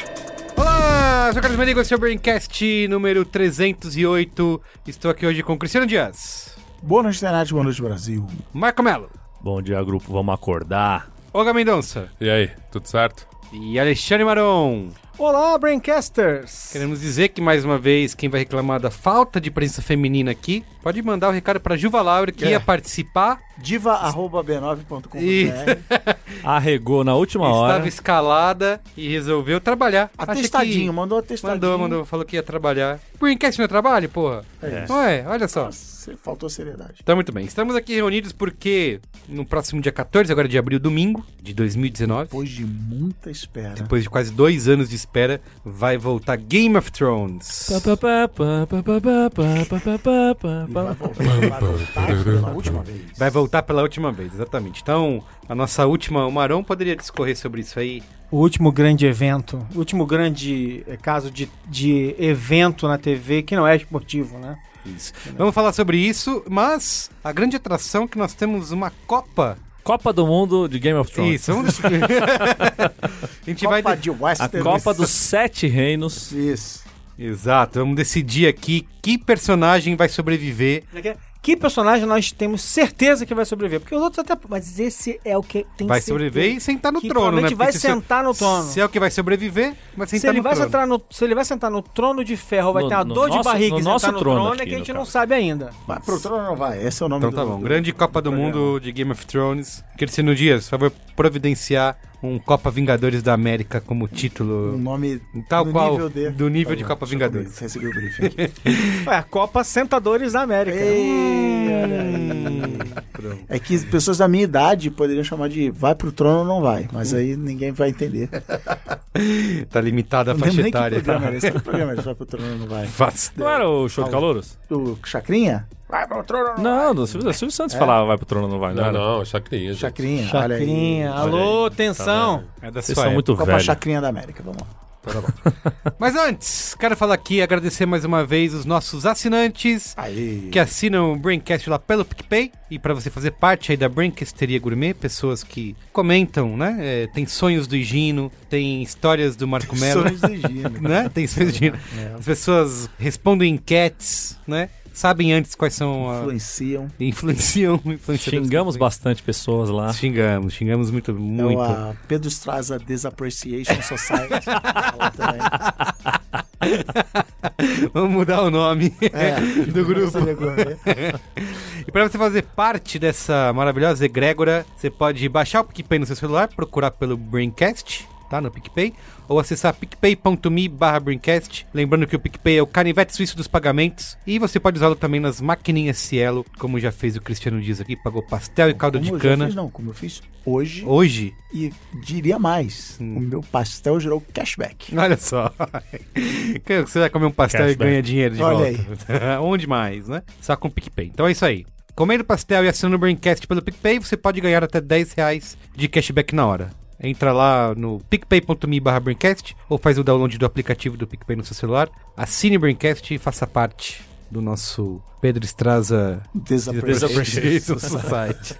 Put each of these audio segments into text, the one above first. Eu sou o Carlos Menigo, esse é o Braincast número 308. Estou aqui hoje com Cristiano Dias, Boa noite, internet, boa noite, Brasil. Marco Melo, Bom dia, grupo. Vamos acordar. Olga Mendonça E aí, tudo certo? e Alexandre Maron. Olá, Braincasters! Queremos dizer que, mais uma vez, quem vai reclamar da falta de presença feminina aqui, pode mandar o recado para Juva Laura, que É. ia participar e diva.b9.com.br Arregou na última hora. estava escalada e resolveu trabalhar. Achei Atestadinho, que- mandou atestadinho. Mandou, mandou, falou que ia trabalhar. Braincast não é trabalho, porra? É isso. Não é? Olha só. Nossa, faltou seriedade. Então, muito bem. Estamos aqui reunidos porque no próximo dia 14, agora é de abril, domingo de 2019, Depois de muita espera. depois de quase dois anos de espera, vai voltar Game of Thrones. Vai voltar para o tático tá pela última vez. Vai voltar pela última vez, exatamente. Então, a nossa última. O Marão poderia discorrer sobre isso aí? O último grande evento, o último grande eh, caso de, de evento na TV que não é esportivo, né? Isso. Vamos falar sobre isso, mas a grande atração é que nós temos uma Copa. Copa do Mundo de Game of Thrones. Isso, vamos. a gente Copa vai. de A Westeros. Copa dos Sete Reinos. Isso. Exato, vamos decidir aqui que personagem vai sobreviver. é Que personagem nós temos certeza que vai sobreviver? Porque os outros até. Mas esse é o que tem vai certeza sobreviver e sentar no que trono, né? provavelmente vai Porque se- sentar no trono. Se é o que vai sobreviver, vai Se sentar ele, no vai trono. sentar no, se ele vai sentar no trono de ferro, vai No- ter uma no dor de nosso- barriga no e sentar nosso no trono trono, é aqui, que a gente no não caso. sabe ainda. Mas pro trono não vai. Esse é o nome Então do tá bom. Grande Copa do programa. Mundo de Game of Thrones. Cristiano Dias, por favor, providenciar um Copa Vingadores da América como Um título. nome Tal do qual, nível de... do nível de Tá bom, Copa deixa eu Vingadores. comer, Recebi o briefing aqui. É a Copa Sentadores da América. Hum, pronto. É que as pessoas da minha idade poderiam chamar de vai pro trono ou não vai. Mas aí ninguém vai entender. tá limitada a Não lembro faixa nem que etária. programa era esse. Que programa era esse? vai pro trono ou não vai? Faz- Não era o show de calouros? O Chacrinha? Vai pro trono ou Não, o Silvio, Silvio Santos É. falava vai pro trono, não vai. Não, Não, era? não, chacrinha. gente. Chacrinha. olha aí. Chacrinha. Alô, Tá tensão. É da Vocês sua são época. muito Copa velhos. Chacrinha da América, vamos lá. Mas antes, quero falar aqui e agradecer mais uma vez os nossos assinantes. Aí. que assinam o Braincast lá pelo PicPay. E pra você fazer parte aí da Braincasteria Gourmet, pessoas que comentam, né? É, tem sonhos do Higino, tem histórias do Marco Melo, Sonhos de Gino. né? Tem sonhos do Higino. É. As pessoas respondem enquetes, né? Sabem antes quais são a... Influenciam. Influenciam, influenciadores. Xingamos bastante pessoas lá. Xingamos, xingamos muito, É muito. o a Pedro Straza Disappreciation Society. Ela também. Vamos mudar o nome É. do grupo. E para você fazer parte dessa maravilhosa egrégora, você pode baixar o PicPay no seu celular, procurar pelo Braincast, tá? No PicPay, ou acessar picpay.me barra Braincast. Lembrando que o PicPay é o canivete suíço dos pagamentos. E você pode usá-lo também nas maquininhas Cielo, como já fez o Cristiano Dias aqui, pagou pastel e caldo Como eu de já cana. fiz, não, como eu fiz hoje Hoje, e diria mais. O meu pastel gerou cashback. olha só. você vai comer um pastel e Cashback. ganha dinheiro de Olha volta. Onde mais, né? Só com o PicPay. Então é isso aí. Comendo pastel e assinando o Braincast pelo PicPay, você pode ganhar até 10 reais de cashback na hora. Entra lá no picpay.me barra Braincast ou faz o download do aplicativo do PicPay no seu celular. Assine o Braincast e faça parte do nosso Pedro Estraza Disappreciation. Society.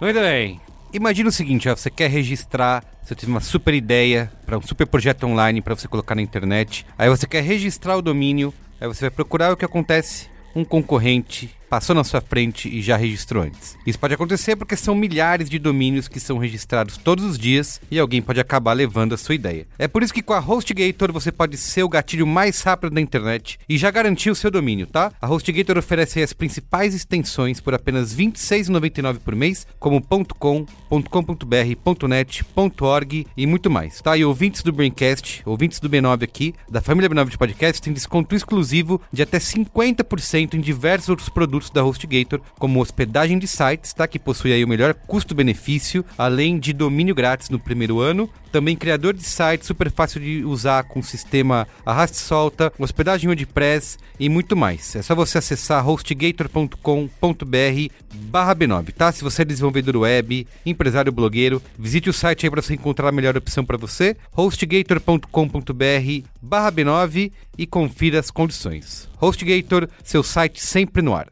Muito bem. Imagina o seguinte, ó, você quer registrar, você teve uma super ideia para um super projeto online para você colocar na internet. Aí você quer registrar o domínio, aí você vai procurar o que acontece. Um concorrente passou na sua frente e já registrou antes. Isso pode acontecer porque são milhares de domínios que são registrados todos os dias e alguém pode acabar levando a sua ideia. É por isso que com a HostGator você pode ser o gatilho mais rápido da internet e já garantir o seu domínio, tá? A HostGator oferece aí as principais extensões por apenas R$ 26,99 por mês, como .com, .com.br, .net, .org e muito mais, tá? E ouvintes do Braincast, ouvintes do B9 aqui, da família B9 de podcast, tem desconto exclusivo de até 50% em diversos outros produtos produtos da HostGator, como hospedagem de sites, tá? Que possui aí o melhor custo-benefício, além de domínio grátis no primeiro ano. Também criador de sites, super fácil de usar com sistema arraste-solta, hospedagem WordPress e muito mais. É só você acessar hostgator.com.br barra B9, tá? Se você é desenvolvedor web, empresário blogueiro, visite o site aí para você encontrar a melhor opção para você, hostgator.com.br barra B9 e confira as condições. HostGator, seu site sempre no ar.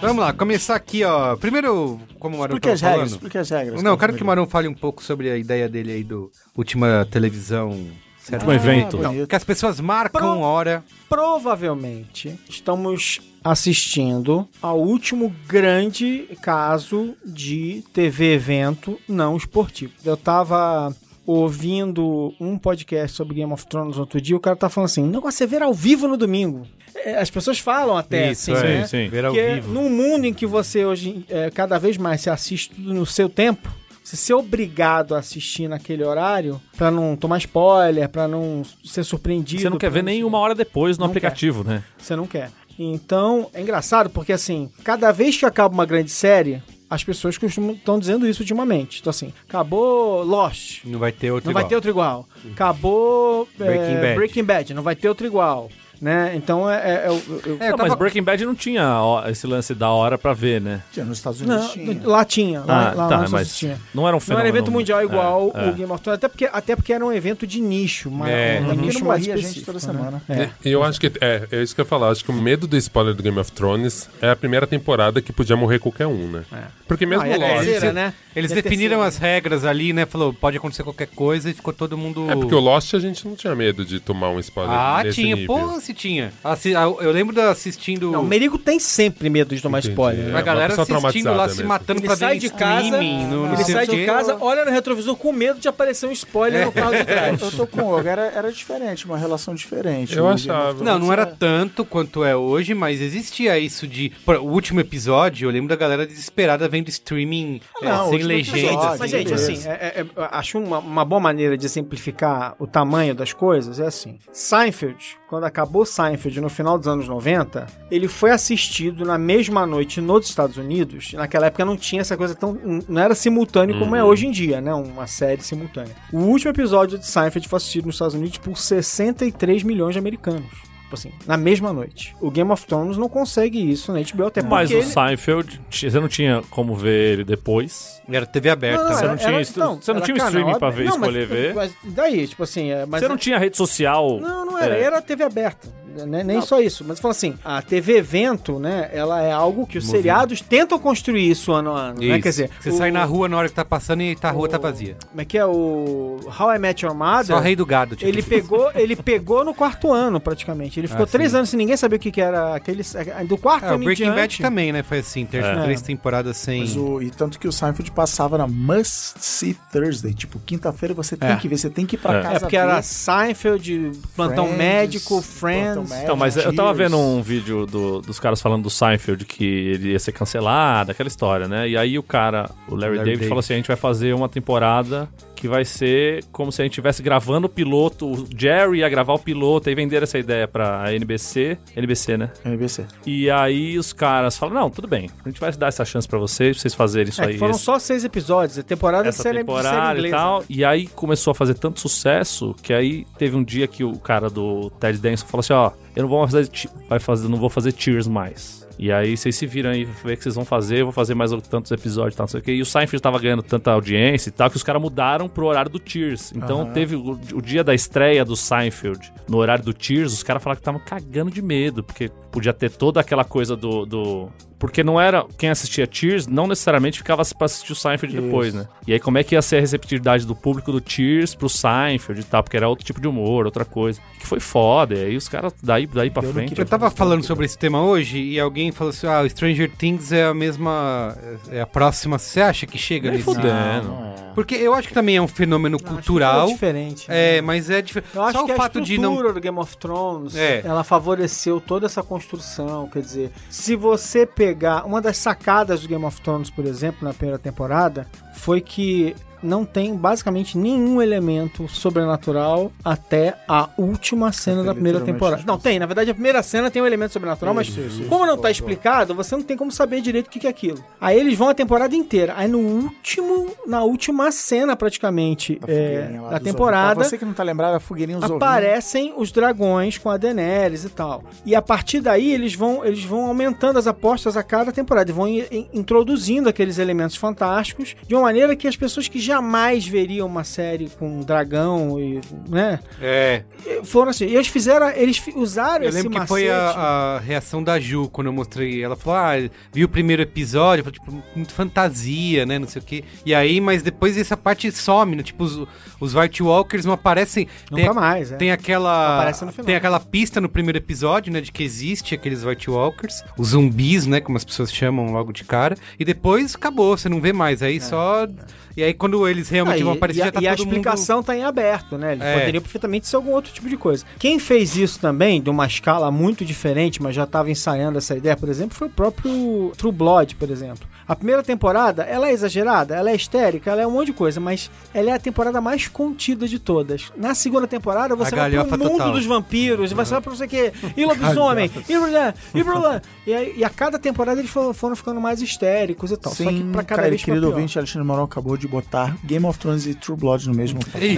Vamos lá, começar aqui, ó. Primeiro, como o Marão Explique tava as regras, falando... explique as regras. Não, eu quero que o Camila. Marão fale um pouco sobre a ideia dele aí do Última Televisão... Série. Último um evento. bonito. Que as pessoas marcam Pro- hora... Provavelmente estamos assistindo ao último grande caso de TV evento não esportivo. Eu tava ouvindo um podcast sobre Game of Thrones outro dia, o cara tá falando assim, o negócio é ver ao vivo no domingo. É, As pessoas falam até Isso, assim, é, né? sim. Ver ao Porque vivo. num mundo em que você hoje é, cada vez mais se assiste tudo no seu tempo, você ser obrigado a assistir naquele horário pra não tomar spoiler, pra não ser surpreendido. Você não quer pra ver nem uma hora depois no Não aplicativo, né? Você não quer. Então, é engraçado porque assim, cada vez que acaba uma grande série, as pessoas costumam estão dizendo isso ultimamente. Então assim, acabou Lost, Não vai ter outro não vai ter outro igual. Acabou é, Breaking Bad. Breaking Bad, não vai ter outro igual, né? Então é, é- é- eu- eu- É, eu Não, tava- Mas Breaking Bad não tinha ó, esse lance da hora pra ver, né? Tinha nos Estados Unidos. não, tinha. lá tinha, lá, lá tá, nós mas tinha. não era um Não fenômeno. era evento mundial igual É, o Game of Thrones, até porque, até porque era um evento de nicho, mas É, um uhum. nicho Porque não mais morria gente específico, toda né? semana. É. E Eu acho que é, é isso que eu ia falar. Acho que o medo do spoiler do Game of Thrones é a primeira temporada que podia morrer qualquer um, né? Porque mesmo Ah, é a Lost. terceira, eles- né? Eles É a definiram terceira. as regras ali, né? Falou, pode acontecer qualquer coisa e ficou todo mundo. É porque o Lost a gente não tinha medo de tomar um spoiler. Ah, nesse tinha. nível. Porra, se tinha. Assi- ah, Eu lembro da assistindo. Não, o Merigo tem sempre medo de tomar Entendi. spoiler. né? É, a uma galera pessoa assistindo lá traumatizada se mesmo. matando Ele pra sai ver de casa, streaming, no, não Ele sei sai o quê. de casa, olha no retrovisor com medo de aparecer um É. spoiler no carro de trás. Eu tô com o Olga, era, era diferente, uma relação diferente. Eu O Game achava. of Thrones Não, não era é- tanto quanto é hoje, mas existia isso de. Pô, O último episódio, eu lembro da galera desesperada vendo streaming Ah, é, não, o sem último legenda. episódio, assim, Mas, gente, coisa. assim, é- é- é- eu acho uma, uma boa maneira de simplificar o tamanho das coisas é assim. Seinfeld, quando acabou Seinfeld no final dos anos 90, ele foi assistido na mesma noite nos Estados Unidos. Naquela época não tinha essa coisa tão. um, Não era simultâneo como Uhum. é hoje em dia, né? Uma série simultânea. O último episódio de Seinfeld foi assistido nos Estados Unidos por 63 milhões de americanos. Tipo assim, na mesma noite. O Game of Thrones não consegue isso na HBO, até Mas porque o ele- Seinfeld, t- você não tinha como ver ele depois. Era TV aberta. Não, não, né? Você era- não tinha era- isso- você não era tinha um canal streaming pra aberto. ver, mas- escolher ver? Mas daí, tipo assim, é, mas você não tinha rede social. não, não era, É. era TV aberta. né, nem só isso, mas fala assim, a TV evento, né, ela é algo que os seriados tentam construir isso ano a ano, né? Isso. Quer dizer, você o- sai na rua na hora que tá passando e tá, a rua tá o- vazia. Como é que é o How I Met Your Mother? Só rei do gado, tipo. Ele pegou, ele pegou no quarto ano, praticamente. Ele ficou Ah, três sim. anos sem ninguém saber o que, que era aquele. Do quarto É, o ano em Breaking Bad diante, também, né? Foi assim, ter É. três temporadas sem. Mas o- e tanto que o Seinfeld passava na Must See Thursday. Tipo, quinta-feira você tem É. que ver, você tem que ir pra É. casa. É porque ver. era Seinfeld, Plantão Friends, Médico, Plantão Friends. Médico. Então, mas eu tava Cheers. vendo um vídeo do- dos caras falando do Seinfeld que ele ia ser cancelado, aquela história, né? E aí o cara, o Larry, Larry David, David. falou assim: a gente vai fazer uma temporada que vai ser como se a gente estivesse gravando o piloto, o Jerry ia gravar o piloto, aí vender essa ideia pra NBC, NBC, né? NBC. E aí os caras falam: não, tudo bem, a gente vai dar essa chance pra vocês, pra vocês fazerem isso É, aí. foram esse- só seis episódios, a temporada de essa série, de série temporada inglesa. e tal. E aí começou a fazer tanto sucesso que aí teve um dia que o cara do Ted Danson falou assim: ó, eu não vou mais fazer, Che- vai fazer, não vou fazer Cheers mais. E aí vocês se viram aí, ver o que vocês vão fazer, eu vou fazer mais tantos episódios e tal, não sei o quê. E o Seinfeld tava ganhando tanta audiência e tal, que os caras mudaram pro horário do Cheers. Então teve o, o dia da estreia do Seinfeld no horário do Cheers, os caras falaram que estavam cagando de medo, porque podia ter toda aquela coisa do. do- Porque não era. Quem assistia Cheers não necessariamente ficava pra assistir o Seinfeld depois, né? E aí, como é que ia ser a receptividade do público do Cheers pro Seinfeld e tal? Porque era outro tipo de humor, outra coisa. Que foi foda. E aí os caras, daí, daí pra frente. Tipo, Eu tava falando sobre esse tema hoje e alguém falou assim: ah, o Stranger Things é a mesma. é a próxima. Você acha que chega Nem nesse. fudendo. Porque eu acho que também é um fenômeno Acho cultural. que é diferente. né? É, mas é diferente. Eu acho Só que o fato a de estrutura não. do Game of Thrones, É. ela favoreceu toda essa construção, quer dizer, se você pegar uma das sacadas do Game of Thrones, por exemplo, na primeira temporada, foi que não tem basicamente nenhum elemento sobrenatural até a última cena da primeira literalmente temporada. Não, tem. Na verdade, a primeira cena tem um elemento sobrenatural, mas Isso, isso, como isso, não tá boa, explicado, você não tem como saber direito o que que é aquilo. Aí eles vão a temporada inteira. Aí no último, na última cena praticamente Da é, fogueirinha lá da dos temporada, ovinhos. Pra você que não tá lembrado, a fogueirinha os ovinhos. aparecem os dragões com a Daenerys e tal. E a partir daí eles vão, eles vão aumentando as apostas a cada temporada e vão in- in- introduzindo aqueles elementos fantásticos de uma maneira que as pessoas que jamais veriam uma série com um dragão e, né, É. foram assim. E eles fizeram, eles fi- usaram Eu esse lembro que macete. foi a, a reação da Ju quando eu mostrei. Ela falou: ah, vi o primeiro episódio, eu falei, tipo, muito fantasia, né? Não sei o quê. E aí, mas depois essa parte some, né? Tipo, os, os White Walkers não aparecem. Tem- Nunca mais, é. Tem aquela. Aparece no final. Tem aquela pista no primeiro episódio, né? De que existe aqueles White Walkers, os zumbis, né? Como as pessoas chamam logo de cara. E depois acabou, você não vê mais. Aí só. E aí quando eles realmente Ah, vão É. e- aparecer, e, a- já tá e a todo explicação está em aberto, né? Ele É. poderia perfeitamente ser algum outro tipo de coisa. Quem fez isso também, de uma escala muito diferente, mas já estava ensaiando essa ideia, por exemplo, foi o próprio True Blood, por exemplo. A primeira temporada, ela é exagerada, ela é histérica, ela é um monte de coisa, mas ela é a temporada mais contida de todas. Na segunda temporada, você vai pro galhofa mundo total. dos vampiros, você vai pra não sei o quê, e lobisomem, e blá, e blá. E, aí- e a cada temporada eles foram, foram ficando mais histéricos e tal. Só que pra cada cara, vez foi querido pior. ouvinte, Alexandre Moron acabou de botar Game of Thrones e True Blood no mesmo mundo. Ih,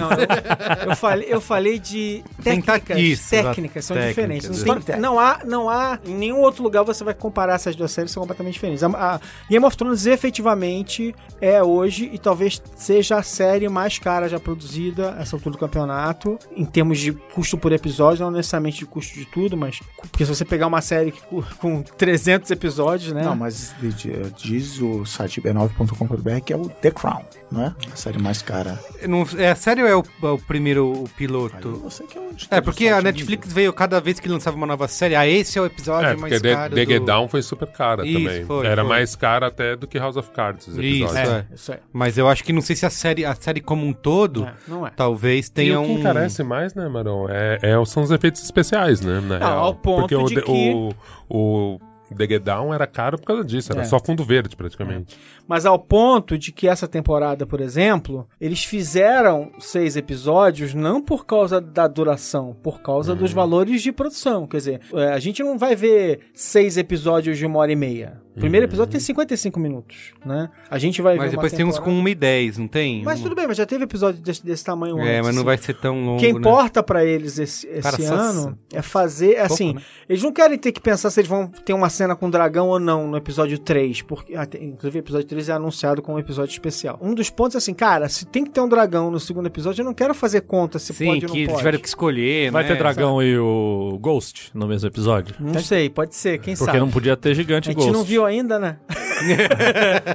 Eu falei, eu falei de Tem tá técnicas. isso, técnicas são técnicas, diferentes. é. Não, tem- não há, não há em nenhum outro lugar você vai comparar essas duas séries, são completamente diferentes. A, a Game of Thrones efetivamente é hoje e talvez seja a série mais cara já produzida a essa altura do campeonato, em termos de custo por episódio, não necessariamente de custo de tudo, mas porque se você pegar uma série que cu- com 300 episódios, né? Não, mas de- de- diz o site b9.com.br que é o The Crown, não é? A série mais cara. Não, é sério ou é o, o primeiro o Aí piloto? você que é o editor É, do porque a site, Netflix veio cada vez que lançava uma nova série. Ah, esse é o episódio É, porque mais The, caro. The do... Get Down foi super cara Isso, também. foi, Era foi. mais cara até do que House of Cards, os episódios. Isso, é. Isso aí. Mas eu acho que não sei se a série, a série como um todo, É, não é. talvez E tenha o que um. encarece mais, né, Marão, é, é- são os efeitos especiais, né, na Ah, real. ao ponto Porque o, de The- que- o, o The Get Down era caro por causa disso, era É. só fundo verde, praticamente. Mas ao ponto de que essa temporada, por exemplo, eles fizeram seis episódios não por causa da duração, por causa dos Uhum. valores de produção. Quer dizer, é, a gente não vai ver seis episódios de uma hora e meia. O primeiro episódio tem 55 minutos, né? A gente vai Uhum. Mas ver uma depois tem uns com temporada- 1 e 10, não tem? Mas Um- tudo bem, mas já teve episódio desse, desse tamanho É, antes. mas não vai ser tão longo. O que né? importa pra eles esse, esse Cara, só ano é fazer, assim, né? eles não querem ter que pensar se eles vão ter uma cena com dragão ou não no episódio 3, porque ah, tem- inclusive o episódio 3 é anunciado como um episódio especial. Um dos pontos é assim, cara, se tem que ter um dragão no segundo episódio, eu não quero fazer conta se Sim, pode ou que não eles pode. tiveram que escolher, Vai né? É, ter dragão e o Ghost no mesmo episódio? Tá- Não sei, pode ser, quem Porque sabe. não podia ter A gigante e gente Ghost. não viu ainda, né?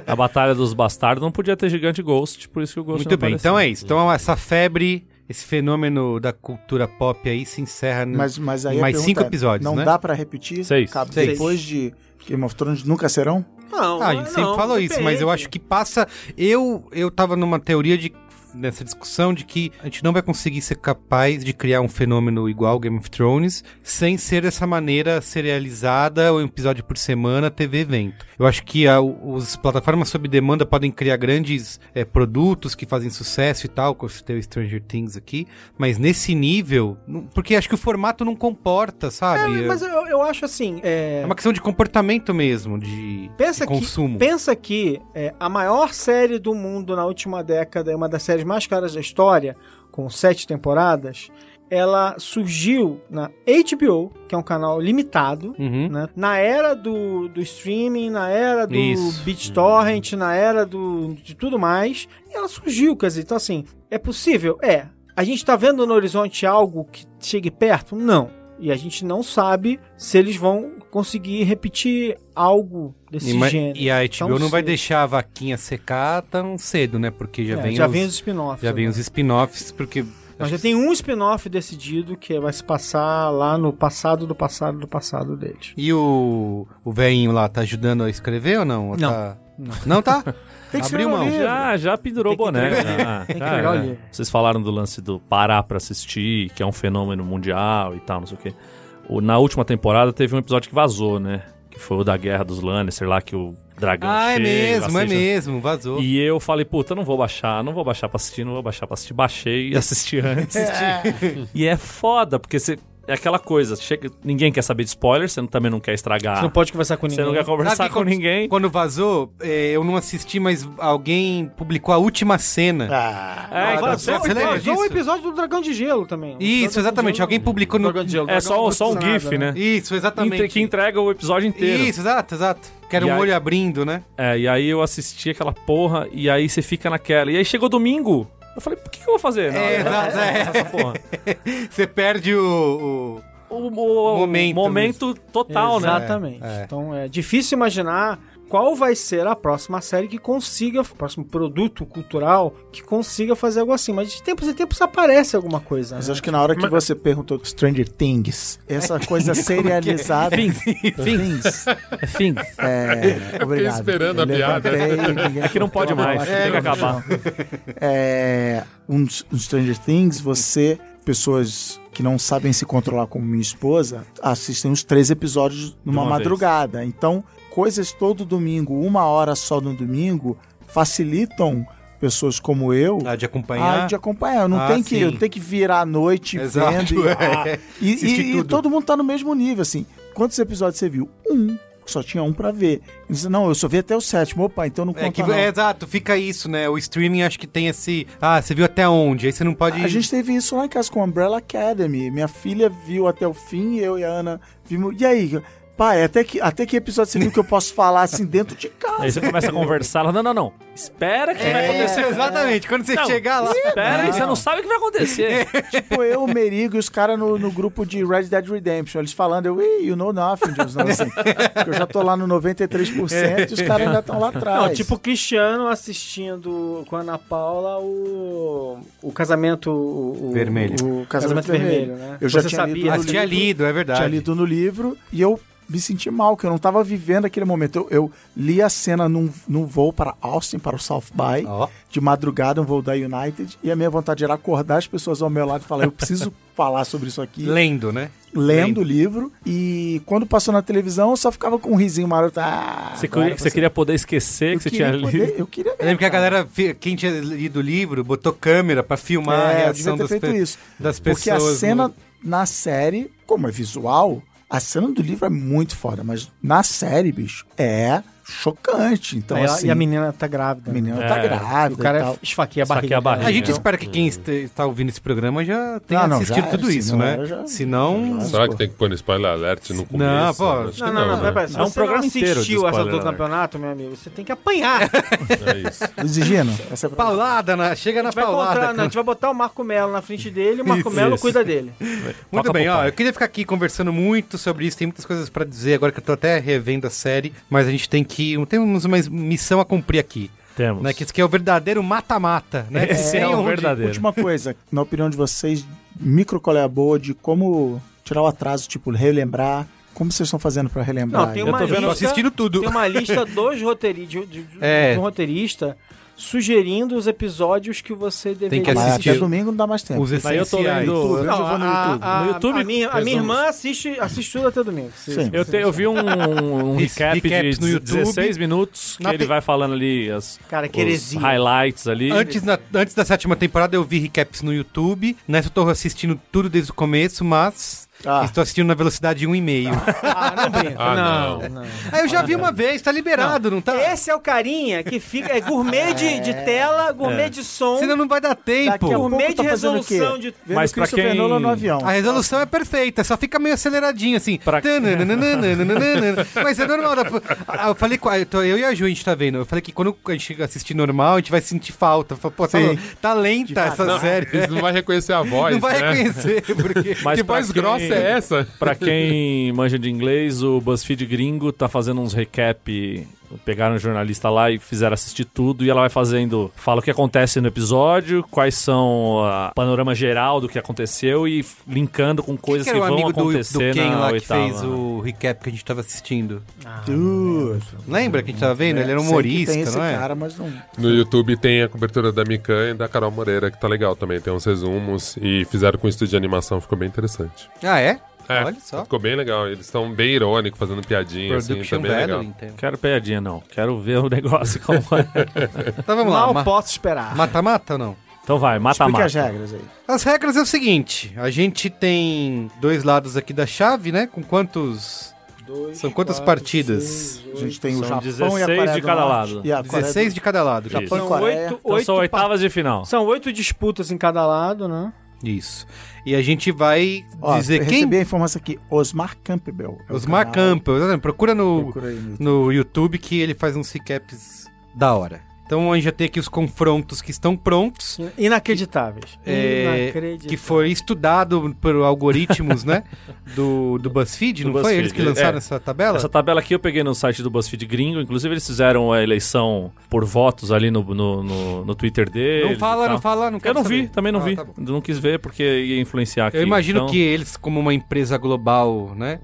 A Batalha dos Bastardos não podia ter gigante e Ghost, por isso que o Ghost Muito não bem, apareceu. então é isso. Então essa febre, esse fenômeno da cultura pop aí se encerra. no- Mas, mas aí a Mais pergunta cinco é, episódios, Não né? dá pra repetir? Seis. Cabe- Seis. Depois de Game of Thrones, nunca serão? Não, Ah, a gente sempre falou isso, mas eu acho que passa. Eu, eu tava numa teoria de nessa discussão de que a gente não vai conseguir ser capaz de criar um fenômeno igual ao Game of Thrones sem ser dessa maneira serializada, um episódio por semana, TV evento. Eu acho que a, os plataformas sob demanda podem criar grandes eh, produtos que fazem sucesso e tal, como você tem o Stranger Things aqui, mas nesse nível, não- porque acho que o formato não comporta, sabe? É, Mas eu, eu acho assim, é... uma questão de comportamento mesmo, de, Pensa de que- consumo. Pensa que é, a maior série do mundo na última década, é uma das séries mais caras da história, com sete temporadas, ela surgiu na HBO, que é um canal limitado, Uhum. né? na era do, do streaming, na era do Isso. BitTorrent, na era do, de tudo mais, e ela surgiu, quer dizer, então assim, é possível? É. A gente tá vendo no horizonte algo que chegue perto? Não. E a gente não sabe se eles vão conseguir repetir algo desse E, ma- gênero. e a HBO tão não vai cedo. deixar a vaquinha secar tão cedo, né? Porque já, É, vem, já os, vem os spin-offs. né? já vem os spin-offs, porque Mas já tem um spin-off decidido que é, vai se passar lá no passado do passado do passado deles. e o o velhinho lá tá ajudando a escrever ou não? Ou Não. tá- Não tá? Tem que Abriu ser um mão. livro. Já, já pendurou o Tem que boné. entregar- já, tem que já entregar o era. livro. Vocês falaram do lance do parar pra assistir, que é um fenômeno mundial e tal, não sei o quê. O- Na última temporada teve um episódio que vazou, né? que foi o da Guerra dos Lannister lá, que o dragão Ah, é chega, mesmo, é aceita- mesmo, vazou. E eu falei, puta, não vou baixar, não vou baixar pra assistir, não vou baixar pra assistir. Baixei e assisti antes. E é foda, porque você... É aquela coisa, chega, ninguém quer saber de spoiler, você não- também não quer estragar. Você não pode conversar com Ah. Você ninguém. não quer conversar Sabe com quando- ninguém. Quando vazou, é, eu não assisti, mas alguém publicou a última cena. Ah, É, então, Vazou, você lembra vazou disso? o um episódio do Dragão de Gelo também. Um Isso, exatamente. Alguém publicou no. É, é só, só um GIF, né? Isso, Entre- exatamente. que entrega o episódio inteiro. Isso, exato, exato. Que era E um aí- olho abrindo, né? É, e aí eu assisti aquela porra, e aí você fica naquela. E aí chegou domingo. Eu falei, o que, que eu vou fazer? Não, É, eu não exato, vou é. fazer essa porra. Você perde o. o- O, o- o Momento momento, total, né? Exatamente. É, é. Então é difícil imaginar qual vai ser a próxima série que consiga, o próximo produto cultural que consiga fazer algo assim. Mas de tempos em tempos aparece alguma coisa. mas né? acho que na hora que você perguntou Stranger Things, essa coisa serializada. Things. Things. É fim. É, obrigado. esperando a piada. É que não pode mais, tem que acabar. É, um, s- um Stranger Things, você, pessoas que não sabem se controlar como minha esposa, assistem os três episódios numa uma vez. madrugada. Então, coisas todo domingo, uma hora só no domingo, facilitam pessoas como eu Ah, de acompanhar. a de acompanhar. Eu não Ah, tenho que, sim. eu tenho que virar à noite Exato, vendo. E, Ah, é. e- Assistir e- e tudo. todo mundo tá no mesmo nível, assim. Quantos episódios você viu? Um. Só tinha um pra ver. E você, não, eu só vi até o sétimo. Opa, então não conta É, que, não. é, exato, fica isso, né? O streaming acho que tem esse. Ah, você viu até onde? Aí você não pode. A gente teve isso lá em casa com Umbrella Academy. Minha filha viu até o fim, eu e a Ana vimos. E aí, pai, até que, até que episódio você viu que eu posso falar assim dentro de casa? Aí você começa a conversar, ela, não, não, não. Espera que vai É, acontecer. exatamente, quando você Não, chegar lá. Espera, aí, você não sabe o que vai É. acontecer. tipo, eu, o Merigo e os caras no, no grupo de Red Dead Redemption. Eles falando, eu, "Ih, you know nothing, James", não, assim, porque Eu já tô lá no 93% e os caras ainda estão lá atrás. Não, tipo o Cristiano assistindo com a Ana Paula o, o casamento o- o- Vermelho. O casamento, vermelho, né? Eu já Você tinha lido sabia. Ah, no você tinha livro- lido, é verdade. Tinha lido no livro e eu me senti mal, que eu não tava vivendo aquele momento. Eu, eu li a cena num, num voo para Austin, para o South By, Ó. de madrugada, um voo da United, e a minha vontade era acordar as pessoas ao meu lado e falar: eu preciso falar sobre isso aqui, Lendo, né? lendo o livro. E quando passou na televisão, eu só ficava com um risinho maroto. Ah, Você, agora queria, você queria poder esquecer Eu que você queria tinha poder- lido. Eu queria Eu lembro que a galera, fi- quem tinha lido o livro, botou câmera pra filmar a É, eu reação devia ter das, feito pe- isso. das Porque pessoas. a cena no- na série, como é visual, a cena do livro é muito foda, mas na série, bicho, é chocante. Então, Aí ela- assim, e a a menina, menina tá grávida. tá É, O grávida cara e tal. esfaqueia a Esfaqueia barriga. a barriga. A gente Então- espera que quem este- está ouvindo esse programa já tenha Ah, não, assistido já, tudo se isso, não, né? eu já- Se não, já- Será que tem que pôr no spoiler alert no começo? Não, pô, Acho que Não, não, não. né? peraí, se É um você programa não inteiro de assistiu essa spoiler, do né? campeonato, meu amigo, você tem que apanhar. É isso. Exigindo, essa é pra... paulada, na- chega na gente vai encontrar, paulada. né? não, a gente vai botar o Marco Melo na frente dele, o Marco Melo isso. cuida dele. Muito Toca bem, pro ó, pai. eu queria ficar aqui conversando muito sobre isso, tem muitas coisas pra dizer agora que eu tô até revendo a série, mas a gente tem que, um, temos uma missão a cumprir aqui, Temos. né, que isso aqui é o verdadeiro mata-mata, né? Esse Tem é o onde- verdadeiro. Última coisa, na opinião de vocês, micro qual é a boa de como tirar o atraso, tipo, relembrar. Como vocês estão fazendo pra relembrar? Não, tem Eu uma tô- Eu tô lista- assistindo tudo. Tem uma lista dos roteiristas, de, de- de- É. de um roteirista, sugerindo os episódios que você deveria que Mas assistir. até domingo não dá mais tempo. Os Aí eu tô essenciais. lendo- YouTube, onde eu vou no Ah, a, YouTube? a- No YouTube, tá, a minha, a minha resumo. irmã assiste, assiste tudo até domingo. Se- Sim. Eu, te- eu vi um, um Recaps recap de no YouTube. 16 minutos que Na ele te- vai falando ali as Cara, que os heresia. highlights ali. Antes, na- antes da sétima temporada eu vi recaps no YouTube, nessa eu tô assistindo tudo desde o começo, mas Ah. estou assistindo na velocidade 1,5. Ah, não brinca. Ah, não, não. não. Ah, eu já vi uma vez, tá liberado, não, tá? Esse é o carinha que fica. É gourmet de, de tela, gourmet de som, tá Senão não vai dar tempo. Daqui a pouco gourmet de tá fazendo o quê? resolução de. Vendo Mas pra Christopher quem- Nolan no avião. A resolução é perfeita, só fica meio aceleradinho, assim. Pra- Tananananananananana. Mas é normal. dá pra- Ah, Eu falei, com a- eu tô- eu e a Ju, a gente tá vendo. Eu falei que quando a gente assistir normal, a gente vai sentir falta. Fala, Pô, tá, Sim. tá lenta essa série. Eles não vai reconhecer a voz, Não vai né? reconhecer, tipo assim, porque... Mas Que pra voz quem- grossa é essa? Pra quem manja de inglês, o BuzzFeed gringo tá fazendo uns recap. Pegaram um jornalista lá e fizeram assistir tudo. E ela vai fazendo. Fala o que acontece no episódio, quais são o panorama geral do que aconteceu e f- linkando com coisas que, era o vão amigo do, do acontecer Ken na lá que oitava. fez o recap que a gente tava assistindo? Uh, Lembra que a gente tava vendo? né? Ele era né? sei que humorista, tem esse não é? cara, mas não... No YouTube tem a cobertura da Mikan e da Carol um Moreira, que tá legal também. Tem uns resumos e fizeram com o estúdio de animação, ficou bem interessante. Ah, é? É, Olha só. Ficou bem legal. Eles estão bem irônicos, fazendo piadinha, assim, tá Production bem Value, legal. então. Quero piadinha, não. Quero ver o negócio como é. Então vamos lá. Mal ma- posso esperar. Mata-mata ou não? Então vai, Explica as mata-mata. regras aí. As regras é o seguinte: a gente tem dois lados aqui da chave, né? Com quantos. São quantas partidas? A gente tem o São Japão 16 e a Coreia de do cada Norte lado. E a Coreia 16 do... de cada lado. é Isso. Japão e Coreia. Então são oito oitavas de final. São oito disputas em cada lado, né? Isso. E a gente vai Ó, dizer eu quem. recebi a informação aqui. Osmar Campbell. É o Osmar canal. Campbell. exatamente. Procura no, Procura aí no- no YouTube que ele faz uns recaps da hora. Então a gente já tem aqui os confrontos que estão prontos. Inacreditáveis. É, Inacreditáveis. que foi estudado por algoritmos, né? Do, do BuzzFeed, Do não foi? Eles que BuzzFeed, lançaram é. essa tabela? Essa tabela aqui eu peguei no site do BuzzFeed gringo. Inclusive, eles fizeram a eleição por votos ali no, no, no, no Twitter dele. Não fala, não fala, não Eu quero não vi, saber. também não Ah, vi. tá bom. não quis ver porque ia influenciar aqui. Eu imagino então- que eles, como uma empresa global, né?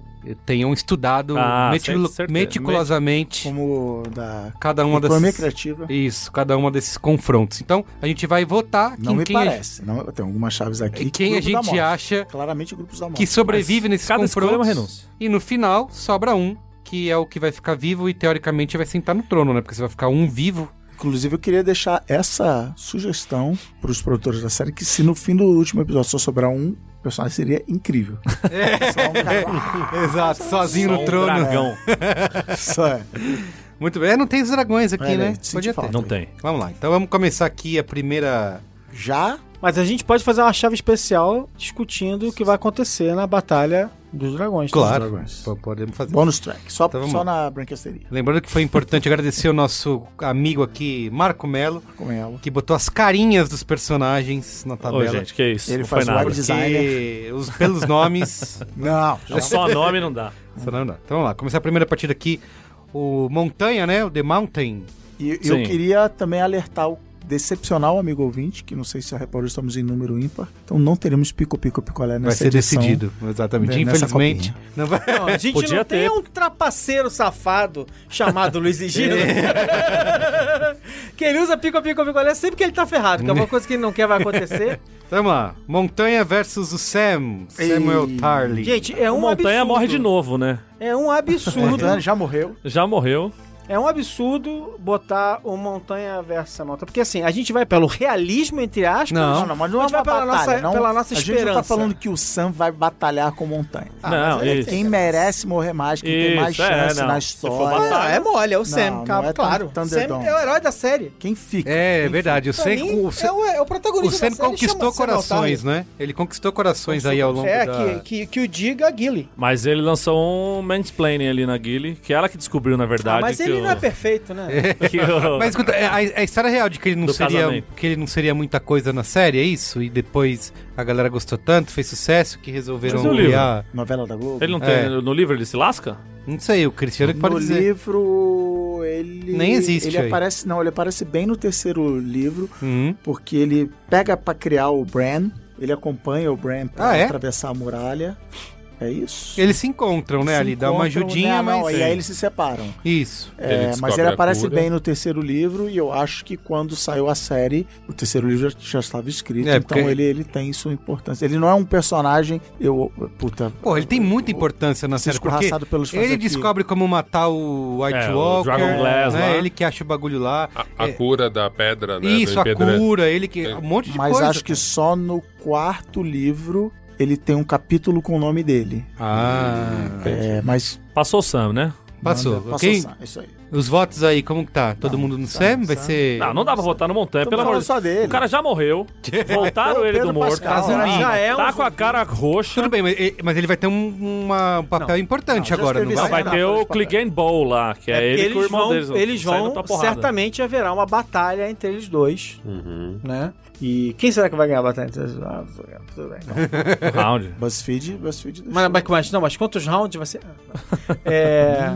Tenham estudado Ah, meticulo- cer- certeza. meticulosamente Como da cada uma economia dessas. criativa. Isso, cada uma desses confrontos. Então, a gente vai votar Não quem, me quem a- parece. Não, tem algumas chaves aqui. quem a Grupo da gente Morte. É acha Claramente grupos da morte. que sobrevive nesses Cada escolha é uma confrontos. renúncia. E no final, sobra um, que é o que vai ficar vivo e teoricamente vai sentar no trono, né? Porque você vai ficar um vivo. Inclusive, eu queria deixar essa sugestão para os produtores da série, que se no fim do último episódio só sobrar um personagem, seria incrível. É. Só um cara. Exato, sozinho Só um dragão. Isso é. Muito bem. É, não tem os dragões aqui, É, né? né? Senti Podia ter. falta. Não tem. Vamos lá, então vamos começar aqui a primeira. Já Mas a gente pode fazer uma chave especial discutindo o que vai acontecer na Batalha dos Dragões. tá? Claro. dragões. P- Podemos fazer. bônus track, só, Então vamos só lá. na branquesteria, Lembrando que foi importante agradecer o nosso amigo aqui, Marco Melo, com ela. que botou as carinhas dos personagens na Ô, tabela. gente, que isso. Ele não faz foi o nada. web design. Porque os, pelos nomes. Não, É Só nome não dá. Só não dá. Então vamos lá, começar a primeira partida aqui. O Montanha, né? O The Mountain. E eu Sim. queria também alertar o decepcional amigo ouvinte, que não sei se já reparou, estamos em número ímpar, então não teremos pico-pico-picolé Vai nessa ser edição. decidido. Exatamente. de- nessa Infelizmente. Não vai... Não, a gente Podia não tem ter. um trapaceiro safado chamado Luiz e Gino. É. que ele usa pico, pico, pico, olha, sempre que ele tá ferrado, que alguma coisa que ele não quer vai acontecer. Então vamos lá. Montanha versus o Sam. Samuel Tarly. Gente, é um Montanha absurdo. morre de novo, né? É um absurdo. Montanha né? já morreu. Já morreu. é um absurdo botar o Montanha versus a Montanha. Porque assim, a gente vai pelo realismo, entre aspas. Não. mas A gente vai pela nossa- pela nossa a gente não tá esperança. falando que o Sam vai batalhar com montanha. Ah, Não, mas é isso. quem merece morrer mais, quem tem Isso, mais é, chance não. na Se for história. batalha- Ah, é mole, é o Não, Sam, não é cara, claro. Thun- Sam Thunderdome. é o herói da série. Quem fica? É, é verdade. O Pra Sam, mim, o Sam, é, o, é o o protagonista Sam da série, conquistou chama Sam Altar. corações, né? Ele conquistou corações aí ao longo É, da... que, que, que o diga Gilly. Mas ele lançou um mansplaining ali na Guile, que é ela que descobriu, na verdade. Ah, mas que ele o- não é perfeito, né? que o- Mas escuta, é, a, a história real de que ele não Do seria casamento. que ele não seria muita coisa na série, é isso? E depois a galera gostou tanto, fez sucesso que resolveram Mas no livro? olhar. Novela da Globo? Ele não tem. É. No livro ele se lasca? Não sei, o Cristiano que pode no dizer. livro, ele... Nem existe Ele aí. aparece, não, ele aparece bem no terceiro livro, Uhum. porque ele pega pra criar o Bran, ele acompanha o Bran pra Ah, é? atravessar a muralha. É isso? Eles se encontram, né? Se ali dá uma encontram, ajudinha, né? Não, mas. é. E aí eles se separam. Isso. Ele É, mas descobre ele a aparece cura. bem no terceiro livro e eu acho que quando saiu a série, o terceiro livro já, já estava escrito, É, então porque- ele, ele tem sua importância. Ele não é um personagem, eu, puta, Pô, ele tem muita eu- importância na ser série, porque escorraçado pelos fãs ele aqui. descobre um como matar o White É, o Walker, Dragon Glass né? lá. Ele que acha o bagulho lá. A, a É. cura da pedra, né? Isso, do a empedre- cura, ele que... É. Um monte de mas coisa. acho que só no quarto livro ele tem um capítulo com o nome dele. Ah, É, mas Passou o Sam, né? passou. Manda- Quem- Sam, isso aí. Os votos aí, como que tá? Todo Não, mundo no tá, Sam? Vai Sam. ser... Não, não dá pra votar no Montanha, Estamos É, pelo amor falando de só dele. O cara já morreu. Voltaram Ô, ele Tá Pedro do morto. Pascal, Caso ah, mínimo. já é um Tá com a cara Tudo roxa. bem, mas ele, mas ele vai ter um, uma- um papel importante Não, já agora, não esteve vai? sendo- Vai Não, ter não, o não, Click and Ball lá, que é, ele com o eles irmão vão, deles. eles saindo vão pra porrada. Hum. certamente haverá uma batalha entre eles dois, Uhum. né? E quem será que vai ganhar a batalha entre eles? dois? Ah, tudo bem. não. O Round. BuzzFeed, BuzzFeed. deixou. mas, mas- mas não, mas quantos rounds vai ser? Ah, não. É,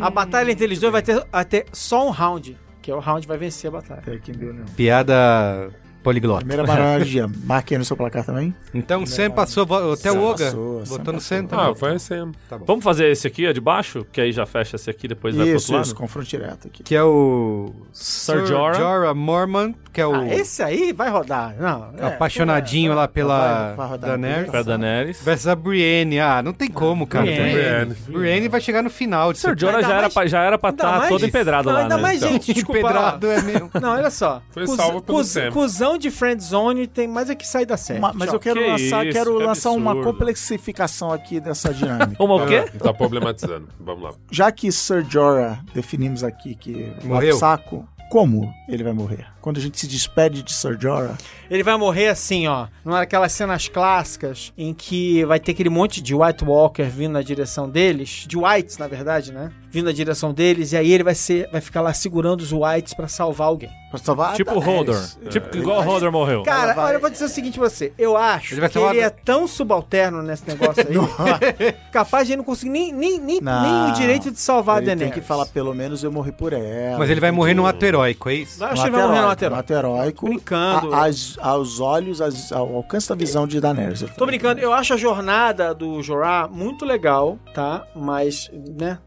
a batalha entre eles dois né? vai ter até só um round, que é o round que vai vencer a batalha. É, quem deu, não. Piada poliglota. Primeira barragem, marquei no seu placar também. Então o Sam passou, vo- até o Sam Oga passou, Sam botou no passou. Sam Ah, também. vai ser. Vamos fazer esse aqui, ó, de baixo? Que aí já fecha esse aqui, depois vai pro outro Isso, lado. isso, confronto direto aqui. Que é o Sir Sir Jorah. Jorah Mormon, que é o Ah, esse aí vai rodar. Não, é, apaixonadinho lá pela vai rodar. Daenerys. Pra Daenerys. Versus a Brienne. Ah, não tem como, cara. Brienne. Brienne. Brienne vai chegar no final. de Sir ser- Jorah Ainda já, era mais- pra- já era pra ainda estar mais- todo empedrado não, lá, ainda né? mais então. gente, desculpa. Empedrado lá. é mesmo. Não, olha só. Foi salvo pelo Sam. Cusão de friendzone tem mais é que sair da série. Ma- mas eu Tchau. quero que lançar, isso, quero que lançar uma absurdo. complexificação aqui dessa dinâmica. Uma o quê? Tá problematizando. Vamos lá. Já que Sir Jorah definimos aqui que Morreu. o saco, como ele vai morrer? Quando a gente se despede de Sir Jorah, Ele vai morrer assim, ó. Não aquelas cenas clássicas em que vai ter aquele monte de White Walker vindo na direção deles. De Whites, na verdade, né? Vindo na direção deles. E aí ele vai, ser, vai ficar lá segurando os Whites pra salvar alguém. pra salvar Tipo a o Hodor. Daenerys. Tipo igual o Hodor morreu. Cara, Ela vai- olha, eu vou dizer o seguinte pra você. Eu acho Ele vai que salvar- ele é tão subalterno nesse negócio aí. capaz de ele não conseguir nem, nem, nem, Não. nem o direito de salvar a Ele tem Daenerys. que falar, pelo menos eu morri por ela. Mas ele vai tem morrer que- num ato heróico, é isso? Eu acho que ele vai morrer no heróico, lateral. ato heróico. Brincando. a- às- aos olhos, às- ao alcance da visão de Daenerys. eu Tô falei. brincando, eu acho a jornada do Jorah muito legal, tá? Mas, né?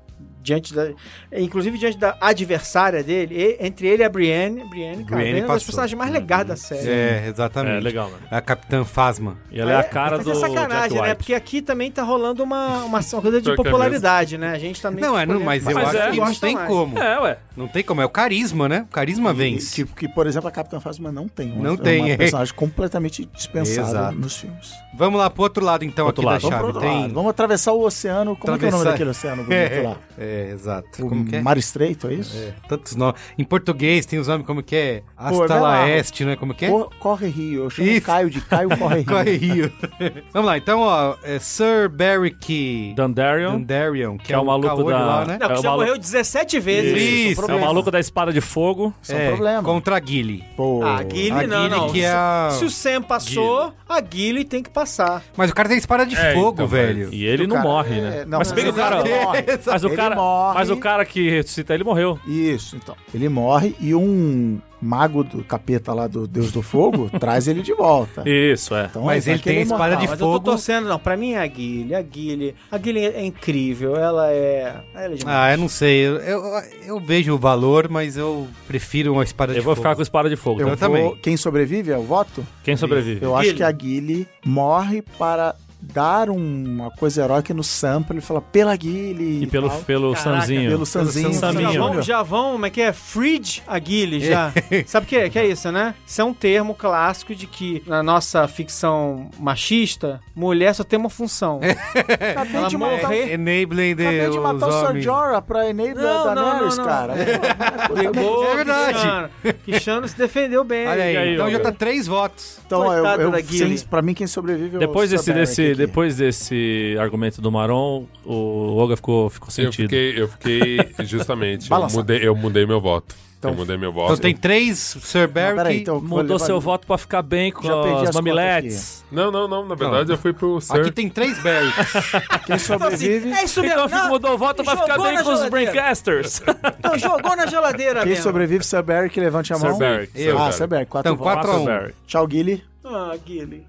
Diante da. Inclusive diante da adversária dele, e- entre ele e a Brienne. Brienne, cara, Brienne é uma das passou. personagens mais legais da série. É, É, exatamente. legal, né? A Capitã Phasma. E ela é a Mas cara mas do é Jack sacanagem, né? White. Porque aqui também tá rolando uma, uma, uma coisa de Pior que é popularidade, né? A gente também. Não, é, não, mas eu Mas acho é, que não tem como. É, ué. Não tem como, é o carisma, né? O carisma vence. Que, que, por exemplo, a Capitã Phasma não tem. Não é tem, é. uma personagem completamente dispensada Exato. nos filmes. Vamos lá pro outro lado, então, Outro aqui lado. da Vamos, chave. pro outro tem... lado, vamos atravessar o oceano. Como é que é o nome Atravessar- daquele oceano bonito É, lá? é, exato. O Como que é? Mar Estreito, é isso? Tantos nomes. Em português tem os nomes como que é? é Hasta bem Laeste, né? Como que é? Cor- Corre Rio. Eu chamo Isso. Caio de Caio Corre Rio. Corre Rio. Vamos lá, então, ó. É Sir Beric Dandarion, Dundarion, que, que é o maluco caolho da... lá, né? Não, que é o já malu- morreu 17 vezes. Isso, É o maluco da espada de fogo. Isso é um problema. Contra a Gilly. Pô. A Guile A Ah, não, Guile não. que é a- Se o Sam passou, a Guile tem que passar. Mas o cara tem espada de É, fogo, então, velho. E um ele O não cara- morre, é, né? não, mas se bem que o ele cara... morre. Mas o Ele cara, morre. mas o cara que ressuscita ele morreu. Isso, então. Ele morre e um mago do capeta lá do Deus do Fogo traz ele de volta. Isso, é. Então, Mas ele aquele tem a espada imortal. de Mas fogo. eu tô torcendo, não. Pra mim é a Guile, a Guile. A Guile é incrível, ela é. Ela é demais. Ah, eu não sei. Eu, eu, eu vejo o valor, mas eu prefiro uma espada de Eu vou fogo. ficar com a espada de fogo. tá? Eu, Eu vou- também. Quem sobrevive é o voto? Quem sobrevive? Eu Guile. acho que a Guile morre para dar um, uma coisa heróica no Sam, pra ele falar pela Guile. E pelo, tal. pelo Caraca, Sanzinho. pelo Sanzinho. Sam já Saminho. vão, já vão, como é que é? Fridge a Guile, já. Sabe o que, é? que é isso, né? Isso é um termo clássico de que na nossa ficção machista, mulher só tem uma função. É Acabei Ela de morre. matar, Enabling the, É, acabei de matar os o Sir homens. Jorah pra enable Não, a não, Daenerys, não, não. cara. Brigou, É verdade. Cristiano. Cristiano se defendeu bem. Olha aí, E aí, então ó. já tá três votos. Então, eu, Coitado eu, da Guile. sim, pra mim, quem sobrevive é o Depois Sir desse, Beric desse, aqui. depois desse argumento do Maron, o Olga ficou, ficou Eu sentido. fiquei, eu fiquei justamente. eu, Balançado. mudei, eu mudei meu voto. eu mudei meu voto. Então tem três Sir Não, Barry. peraí, então eu vou Mudou levar- seu voto pra ficar bem com Já perdi as as contas mamiletes. Não, não, não. Na verdade, eu fui pro Sir. Aqui tem três Barry. Quem sobrevive, é isso Então mesmo. fica- não, mudou o voto pra Jogou ficar bem na com os geladeira. Braincasters. não, jogou na geladeira quem mesmo. sobrevive, Sir Beric, levante a mão. Sir Beric. Eu. Ah, cara. Sir Beric, quatro Então, votos. 4 a 1 Barry. Tchau, Guile. Ah, Guile.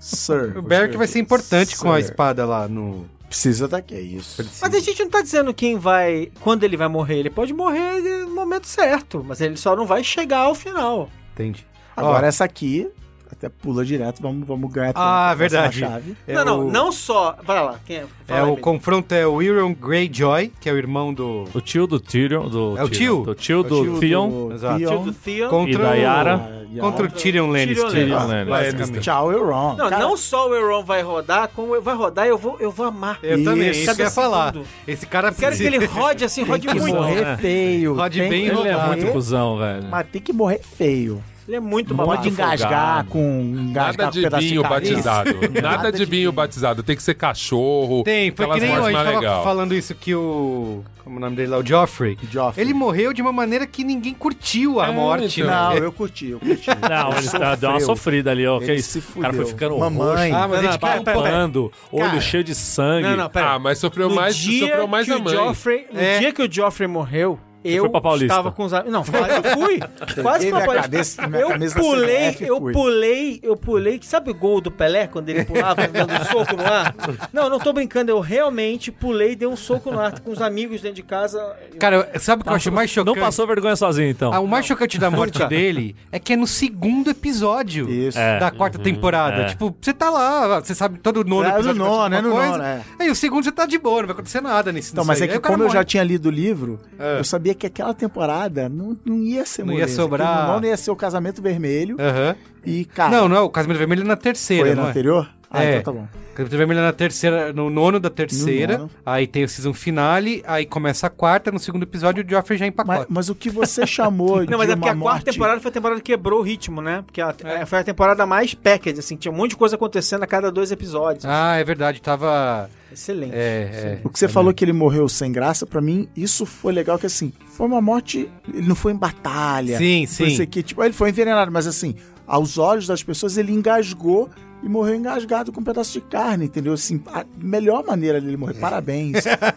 Sir. O Barry vai ser importante com a Sir. espada lá no... Precisa tá aqui, é isso. Mas a gente não tá dizendo quem vai. Quando ele vai morrer. Ele pode morrer no momento certo. Mas ele só não vai chegar ao final. Entendi. Agora, Ó. essa aqui, até pula direto, vamos, vamos ganhar tempo, Ah, próxima verdade. chave. É não, não, o- não só. Vai lá, quem é? Fala É, aí, o Pedro. confronto é o Euron Greyjoy, que é o irmão do... O tio do Tyrion. Do É o tio? Do tio É o do Tio Theon. do Exato. Tio Theon. do Theon. Contra E da Yara. o... Ah, e a- Contra o Tyrion Lannister. Tyrion Lannister. basicamente. Tchau, Euron. Não, Cara, não só o Euron vai rodar, como eu- vai rodar, eu vou, eu vou amar. Eu também, Isso. isso que eu ia Cada falar. segundo. Esse cara Quero que ele rode assim, tem rode que muito. morrer né? feio. Rode tem bem que e Ele é rodado. morrer, muito cuzão, velho. Mas tem que morrer feio. Ele é muito Não babado. pode engasgar né? folgado. com engasgar Nada com um de pedaço vinho carne. batizado. Nada Nada de de vinho batizado. Tem que ser cachorro. Tem, foi que aquelas nem a mortes gente mais tava legal. falando isso que o... Como é o nome dele lá? O Joffrey. Joffrey. Ele morreu de uma maneira que ninguém curtiu a É, morte, né? então. Não, eu curti, eu curti. Não, ele tá- deu uma sofreu. sofrida ali, ó. que é Ele isso? se O cara foi fudeu. ficando Mamãe. Ah, mas a gente quer... roxo, olho Cara. cheio de sangue. Não, não, pera. Ah, mas sofreu No mais, dia sofreu mais que a o mãe. Joffrey, no É. dia que o Joffrey morreu, foi Eu pra Paulista? estava com os amigos. Não, quase eu fui. quase Peguei pra minha Paulista. cabeça- minha eu camisa da pulei, CBF e eu fui. pulei, eu pulei. Sabe o gol do Pelé quando ele pulava dando um soco no ar? Não, não tô brincando, eu realmente pulei e dei um soco no ar com os amigos dentro de casa. Cara, eu- sabe o que eu acho mais Não chocante? passou vergonha sozinho, então. Ah, o mais chocante da morte dele é que é no segundo episódio Isso. da quarta temporada. é. Tipo, você tá lá, você sabe todo o nono É, no episódio. vai nono, acontecer é no alguma nono, é. Aí o segundo você tá de boa, não vai acontecer nada nesse Então, nisso mas aí. é Aí que o cara como eu já morre. tinha lido o livro, eu sabia que aquela temporada não, não ia ser Não ia moleza, que sobrar. No nono ia ser o Casamento Vermelho Aham. e, cara... Não, não, o Casamento Vermelho é na terceira, Ah. Foi não no é? anterior? Ah, É. então tá bom. Casamento Vermelho é na terceira, no nono da terceira. No nono. Aí tem o season finale, aí começa a quarta, no segundo episódio o Joffrey já empacota. Mas, mas o que você chamou de Não, mas é porque uma a quarta morte... temporada foi a temporada que quebrou o ritmo, né? Porque a- é, foi a temporada mais package, assim, tinha um monte de coisa acontecendo a cada dois episódios. Ah, é verdade, tava. Excelente. É, é. O que você falou que ele morreu sem graça, pra mim, isso foi legal, que assim, foi uma morte. Ele não foi em batalha. Sim, Foi sim. isso aqui, tipo, ele foi envenenado, mas assim, aos olhos das pessoas, ele engasgou e morreu engasgado com um pedaço de carne, entendeu? Assim, a melhor maneira dele É. morrer. Parabéns,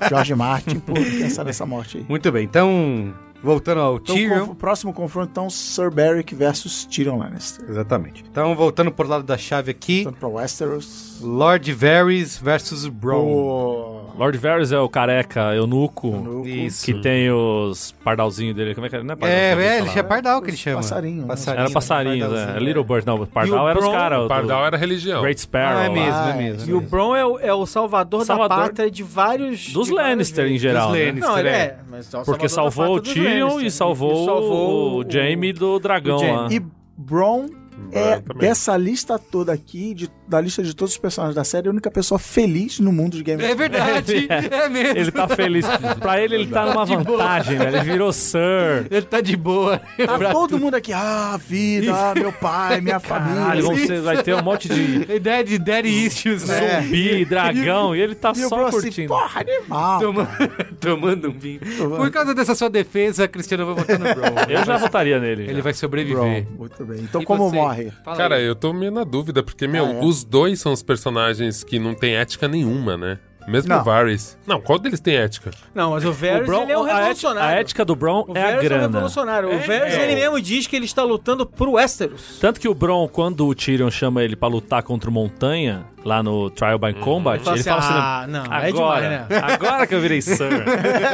Jorge Martin, por pensar nessa morte aí. Muito bem, então. Voltando ao Então, Tyrion. o próximo confronto, então, Sir Beric versus Tyrion Lannister. Exatamente. Então, voltando por lado da chave aqui, Tanto pra Westeros. Lord Varys versus Bron. Pro... Lord Varys é o careca, eunuco, Isso. que tem os pardalzinhos dele. Como é que é? Não é pardal, É, sabe é, ele falar. chama pardal que ele chama. passarinho, né? Era passarinho, né? pardalzinho, Little Bird, não. Pardal E o era os Bron, caras. O Pardal era religião. Great Sparrow. Ah, é lá. mesmo, Ah, é é. mesmo. E o Bron é o, é o salvador, Salvador. da pátria de vários. Dos de várias Lannister em vezes. geral. né? Lannister. Não, ele é. é. mas é o salvador da Porque salvou o pátria dos Tyrion Lannister. e salvou, E salvou o Jaime do dragão o Jaime. lá. E Bron é, Exatamente. dessa lista toda aqui, de- da lista de todos os personagens da série, a única pessoa feliz no mundo de Game of É Thrones. verdade, é mesmo. Ele tá feliz. pra ele, ele tá numa vantagem, né? Ele virou Sir. Ele tá de boa. Tá todo mundo aqui, ah, vida, ah, meu pai, minha Caralho, família. vão ser- vai ter um monte de é Daddy, daddy issues, né? zumbi, dragão, e ele tá É. E o só Bron assim, curtindo. porra, animal. Toma- Tomando um vinho. Por causa dessa sua defesa, Cristiano, eu vou votar no Bron. Eu já votaria nele. Ele já. vai sobreviver. Muito bem. Então, E como você? morre? Fala Cara, aí. eu tô meio na dúvida, porque, meu, Ah, é? os dois são os personagens que não têm ética nenhuma, né? Mesmo Não. o Varys. Não, qual deles tem ética? Não, mas o O Varys Bron, ele é um a, ética, revolucionário. a ética do Bron o é a Varys é um grana. é. revolucionário. O Varys, ele mesmo diz que ele está lutando pro Westeros. Tanto que o Bron, quando o Tyrion chama ele pra lutar contra o Montanha, lá no Trial by Combat, Fala ele assim, fala assim... "Ah, não, é agora, demais, agora que eu virei Sir,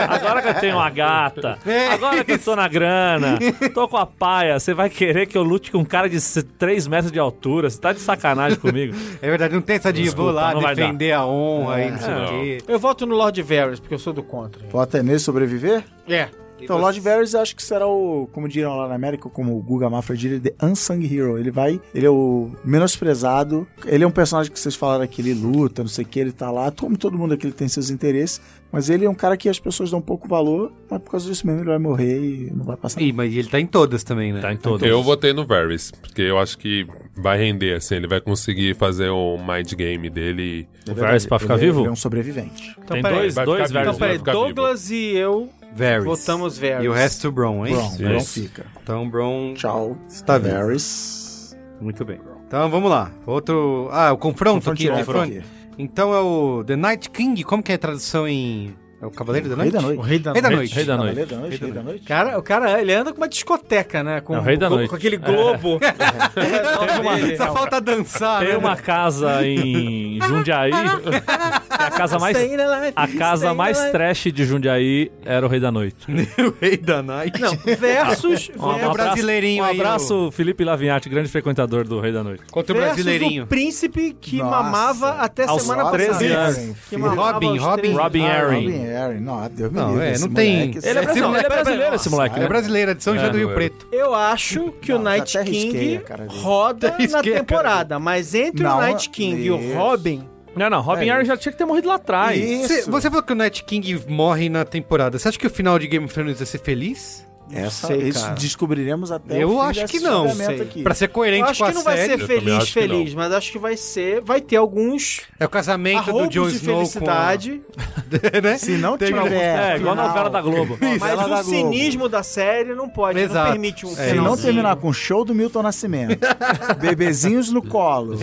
agora que eu tenho uma gata, agora que eu tô na grana, tô com a paia, você vai querer que eu lute com um cara de 3 metros de altura? Você tá de sacanagem comigo? É verdade, não tem essa de vou lá não vai dar. É, defender a honra e não sei o Não. quê. Eu voto no Lord Varys, porque eu sou do contra. Vota nele sobreviver? É. Então, Lord Varys eu acho que será o, como diriam lá na América, como o Guga Mafra diria, The Unsung Hero. Ele vai, ele é o menosprezado, ele é um personagem que vocês falaram que ele luta, não sei o que, ele tá lá, como todo mundo aqui, ele tem seus interesses, mas ele é um cara que as pessoas dão pouco valor, mas por causa disso mesmo ele vai morrer e não vai passar. Ih, mas ele tá em todas também, né? Tá em todos. Então Eu votei no Varys, porque eu acho que vai render, assim, ele vai conseguir fazer o mind game dele. O Varys pra ficar ele, é- vivo? Ele é um sobrevivente. Então, Tem peraí. dois, vai dois ficar vivo. Varys. Então, peraí, vai ficar vivo. Douglas e eu Varys. votamos Varys. E o resto Bron, hein? Bron, Bron Isso. fica. Então, Bron. Tchau. Está vivo. Varys. Muito bem. Então, vamos lá. Outro... Ah, o confronto aqui, né? direto aqui. Então é o The Night King. Como que é a tradução em... É o Cavaleiro da Rei Noite? da O Noite. rei da Rei da noite. Noite. Rei da Noite. Cavaleiro da Noite, Ah, Rei da Noite. Cara, o cara, ele anda com uma discoteca, né? Com, É o rei da com- noite. com aquele globo. Ele- tá Só falta dançar, Tem né? uma casa em Jundiaí, que é a casa mais... Stay alive, A casa stay mais alive. trash de Jundiaí era o Rei da Noite. o Rei da Night. Não, versus, Um o abraço- versus, brasileirinho um aí, abraço, Felipe Lavinhati, grande frequentador do Rei da Noite. Contra o versus brasileirinho. o príncipe que Nossa. mamava até Aos semana 13 passada. anos. Que mamava Robin, aos Robin. 13. Robin Ah, Aaron. Robin Aaron. Não, Deus me Não, livre, é, esse não tem- moleque, esse Ele é Esse brasileiro, ele é moleque- brasileiro esse moleque, Ele é né? brasileiro, é de São João do Rio Preto. Eu acho que o Não, Night até risquei King a cara dele. roda na risquei a cara temporada, mas entre Não, o Night King e isso. o Robin, Não, não, Robin É Aaron já tinha que ter morrido lá atrás. Isso. Cê- você falou que o Night King morre na temporada. Você acha que o final de Game of Thrones vai ser feliz? Essa, sei, isso cara. descobriremos até o Eu um fim acho desse que não. julgamento sei. aqui. Pra ser eu coerente acho com a que não vai série. ser Eu também feliz, acho que feliz, mas acho que vai ser, vai ter alguns É o casamento do Jon arroubos de Snow com a... felicidade, né? Se não Teve- tiver É, final, igual a novela da Globo. mas novela da o Globo. cinismo da série não pode, Exato. não permite um Se É, É Se finalzinho. não terminar com o show do Milton Nascimento, bebezinhos no colo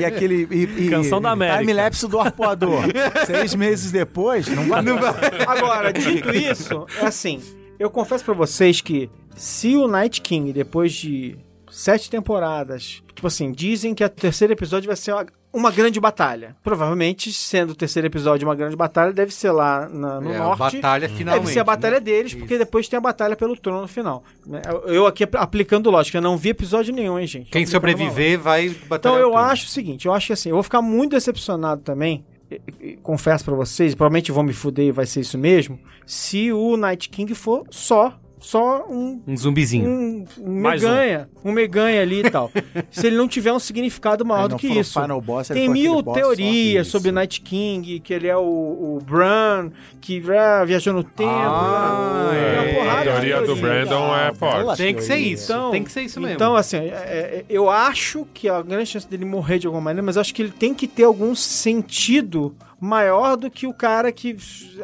e aquele e, e- Canção da América. time-lapse do arpoador. Seis meses depois, não vai. Não vai- Agora, dito isso, é assim. Eu confesso pra vocês que se o Night King, depois de sete temporadas, tipo assim, dizem que o terceiro episódio vai ser uma, uma grande batalha. Provavelmente, sendo o terceiro episódio uma grande batalha, deve ser lá na- no É, a norte. batalha finalmente. Deve ser a batalha é né? deles, Isso. porque depois tem a batalha pelo trono no final. né? Eu- Eu aqui apl- aplicando lógica, eu não vi episódio nenhum, hein, gente. Quem Tô aplicando uma sobreviver vai batalhar. então eu tudo. acho o seguinte, eu acho que assim, eu vou ficar muito decepcionado também. e- e- Confesso pra vocês, provavelmente vão me fuder e vai ser isso mesmo. Se o Night King for só, só um Um zumbizinho. um, um Mais um. meganha, um. meganha ali e tal. Se ele não tiver um significado maior Ele do É, não que falou isso. Final boss, ele Tem falou mil aquele boss só. teorias Isso. sobre Night King, que ele é o, o Bran, que ah, viajou no tempo. Ah, né? é. Tem uma porrada A de teoria do teoria. Brandon é Relaxa, forte. Tem que ser teoria. isso. tem que ser isso mesmo. Então, assim, é- é- eu acho que a grande chance dele morrer de alguma maneira, mas eu acho que ele tem que ter algum sentido maior do que o cara que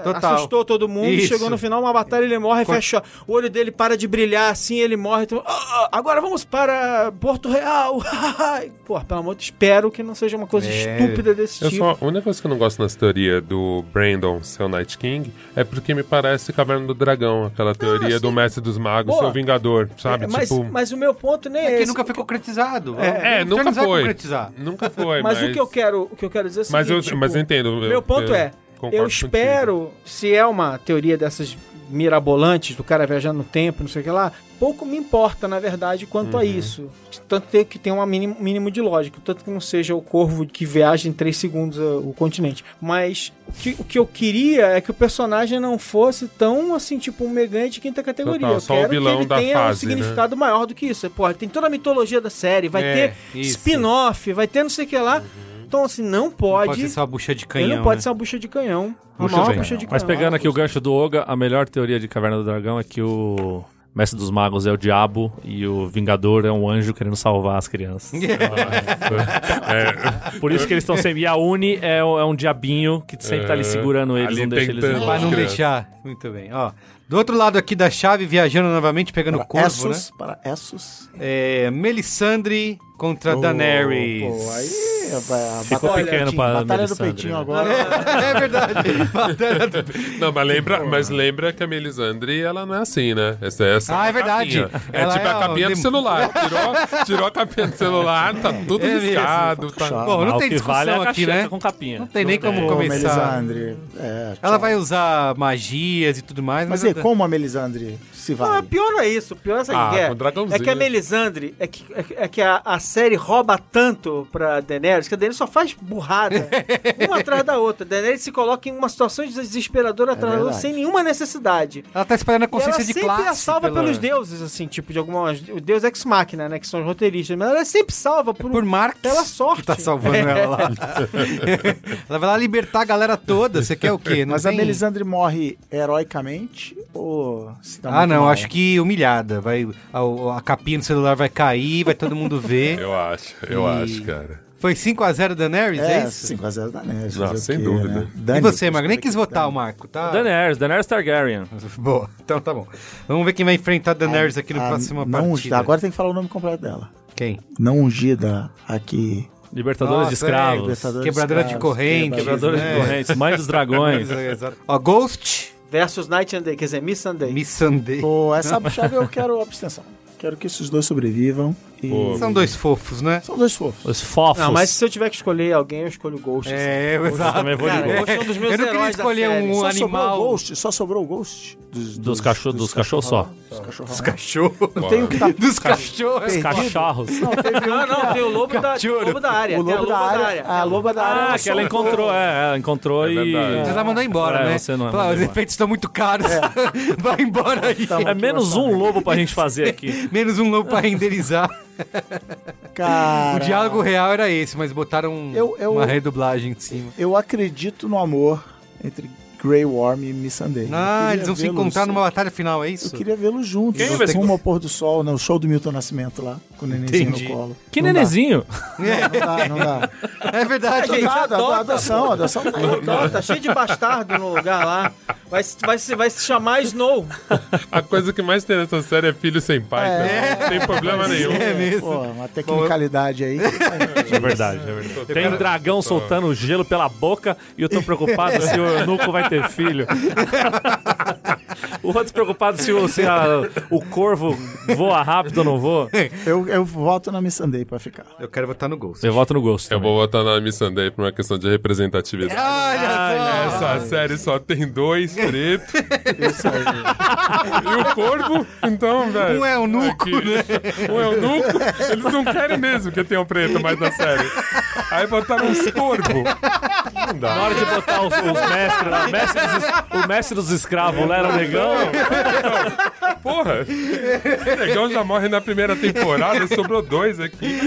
Total. assustou todo mundo, Isso. chegou no final uma batalha, ele morre, fecha o olho dele, para de brilhar, assim ele morre. Então, "Ah, ah, agora vamos para Porto Real. Pô, pelo amor de espero que não seja uma coisa É. estúpida desse Eu tipo. só, a única coisa que eu não gosto nessa teoria do Brandon ser o Night King é porque me parece Caverna do Dragão, aquela teoria do Mestre dos Magos ser Ah, Boa. o Vingador, sabe? É, mas, tipo. mas o meu ponto nem é, É que esse. nunca foi concretizado. É, Então nunca não vai foi. concretizar. Nunca foi, Mas, o que eu quero, o que eu quero dizer é o Mas eu, seguinte, tipo, mas eu entendo. Meu ponto é, concordo eu contigo. espero, se é uma teoria dessas mirabolantes, do cara viajando no tempo, não sei o que lá, pouco me importa, na verdade, quanto Uhum. a isso. Tanto ter que tenha um mínimo, mínimo de lógica, tanto que não seja o corvo que viaja em 3 segundos eh, o continente. Mas o que, o que eu queria é que o personagem não fosse tão, assim, tipo um Megan de quinta categoria. Total, eu só o quero vilão que ele da tenha um fase, né? significado maior do que isso. Porra, tem toda a mitologia da série, vai É, ter isso. spin-off, vai ter não sei o que lá. Uhum. Então, assim, não Não pode... pode ser só a bucha de canhão. Ele não pode né? ser uma bucha de canhão. Uma Muito maior bem. bucha de canhão. Mas pegando aqui o gancho do Oga, a melhor teoria de Caverna do Dragão é que o Mestre dos Magos é o diabo e o Vingador é um anjo querendo salvar as crianças. É, Por isso que eles estão sempre. E a Uni é, o- é um diabinho que sempre tá ali É, segurando eles, ali não deixa eles. tentando. Pra não Lógico. deixar. Muito bem, ó. Do outro lado aqui da chave, viajando novamente, pegando o corvo, né? Essos, para Essos. É, Melisandre contra Daenerys. Pô, aí vai- a Ficou batalha, pequeno Tim, pra Batalha do Melisandre, Peitinho né? agora. É, é verdade. Batalha do- não, mas lembra, mas lembra que a Melisandre, ela não é assim, né? Essa, essa Ah, é a verdade. capinha. É Ela tipo é a capinha o do dem- celular. Tirou, tirou a capinha do celular, tá tudo É mesmo. riscado. tá- Puxado. Bom, não Ah, o tem que discussão vale é a aqui, cacheca né? com capinha. Não tem nem como Pô, começar. Melisandre. É, Ela tchau. vai usar magias e tudo mais, é mas... Mas e como a Melisandre se Não, é vale? pior não é isso. Pior é Ah, sabe o que com o é. dragãozinho. É que a Melisandre, é que, é que- é que a, a série rouba tanto pra Daenerys, que a Daenerys só faz burrada, uma atrás da outra. A Daenerys se coloca em uma situação desesperadora atrás da outra, verdade. sem nenhuma necessidade. Ela tá espalhando a E ela consciência de sempre classe. é salva pela- pelos deuses, assim, tipo, de alguma... O deus ex-máquina, né, que são os roteiristas. Mas ela é sempre salva por... Por Marx, Pela sorte. que tá salvando ela lá. ela vai lá libertar a galera toda. Você quer o quê? Não Mas a tem- Melisandre morre heroicamente ou se dá Ah, é muito não, mal? acho que humilhada. Vai, a, a capinha do celular vai cair, vai todo mundo ver. Eu acho, eu acho, cara. Foi 5x0 Daenerys, é, É, isso? 5x0 da Nerd. Não, Ah, sem dúvida. né? E você, Mago? Nem quis votar o Marco, tá? Daenerys, Daenerys Targaryen. Boa, então tá bom. Vamos ver quem vai enfrentar a Daenerys aqui no próximo Ah, não partida. ungida. Agora tem que falar o nome completo dela. Quem? Não ungida aqui. Libertadora Nossa, é, de escravos. Libertadora Quebradora de escravos, corrente. Libertadora né? é, de é. correntes. Mãe dos dragões. Exato. Ó, Ghost, Versus Night and Day, quer dizer, Miss and Day. Missandei. Pô, essa chave eu quero abstenção. Quero que esses dois sobrevivam. E... Pô. São dois fofos, né? São dois fofos. Os fofos. Não, mas se eu tiver que escolher alguém, eu escolho o Ghost. assim. É, exato. também vou de Cara, Ghost. é, é um dos meus Eu não queria heróis da escolher série. um só sobrou o animal. Ghost. Só sobrou o Ghost. Dos, Dos cachorros- dos cachorros Dos cachorros. Dos cachorros. Bora. Tem o que tá... Dos cachorros. Cachorros. um Ah, Não, não, tem o lobo, da, tem é o lobo da área. O tem a lobo da área. A loba da área. Ah, que ela encontrou, é, ela encontrou É e. verdade. Você já mandou embora, É, né? você não é Fala, mandado os embora. efeitos estão muito caros. Vai embora aí. Tá bom. É menos um lobo pra gente fazer aqui. Menos um lobo pra renderizar. Cara... Ah, O diálogo real era esse, mas botaram um- Eu- eu- uma redublagem em cima. Eu acredito no amor entre Grey Worm e Missandei. Eu Ah, queria eles vão se vê-los- assim. encontrar numa batalha final, é Eu isso? queria vê-los juntos. Quem vai se- Rumo ao pôr do sol, no show do Milton Nascimento lá, com o nenenzinho Entendi. no colo. Que Não dá. nenenzinho. Não dá, não dá. É verdade. Não dá, dá, dá adoção, adoção. Tá, tá cheio de bastardo no lugar lá. Vai, se- vai, se- vai se chamar Snow. A coisa que mais tem nessa série é filho sem pai, então não tem problema nenhum. É mesmo. Pô, uma tecnicalidade aí. É verdade, é verdade. Tem dragão soltando gelo pela boca e eu tô preocupado se o Eunuco vai ter filho. O outro preocupado se, o, se a- o corvo voa rápido ou não voa. Eu, eu voto na Miss Sunday pra ficar. Eu quero votar no Ghost. Eu voto no Ghost. Eu também. vou votar na Miss Sunday por uma questão de representatividade. Olha só! Essa série só tem dois pretos. E o corvo, então, velho. Um eunuco, né? Um eunuco. Eles não querem mesmo que tenha um preto mais na série. Aí botaram uns corvo. Não Na dá. hora de botar os, os mestres lá, o mestre dos, es- o mestre dos escravos lá era o negão. Porra. O negão já morre na primeira temporada, sobrou dois aqui.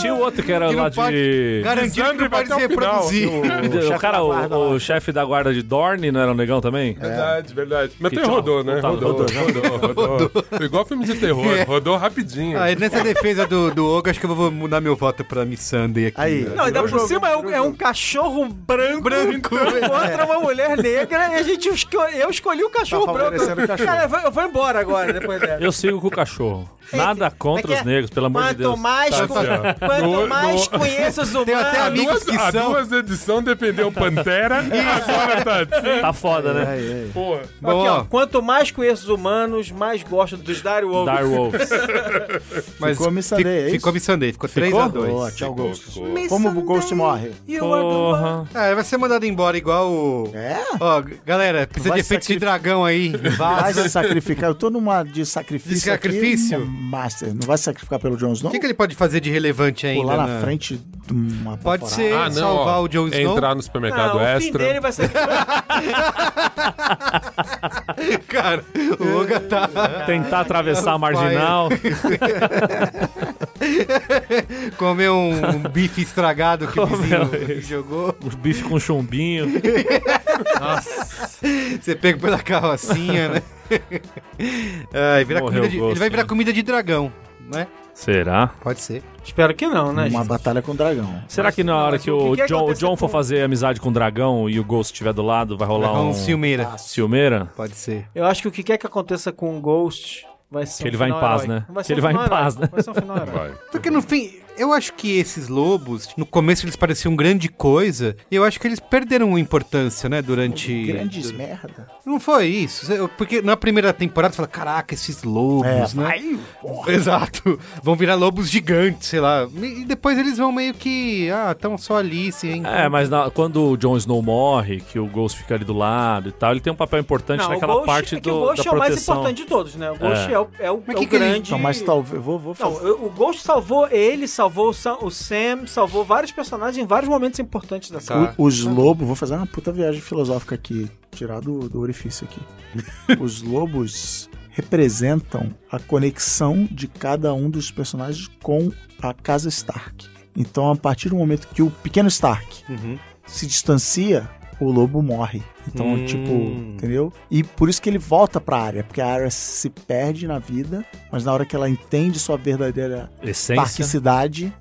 Tinha o outro que era Que não lá pode- de. Garantindo que Sandro não pode vai se até o final, reproduzir. que o- de- o cara, o, o chefe da guarda de Dorne, não era o negão também? É. Verdade, verdade. Mas Que tem tchau. rodou, né? Tá, Rodou, rodou, já rodou, rodou. Igual filme de terror, rodou rapidinho. Ah, e nessa defesa do, do Oga, acho que eu vou mudar meu voto pra Miss Sunday aqui. Aí. né? Não, ainda por cima é um, é um cachorro branco, Branco. contra uma mulher negra e a gente esco- eu escolhi o cachorro Tá branco. favorecendo o cachorro. Cara, eu vou, eu vou embora agora depois dessa. Eu sigo com o cachorro. Nada contra É que os negros, pelo amor de quanto Deus. Mais Tá co- certo. Quanto No- mais no- conheço os humanos... Tem até Há amigos duas, que há são. duas edições defendeu Pantera e agora tá É. assim. Tá foda, né? Porra. Bom, Aqui, ó, ó, quanto mais conheço os humanos, mais gosto dos Dire Wolves. Direwolves. mas ficou Miss Sunday, é isso? Ficou Miss Sunday, ficou 3 a 2 Boa, tchau, Ghost. Ficou. Como o Ghost morre? You are the one. Porra. Ah, vai ser mandado embora igual o... É? Ó, g- galera, precisa Vai de efeito de sacrificar- dragão aí. Vai Vaza. se sacrificar. Eu tô numa de sacrifício. De sacrifício? aqui, um master. Não vai se sacrificar pelo Jones, não? O que, que ele pode fazer de relevante ainda? Pular na né? frente de uma Pode baforada? Ah, ser salvar o Jon Snow. Entrar no Não, supermercado Ah, o fim extra. dele vai ser... Cara, o Oga tá Tentar atravessar a marginal. comer um, um bife estragado que o vizinho Comeu. jogou. Os bife com chumbinho. Você pega pela carrocinha, né? Ai, vira Morreu comida de- o gosto, ele vai virar né? comida de dragão, né? Será? Pode ser. Espero que não, né, Uma gente? batalha com o dragão. Será que na hora que o o, que que John, o acontece John for com- fazer amizade com o dragão e o Ghost estiver do lado, vai rolar Dragão um... ciumeira. Ciumeira? Pode ser. Eu acho que o que quer que aconteça com o Ghost vai ser Que ele um vai em final paz, herói. né? Vai ser Que um ele vai em final herói. paz, né? Vai ser um final herói. Vai. Porque no fim, eu acho que esses lobos, no começo eles pareciam grande coisa, e eu acho que eles perderam importância, né, durante... Grandes merda. Não foi isso. Cê- Porque na primeira temporada você fala, caraca, esses lobos, É, né? Exato. Vão virar lobos gigantes, sei lá. E depois eles vão meio que, ah, estão só ali, sim. É, mas na- quando o Jon Snow morre, que o Ghost fica ali do lado e tal, ele tem um papel importante Não, naquela o Ghost, parte é que o do, Ghost da é o mais proteção. importante de todos, né? O Ghost é, É. o, é o, Mas é que o que ele- tá grande... Então, mas talvez. Eu vou, vou Não, fazer. o Ghost salvou ele, salvou o, Sam, o Sam, salvou vários personagens em vários momentos importantes da série. Tá. O- os lobos. Vou fazer uma puta viagem filosófica aqui. Tirar do, do orifício aqui. os lobos representam a conexão de cada um dos personagens com a casa Stark. Então, a partir do momento que o pequeno Stark Uhum. se distancia, o lobo morre. Então, Hum. tipo, entendeu? E por isso que ele volta pra área, porque a área se perde na vida, mas na hora que ela entende sua verdadeira Essência. parquicidade,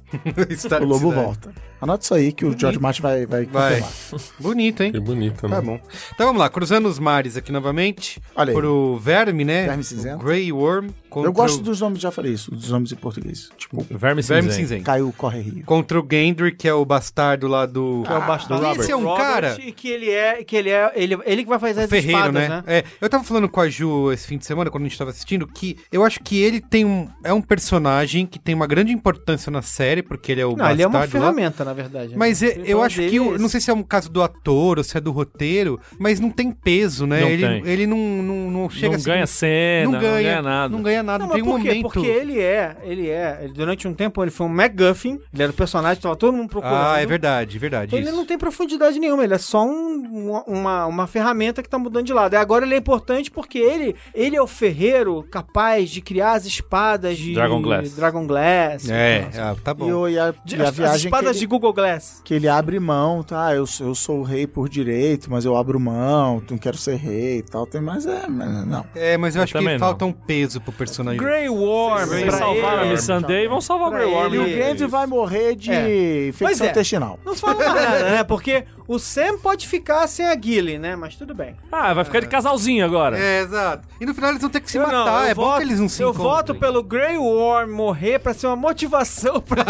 o lobo é volta. Anota isso aí que o George Martin vai, vai Uhum. Vai. confirmar. Bonito, hein? Que bonito, né? Tá bom. Então vamos lá, cruzando os mares aqui novamente. Olha aí. Pro verme, né? Verme cinzento. O Grey Worm. Contra Eu gosto o dos nomes, já falei isso, dos nomes em português. Tipo, Verme, verme cinzento. cinzento. Caiu Corre Rio. Contra o Gendry, que é o bastardo lá do... Que é o bastardo. Ah, esse é um Robert, cara- E que ele é, que ele é, ele, ele que vai fazer as Ferreiro, espadas, né? né? É, eu tava falando com a Ju esse fim de semana, quando a gente tava assistindo, que eu acho que ele tem um. É um personagem que tem uma grande importância na série, porque ele é o Não, ele é uma bastardo lá. ferramenta, na verdade. né? Mas e- O eu principal acho dele que. é o- esse. não sei se é um caso do ator ou se é do roteiro, mas não tem peso, né? Não ele tem. ele não, não, não chega não assim. ganha cena, não ganha, nada. Não ganha nada. Não, Não, mas tem um por quê? momento. Porque ele é, ele é, ele, durante um tempo ele foi um MacGuffin, ele era o personagem que tava todo mundo procurando. Ah, é verdade, é verdade. Ele isso. não tem profundidade nenhuma, ele é só um- uma, uma, uma ferramenta que tá mudando de lado. E agora ele é importante porque ele, ele é o ferreiro capaz de criar as espadas de Dragon Glass. Dragon Glass. É, ah, tá bom. E, o- e a, De- e a as, as viagem que espadas ele, de Google Glass. que ele abre mão, tá? Eu, sou- eu sou o rei por direito, mas eu abro mão, não quero ser rei e tal. Tem mais, é, mas não. É, mas eu, acho que também não. falta um peso pro personagem. Grey Worm, Vocês pra salvaram a ele. Miss Sunday, vão salvar o Pra Grey Worm. ele- E o né? Grande vai morrer de É. Pois infecção é. intestinal. Não fala mais nada, né? Porque o Sam pode ficar sem a ele, né? Mas tudo bem. Ah, vai ficar de casalzinho agora. É, exato. E no final eles vão ter que se Eu matar. não, eu é bom voto- que eles não se Eu encontrem. voto pelo Grey Worm morrer pra ser uma motivação pra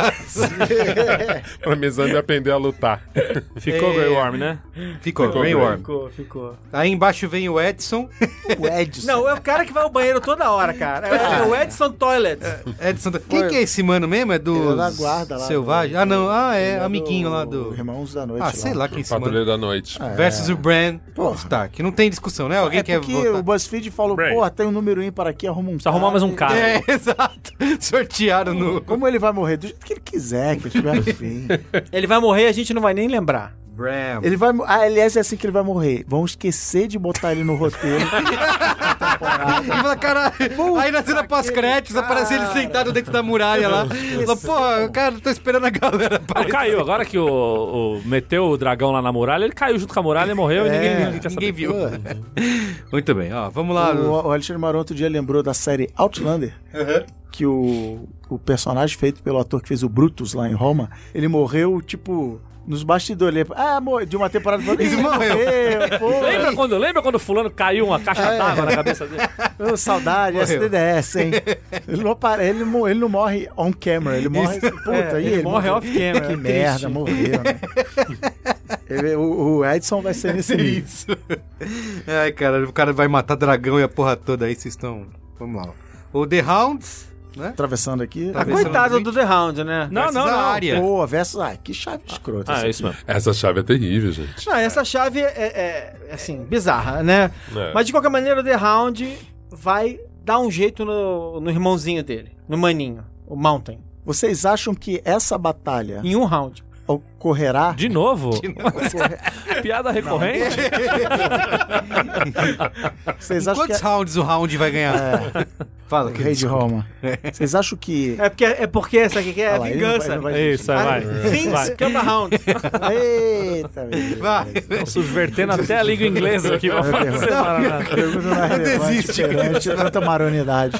pra Mesandia aprender a lutar. Ficou É. Grey Worm, né? Ficou, Ficou Grey Worm. Ficou, ficou. Aí embaixo vem o Edson. O Edson. Não, é o cara que vai ao banheiro toda hora, cara. É, é o Edson Toilet. Edson. Quem que é esse mano mesmo? É do Ele é da guarda lá Selvagem? do- Ah, não. Ah, é Ele amiguinho lá do... Irmãos da Noite. Ah, sei lá quem é esse mano. Patrulha da Noite. Ah. Versus o Bran. Porra. Tá, que não tem discussão, né? Alguém É quer porque votar. o BuzzFeed falou, Right. porra, tem um número ímpar aqui, arruma um Precisa arrumar mais um cara. cara. É, exato. Sortearam no... Como ele vai morrer? Do jeito que ele quiser, que ele tiver fim. Ele vai morrer e a gente não vai nem lembrar. Bram. Ele vai. mo- Ah, aliás, é assim que ele vai morrer. Vão esquecer de botar ele no roteiro. E fala, cara, aí na cena pós-créditos aparece ele sentado dentro da muralha lá. Fala, porra, cara, tô esperando a galera Ah, aparecer. caiu, agora que o, o- meteu o dragão lá na muralha, ele caiu junto com a muralha e morreu e ninguém, ninguém quer Ninguém saber. viu. Muito bem, ó, vamos lá. o, o Alexandre Maron outro dia lembrou da série Outlander. Que o, o personagem feito pelo ator que fez o Brutus lá em Roma, ele morreu, tipo, nos bastidores. Ele- Ah, morreu. De uma temporada pra outra. Ele "Ih, morreu." Morreu, Lembra quando, lembra quando o fulano caiu uma caixa d'água na cabeça dele? pô. Ô, saudade, Morreu. STDS, hein? Ele não, apare- ele, mo- ele não morre on camera, ele morre. Puta, É, e ele morre morreu. off-camera, Que triste. merda, morreu, né? Ele- o, o Edson vai É ser nesse nível. Isso. Ai, cara, o cara vai matar dragão e a porra toda aí, vocês estão. Vamos lá. ó. O The Hounds, né? Atravessando aqui. Tá Ah, coitado do The Round, né? Não, não, Versus a não. área. Boa, versus. Ah, que chave escrota. essa Ah, é aqui. isso mesmo. Essa chave é terrível, gente. Não, essa chave é, é- é, assim, bizarra, né? É. Mas de qualquer maneira, o The Round vai dar um jeito no, no irmãozinho dele, no maninho, o Mountain. Vocês acham que essa batalha Em um round. ocorrerá? De novo? É Ocorre- Piada recorrente? Vocês Em acham que Quantos é... rounds o round vai ganhar? Fala, Rei de Roma. Vocês acham que. É porque, é porque sabe o que que é? Ah É lá, ele não vai- vingança. não vai- Isso, é, vai, Vince, vai. vai. Cama Round. Eita, meu. Vai. Tô subvertendo até a língua inglesa aqui pra fazer parada. Pergunta não é relevante desisto. perante tanta maronidade.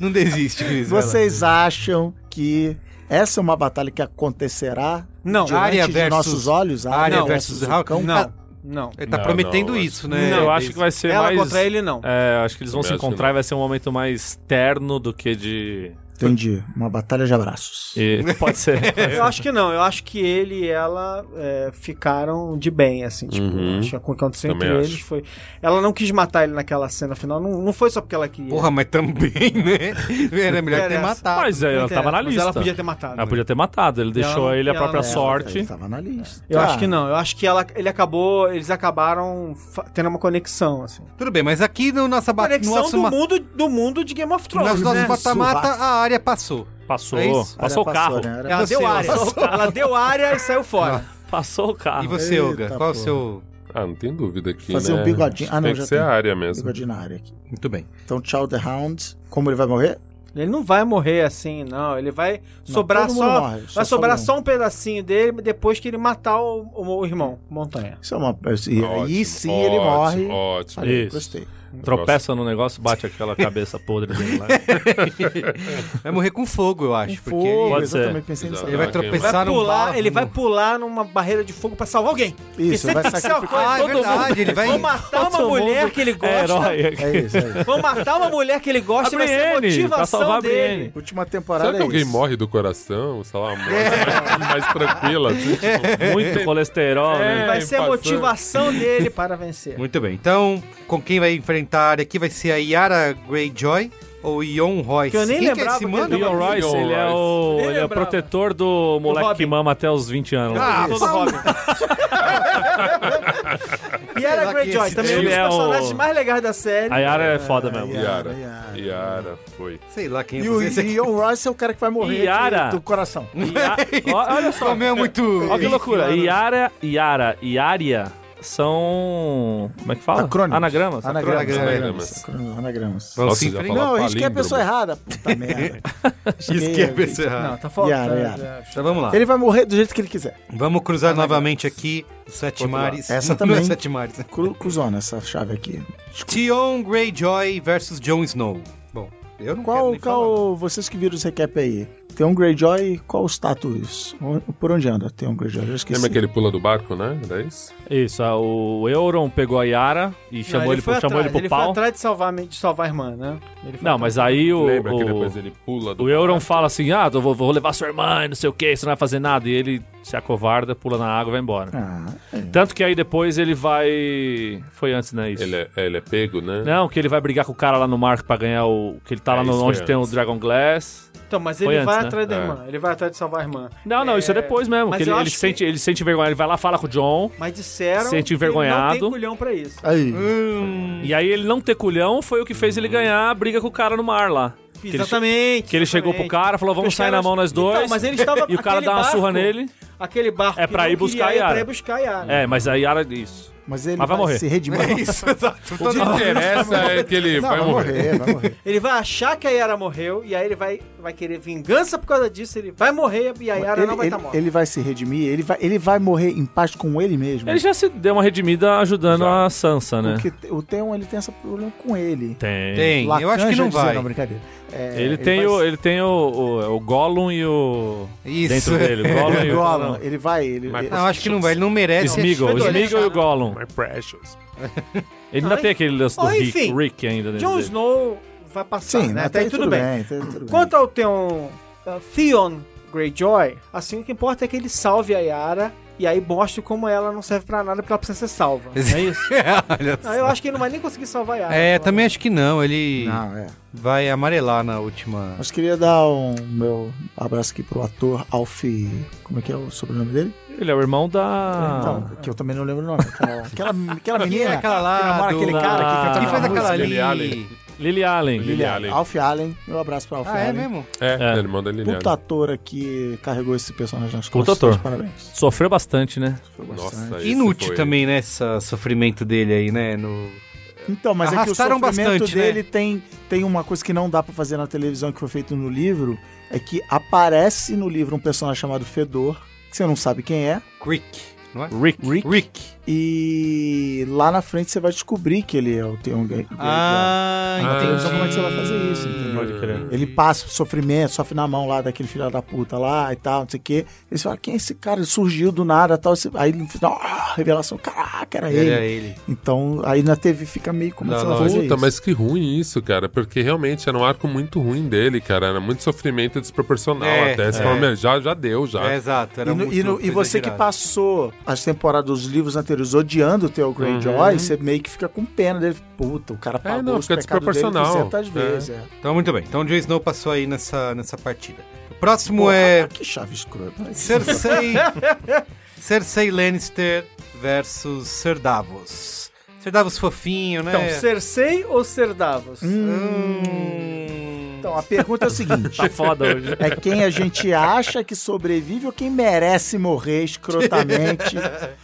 Não desiste, Cris. vai lá. Vocês acham que essa é uma batalha que acontecerá Não, diante área de versus- nossos olhos? Área Não, versus o Hulk. é cão? não, não. Ele tá Não, prometendo não, isso, né? Eu acho que vai ser Ela mais... contra ele, não. É, acho que eles vão Também se acho que encontrar e vai ser um momento mais terno do que de... Entendi. Uma batalha de abraços. É, e- Pode ser. Eu acho que não. Eu acho que ele e ela é, ficaram de bem, assim. Tipo, Uhum. acho que o que aconteceu Também entre acho. eles foi... Ela não quis matar ele naquela cena final. Não, não foi só porque ela queria. Porra, mas também, né? Era melhor ter Interessa. matado. Mas é, Não ela interessa, tava na mas lista. ela podia ter matado. Ela podia ter matado, ele deixou não- ele a ela própria não- sorte. Estava na lista. Eu acho Ah. Tá. que não. Eu acho que ela, ele acabou... Eles acabaram fa- tendo uma conexão, assim. Tudo bem, mas aqui no nossa ba- Conexão nosso do, ma- mundo, do mundo de Game of no Thrones, nosso né? nosso mata-mata, Suvaco. a área passou. Passou, É isso. passou o Área carro. né? Era Ela pra- Você, deu área. passou Ela deu área e saiu fora. Passou o carro. E você, Eita, Olga? Qual é o porra. seu. Ah, não tem dúvida aqui, Fazer né? um bigodinho. Ah, não, tem já que ser tem. a área mesmo. Bigodinho na área aqui. Muito bem. Então, tchau, The Hound. Como ele vai morrer? Ele não vai morrer assim, não. Ele vai sobrar todo mundo só. morre, só vai sobrar sobra só um pedacinho dele depois que ele matar o, o- o irmão, Montanha. Isso é uma. E aí Ótimo, sim ele ótimo, morre. Ótimo. Falei, Isso. gostei. Tropeça no negócio, bate aquela cabeça podre dele lá. Vai morrer com fogo, eu acho. porque Fogo, Pode ser. exatamente pensei nisso. ele vai Ah, quem- Vai tropeçar num é um um pular, barro, ele vai num- pular numa barreira de fogo pra salvar alguém. Isso, vai sacrificar. Ah, é verdade, ele vai. Vou matar uma Todo mulher mundo que ele É gosta. herói. É isso, é isso. Vou matar uma mulher que ele A gosta e vai ser a Brienne, pra salvar motivação a dele. Brienne. Última Será temporada que alguém é isso. É. morre do coração? Sei lá, uma morte mais, mais tranquila. Assim, tipo, Muito colesterol, É. né? Vai ser a passando. motivação dele para vencer. Muito bem. Então, com quem vai enfrentar a área aqui vai ser a Yara Greyjoy ou Ion Royce? Que eu nem quem lembrava que é esse que mano? ele- Leon Royce, Leon ele é o, Royce. ele Ele é é o brabo. protetor do moleque Robin. que mama até os 20 anos. Ah, Todo Robin. e era Será que Greyjoy, esse também um ele dos é o- personagens mais legais da série. A Yara é foda mesmo. Ai, Yara. Yara, Yara, foi. Sei lá quem é E o você. Ian Royce é o cara que vai morrer Yara. de- do coração. Ia- ó, Olha só, Comeu é muito. olha que loucura. Yara, Yara e Aria são... Como é que fala? Acrônimos. Anagramas. Anagramas. Anagramas. Anagramas. Anagramas. Vamos Nossa, se já enfrentar. Não, falava a gente quer a palíndromo. pessoa errada. Puta merda. Isso que é pessoa errada. Não, tá faltando. Yara, Yara. Então vamos lá. Ele vai morrer do jeito que ele quiser. Vamos cruzar novamente aqui os sete Outro mares. lado. Essa Não é também. sete mares. né? Cru- Cruzona essa chave aqui. Tion Greyjoy versus Jon Snow. Bom, eu não Qual, quero nem falar. qual vocês que viram os recap aí? Tem um Greyjoy, qual o status? On- Por onde anda? Tem um Greyjoy, eu esqueci. Lembra que ele pula do barco, né? Era isso? Isso, ah, o Euron pegou a Yara e chamou, ele, pro, foi chamou atrás, ele pro ele pau. foi atrás de salvar, a- de salvar a irmã, né? Ele foi Não, mas aí o. Lembra que o- depois ele pula do O Euron fala assim: ah, eu vou, vou levar sua irmã e não sei o que, você não vai fazer nada. E ele se acovarda, pula na água e vai embora. Ah, É. Tanto que aí depois ele vai. Foi antes, né? Isso. Ele é, ele é pego, né? Não, que ele vai brigar com o cara lá no mar pra ganhar o. Que ele tá É, lá no- isso foi onde tem o antes. Dragon Glass. Então, mas Foi ele vai antes, né? atrás da É. irmã. Ele vai atrás de salvar a irmã. Não, não, isso é depois mesmo. mas Que ele, eu ele acho que- sente, ele sente vergonha, ele vai lá falar com o John. Mas disseram Sente que ele envergonhado. não tem culhão pra isso. aí. Hum, E aí ele não ter culhão foi o que fez ele ganhar a briga com o cara no mar lá. Que ele, che- Exatamente. que ele chegou pro exatamente. cara, falou: vamos Os sair na caras- mão nós dois. Então, mas ele estava- e o cara aquele dá uma surra barco- nele. Aquele barco É que pra não ir queria buscar a Yara. É pra ir buscar a Yara. É, mas a Yara. Isso. Mas ele Mas vai vai morrer. se redimir. Isso, exato. O que interessa é que ele Não, vai morrer. vai morrer. Ele vai achar que a Yara morreu e aí ele vai, vai querer vingança por causa disso. Ele vai morrer e a Yara ele, não vai estar ele- morta. ele vai se redimir, ele vai, ele vai morrer em paz com ele mesmo. Ele já se deu uma redimida ajudando a Sansa, né? Porque o Theon, ele tem esse problema com ele. Tem. Tem, eu acho Lacan que já não dizia, vai. Não, brincadeira. É, Ele, tem vai o, ele tem o, o, o Gollum e o. Isso. Dentro dele. O Gollum e o. Gollum, ele vai, ele... Mas- tá. ele- Não, acho que não vai, ele não merece. Smeagol, o Fedorento, Smeagol e o cara. Gollum. My precious. Ele ainda Ai. tem aquele lance do Ó, Rick, enfim, Rick ainda dentro Jon dele. Snow vai passar, Sim, né? até aí tudo bem. até aí tudo bem. Quanto ao Theon, uh, Theon Greyjoy, assim, o que importa é que ele salve a Yara e aí mostre como ela não serve pra nada porque ela precisa ser salva. É isso. Olha Não, só. eu acho que ele não vai nem conseguir salvar a Yara. É, Ela- também acho que não. Ele Não, é. vai amarelar na última. Mas queria dar um meu abraço aqui pro ator Alf. Como é que é o sobrenome dele? Ele é o irmão da. Então, que eu também não lembro o nome. Aquela, aquela, aquela Quem Ah. é menina. aquela lá? que namora do- aquele cara que canta Quem aquela faz aquela música? ali? Lily Allen. Lily Allen. Lily Ele é Allen. Alf Allen. Meu abraço pro Alf Ah, é Allen. mesmo? É, É. é. irmão da Liliana. Puta ator que carregou esse personagem nas Puta costas. ator. meus Parabéns. Sofreu bastante, né? Foi bastante. Nossa, é. esse Inútil foi- também, né? Esse sofrimento dele aí, né? No... Então, mas é que o Arrastaram sofrimento bastante, né? dele tem, tem uma coisa que não dá pra fazer na televisão que foi feito no livro. É que aparece no livro um personagem chamado Fedor, que você não sabe quem é. Rick, não é? Rick. Rick. Rick. E lá na frente você vai descobrir que ele é o Theon Grey- Greyjoy. Ah, Na entendi. televisão, como é que você vai fazer isso, entendeu? Pode crer. Ele passa o sofrimento, sofre na mão lá daquele filho da puta lá e tal, não sei o quê. Eles falam, quem é esse cara? Ele surgiu do nada e tal. Esse- Aí no final, ah, revelação, caraca, era Ah, ele. Era ele. Então, aí na TV fica meio como é Não, que você vai não, fazer Puta, isso? mas que ruim isso, cara. Porque realmente era um arco muito ruim dele, cara. Era muito sofrimento desproporcional É, até. Você é. falou, "Meu, já, já deu, já. É, exato. Era E, no- muito e no- e coisa você que girada. passou as temporadas dos livros anteriores odiando o Theo Greyjoy, você meio que fica com pena dele. Puta, o cara pagou não, os fica pecados dele desproporcional. 200 É. vezes. É. Então, muito bem. Então, o Jon Snow passou aí nessa, nessa partida. O próximo Pô, é Que chave escrota. Cersei... Cersei Lannister versus Ser Davos. Ser Davos fofinho, né? Então, Cersei ou Ser Davos? Hum... Então, a pergunta é o seguinte. Tá foda hoje. É quem a gente acha que sobrevive ou quem merece morrer escrotamente.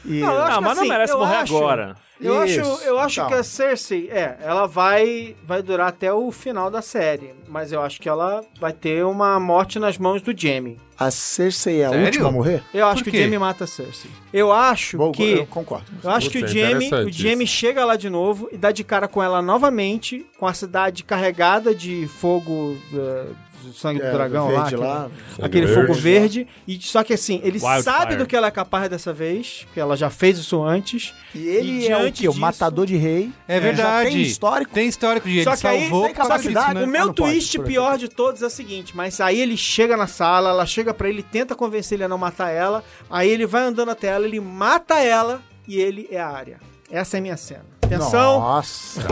E... Não, eu acho Ah, que mas não assim, merece eu morrer acho- agora. Eu acho, Isso, eu acho então. que a Cersei, é, ela vai, vai durar até o final da série. Mas eu acho que ela vai ter uma morte nas mãos do Jaime. A Cersei é a Sério? última a morrer? Eu acho Por que quê? o Jamie mata a Cersei. Eu acho Bom, Tipo, que. eu concordo. Eu acho que Putz, o é Jamie, interessante o Jamie chega lá de novo e dá de cara com ela novamente, com a cidade carregada de fogo, eh, do sangue do É, dragão lá, verde aquele- lá. Sangue Aquele verde. fogo verde. E só que assim, ele Wildfire. sabe do que ela é capaz dessa vez, porque ela já fez isso antes. E ele E é o diante quê? O disso- matador de rei. É verdade. Já tem histórico. Tem histórico de ele Só que aí, salvou tem pra capacidade, cacete, o né? Ah, meu não pode, twist por aqui. pior de todos é o seguinte, mas aí ele chega na sala, ela chega pra ele, tenta convencer ele a não matar ela, aí ele vai andando até ela, ele mata ela e ele é a área. Essa é a minha cena. Atenção, Nossa, que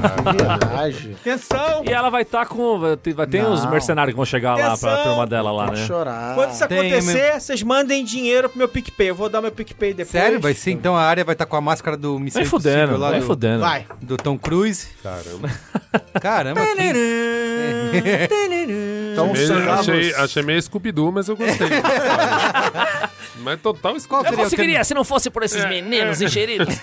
viagem. atenção. E ela vai estar com. Vai ter, vai ter Não. uns mercenários que vão chegar lá pra Atenção! turma dela lá, Vou né? chorar. Quando isso tem acontecer, vocês mandem dinheiro pro meu PicPay. Eu vou dar meu PicPay depois. Sério? Vai ser então a área vai estar com a máscara do Missão Vem fudendo, Impossível lá vem do, fudendo. Vai. do Tom Cruise. Caramba. Caramba, que... Então, Achei, então Ser Davos- achei, achei meio Scooby-Doo, mas eu gostei. Mas total Qual escola. Eu seria a conseguiria alterna- se não fosse por esses meninos encheridos.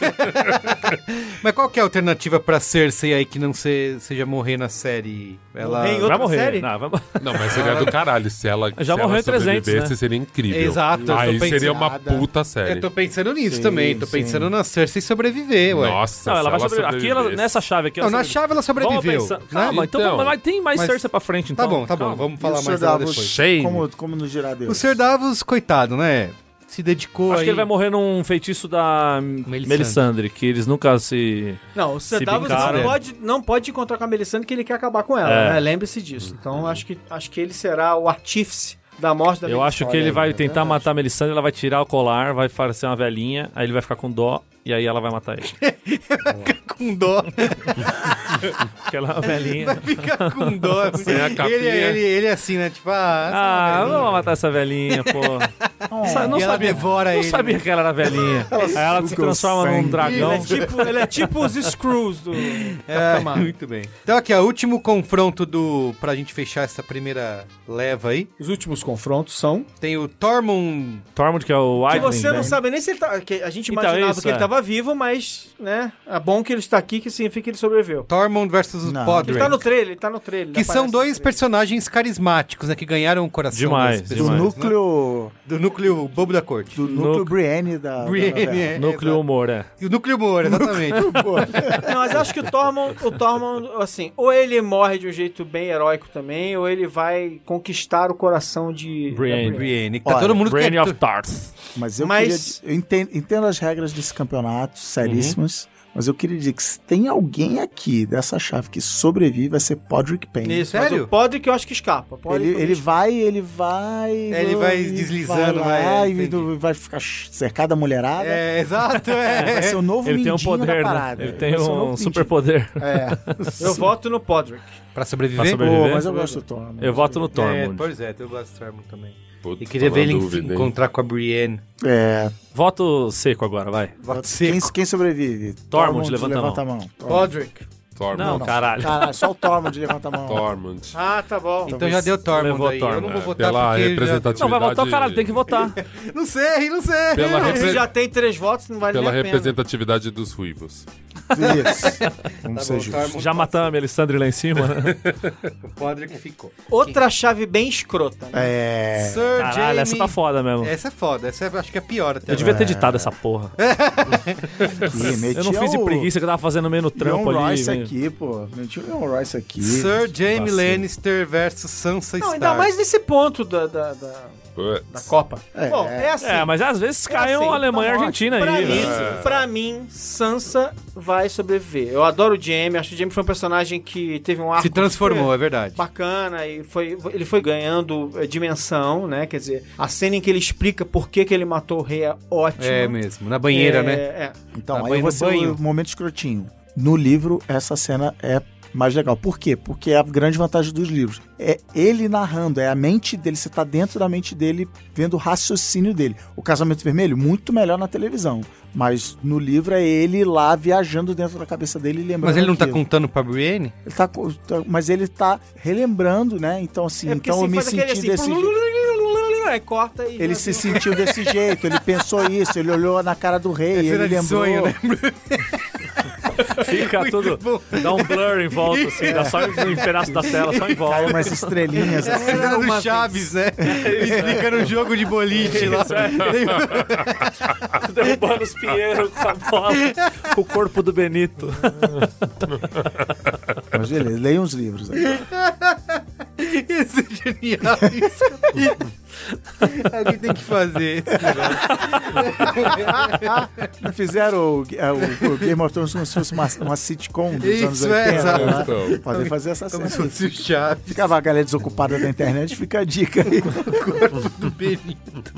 Mas qual que é a alternativa pra Cersei aí que não se- seja morrer na série? Ela... Morrer em outra Vai morrer. série? Não, vai... morrer. Não, mas seria do caralho se ela, Já se ela morreu em 300, sobrevivesse, né? seria incrível. Exato, eu tô Aí seria pensando- uma puta Eu série. tô pensando nisso Sim, também. Tô sim. pensando na Cersei sobreviver, ué. Nossa, não ela se vai sobreviver. Aqui, ela, sobrevivesse. nessa chave aqui, Não, ela na sobrevive. chave ela Vamos sobreviveu. pensar- né? Calma, então, Então. vamos- mas tem mais Mas- Cersei pra frente, então. Tá bom, tá bom. Calma. Vamos E o falar Sr. mais dela Davos, depois. Shame. Como, como nos Giradeus. O Sr. Davos, coitado, né? Se dedicou Acho aí... que ele vai morrer num feitiço da Melisandre. Melisandre, que eles nunca se. Não, o Sir Se Davos brincar, não né? pode, não pode encontrar com a Melisandre que ele quer acabar com ela, É. né? Lembre-se disso. Então acho que, acho que ele será o artífice da morte da Eu acho que ele vai tentar matar a Melisandre, ela vai tirar o colar, vai parecer uma velhinha, aí ele vai ficar com dó e aí ela vai matar ele. com dó. Porque ela é uma velhinha. Fica com dó. assim. Sem a capinha. ele, ele, ele é assim, né? Tipo, ah... Ah, não vou matar essa velhinha, pô. Sa- e ela devora não ele. né? sabia que ela era velhinha. aí ela se suga o transforma num sangue. Ele dragão. é, tipo, ele é tipo os Screws do. Tá É, muito bem. Então aqui, ó, último confronto do... Pra gente fechar essa primeira leva aí. Os últimos confrontos são. Tem o Tormund... Tormund, que é o Que White. você não sabe nem se ele tá. que a gente Então, imaginava isso, que ele é. estava vivo, mas, né? É bom que ele está aqui, que significa que ele sobreviveu. Tormund versus os Não. Ele Podrick. tá no trailer, ele tá no trailer. Que ele são aparece dois no trailer. personagens carismáticos, né? Que ganharam o coração Demais, das Do pessoas. demais. né? núcleo. Do núcleo bobo da corte. Do núcleo Núcleo- Brienne da. da novela. Brienne, Núcleo exato. humor, é. E o núcleo humor, exatamente. Não, mas acho que o Tormund, o Tormund, assim, ou ele morre de um jeito bem heróico também, ou ele vai conquistar o coração de. Brienne. Brienne, que tá Olha, todo mundo Brain quer- of Tarth. Mas eu, Mas- queria- eu entendo, entendo as regras desse campeonato, seríssimas. Uhum. Mas eu queria dizer que se tem alguém aqui dessa chave que sobrevive, vai ser Podrick Payne. Isso, mas Sério? o Podrick eu acho que escapa. O Podrick Ele, eu ele acho vai, ele vai. É, ele vai deslizando, vai. vai, lá é, e entendi. do- vai ficar ch- cercado da mulherada. É, exato, Vai é. ser o novo Ele tem um mindinho poder, da né? parada. Ele tem Vai ser o novo um mindinho. É. superpoder. que- Eu voto no Podrick. pra Pra sobreviver? sobreviver. Pô, mas eu gosto do Tom. Eu voto no É, Tormund. pois é, eu gosto do Tormund também. Putz, E queria tô ver na ele en- dúvida, hein? encontrar com a Brienne. É. Voto seco agora, vai. Voto Quem, seco. quem sobrevive? Tormund, levanta a a mão. Tormund. Podrick. Tormund. Não, caralho. Caralho, só o Tormund levanta a mão. Tormund. Ah, tá bom. Então já deu Tormund Levou aí. Eu Tormund, não vou é, votar Pela porque... representatividade. Não, vai votar o caralho, tem que votar. Já... Não sei, não sei. Pela repre- Se já tem três votos, não vale Pela nem a pena. representatividade dos ruivos. Isso. Tá Vamos bom, ser justos. Tormund, Já matamos a Melisandre lá em cima, né? O Podrick ficou. Outra chave bem escrota. Né? É. Sir Caralho, essa Jaime- tá foda mesmo. Essa é foda, essa é- acho que é a pior até Eu devia agora. ter editado essa porra. Eu é não fiz de preguiça que eu tava fazendo meio no Leon trampo ali. né? Royce meio- aqui, pô. Meu tio Leon Royce aqui. Sir Jaime Vacilo. Lannister versus É, Sansa Não, Stark. ainda mais nesse ponto da, da, da, da Putz. Copa. É, Bom, é. é assim. É, mas às vezes é caiu assim, Alemanha tá e Argentina ótimo. aí. né? pra velho. Mim, Pra mim, Sansa vai sobreviver. Eu adoro o Jamie. Acho que o Jamie foi um personagem que teve um arco... Se transformou, super é verdade. Bacana, e foi, ele foi ganhando eh, dimensão, né? Quer dizer, a cena em que ele explica por que, que ele matou o rei é ótima. É mesmo, na banheira, É, né? É. Então, Tá aí banho no você banho. o momento escrotinho. No livro, essa cena é mais legal. Por quê? Porque é a grande vantagem dos livros. É ele narrando, é a mente dele, você tá dentro da mente dele, vendo o raciocínio dele. O Casamento Vermelho, muito melhor na televisão. Mas no livro é ele lá viajando dentro da cabeça dele e lembrando. Mas ele não tá aquilo. contando pra Brienne? Ele tá com- tá- Mas ele tá relembrando, né? Então, assim, É porque, então eu assim, me faz senti aquele assim, desse jeito. Aí corta e... Ele se sentiu desse jeito, ele pensou isso, ele olhou na cara do rei, ele Cena de lembrou. sonho, né? Fica tudo. Dá um blur em volta, assim, dá só um pedaço da tela, só Caiu em volta. umas estrelinhas. assim. Cena do Chaves, né? Explicando o jogo de boliche lá. é. Derrubando os pinheiros com a bola, com o corpo do Benito. Mas beleza, leia uns livros. aí. Isso é genial. Isso. é Alguém tem que fazer. esse negócio. Não fizeram o, é, o- o Game of Thrones como se fosse uma, uma sitcom dos Isso, anos é, 80. exato. né? Então, Podem fazer essa Como cena. se fosse o Chaves Ficava a galera desocupada da internet, fica a dica aí. do Benito.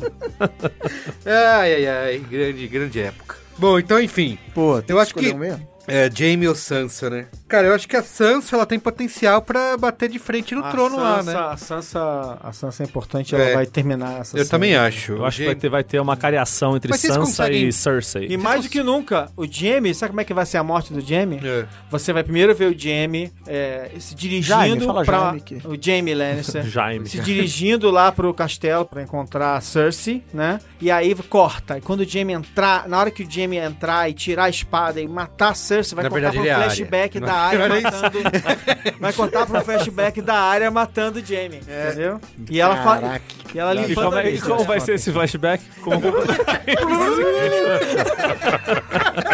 Ai, ai, ai. Grande, grande época. Bom, então, enfim. Pô, tem Eu acho que- escolher um mesmo? É, Jamie ou Sansa, né? Cara, eu acho que a Sansa ela tem potencial pra bater de frente no trono lá, né? A Sansa, a Sansa é importante, ela É. vai terminar essa Eu série. também acho. Eu acho que Jamie- vai ter, vai ter uma cariação entre Mas vocês Sansa conseguem- e Cersei. E mais do que nunca, o Jamie, sabe como é que vai ser a morte do Jamie? É. Você vai primeiro ver o Jamie é, se Jaime, dirigindo fala pra. Jaime aqui. O Jamie Lannister. Jaime. se dirigindo lá pro castelo pra encontrar a Cersei, né? E aí corta. E quando o Jaime entrar, na hora que o Jaime entrar e tirar a espada e matar a Cersei, vai Na cortar verdade, pro ele é a Arya. flashback Não, da área olha isso. matando. vai cortar pro flashback da área matando o Jaime, entendeu? E ela fala. E ela E limpando como, é- a e como vai ser esse flashback? Como...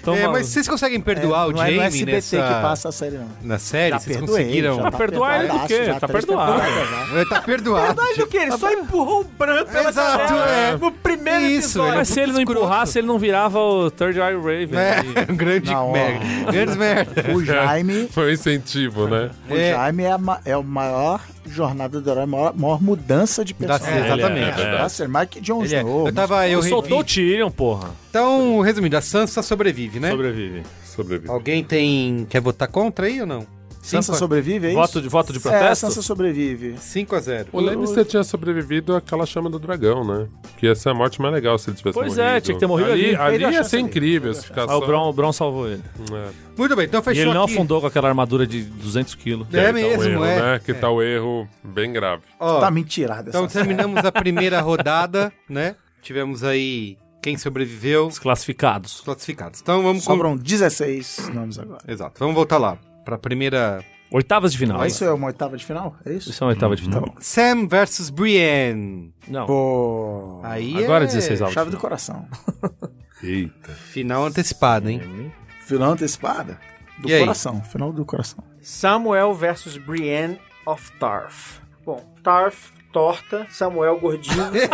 então, É, mano, mas vocês conseguem perdoar o não Então, é Jamie no SBT nessa... que passa a série, não. Na série, vocês perdoei, conseguiram... já tá. Ah, perdoar ele do perdoadaço, quê? já, Tá três perdoado. temporadas já. É, Tá perdoado. Mas o que? Ele só empurrou o Bran pela Exato, janela tá. é. no primeiro Isso, episódio. velho. mas se ele não escroto. empurrasse, ele não virava o Third Eye Raven. É, um grande Não, ó. merda. Grandes merda. O Jaime, Foi um incentivo, né? o É. Jaime é a, ma- é a maior jornada do herói, a maior, maior mudança de personagem. série, exatamente. É, da série, mais que Jon Ele é- Snow. Eu tava... Eu E soltou o revi. Tyrion, porra. Então, resumindo, a Sansa sobrevive, né? Sobrevive. Sobrevive. Alguém tem... Quer votar contra aí ou não? Sansa Cinco a- sobrevive, é isso? Voto de, voto de É, protesto? Sansa sobrevive. 5 a 0 O Lannister tinha sobrevivido àquela chama do dragão, né? Que ia ser a morte mais legal se ele tivesse Pois é, morrido. tinha que ter morrido ali. Ali, Perdeu a ia chance ser ali. incrível se ficar Ah, o só... Bron, o Bron salvou ele. É. Muito bem, então E fechou ele não aqui. afundou com aquela armadura de 200 quilos. Que aí É tá um mesmo, erro, é. Né? Que tá o erro bem grave. Ó, Tá mentirada então essa série. terminamos a primeira rodada, né? Tivemos aí quem sobreviveu, os Os classificados. classificados. Então vamos... com- Sobram 16 nomes agora. Exato, vamos voltar lá. Pra primeira... Oitavas de final. Ah, isso é uma oitava de final? É isso? Isso é uma oitava de final. Sam versus Brienne. Não. Pô, Aí Agora é 16 avos. chave do coração. Então Eita. Final antecipada, hein? Final antecipada? Do E aí? coração. Final do coração. Samuel versus Brienne of Tarth. Bom, Tarth torta, Samuel gordinho.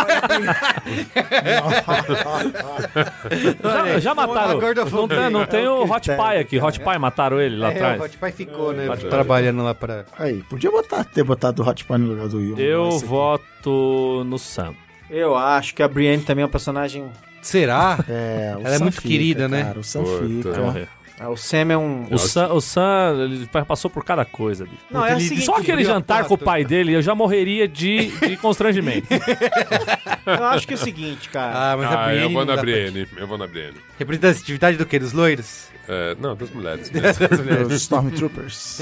Já, já mataram. Não tem, não tem o Hot Pie aqui. Hot Pie mataram ele lá É, o atrás. Hot Pie ficou, né? Hot Pie. Trabalhando lá pra... Aí, podia botar, ter botado o Hot Pie no lugar do Will. Eu Esse aqui. voto no Sam. Eu acho que a Brienne também é um personagem. Será? É, o Ela é Sam muito fica, querida, né? Cara, o Sam Puta, fica. vai Vai morrer. Ah, O Sam é um. O Sam, o Sam, ele passou por cada coisa ali. Não, é o Ele- seguinte. Só aquele viu a jantar com o foto? pai dele, eu já morreria de, de constrangimento. Eu acho que é o seguinte, cara. Ah, mas a Ah, Brienne... eu vou não na dá pra- Brienne. Eu vou na Brienne. Representatividade do quê? Dos loiros? É, não, das mulheres. é. Os Stormtroopers.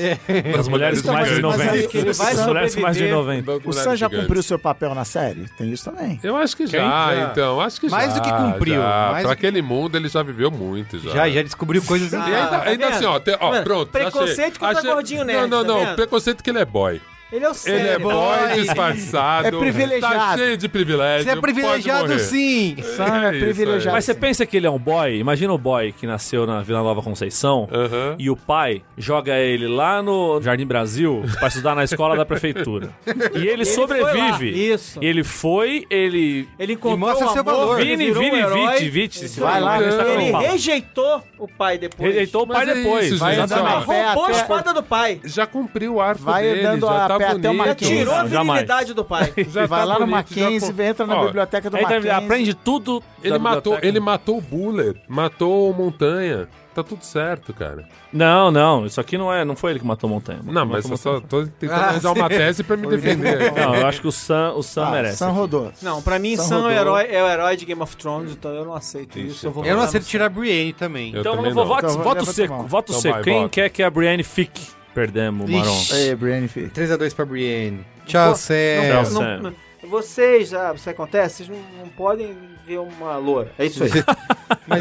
As mulheres com Então, mais de mas- mas 90. aí que ele vai As mulheres com mais de sobreviver. 90. Das O mulheres Sam já gigantes. cumpriu seu papel na série? Tem isso também. Eu acho que já, Ah. então. Acho que Mais já. do que cumpriu, Já. mais pra do que- aquele mundo ele já viveu muito. Já, Já, já descobriu coisas... E ainda, tá ainda vendo? assim, ó, te- ó, Tá vendo? pronto. Preconceito achei- contra achei- gordinho nerd, Não, não, tá não. vendo? Preconceito que ele é boy. Ele é o Sam. Ele é boy boy. disfarçado. É privilegiado. Tá cheio de privilégio. Você é privilegiado pode morrer. sim! É isso, é. privilegiado. Mas você pensa que ele é um boy? Imagina o boy que nasceu na Vila Nova Conceição Aham. e o pai joga ele lá no Jardim Brasil pra estudar na escola da prefeitura. E ele, sobrevive. foi lá, isso. Ele foi, ele. Ele encontrou E mostra o seu amor, valor. ele Vini, virou um Vini, herói. Viti, Viti. se Vai lá, no Instagram Ele não fala. rejeitou o pai depois. Rejeitou o pai Mas é depois. isso, mas gente, não- ó. Roubou a Pé, espada do pai. Já cumpriu o arco Vai dele, dando já a tá pé até o bonito. Já Marquinhos. tirou a Não, jamais. virilidade do pai. Já Vai tá lá no bonito, já Mackenzie, com- vai- entra na Ó, biblioteca do Aí ele Mackenzie. aprende tudo. Ele da matou, biblioteca. ele matou o Buller, matou o Montanha. Tá tudo certo, cara. Não, não, isso aqui não é, não foi ele que matou Montanha. Não, mas eu só tô tentando arranjar uma tese pra me defender. Não, eu acho que o Sam, o Sam Ah, merece. Sam rodou. Não, pra mim, Sam Sam, é, o rodou. herói, é o herói de Game of Thrones, então eu não aceito isso. Eu, vou Eu não votar aceito no tirar a Brienne também. Eu Então também vamos, vou- não. voto, Então, voto leva seco, tomar. voto Então seco. vai, Quem vota. quer que a Brienne fique? Perdemos, Maron. Ei, Brienne, filho. 3x2 pra Brienne. Tchau, não, Sam. não. É, Não- não- vocês, ah, isso acontece, vocês não, não podem ver uma loura. É isso aí. Mas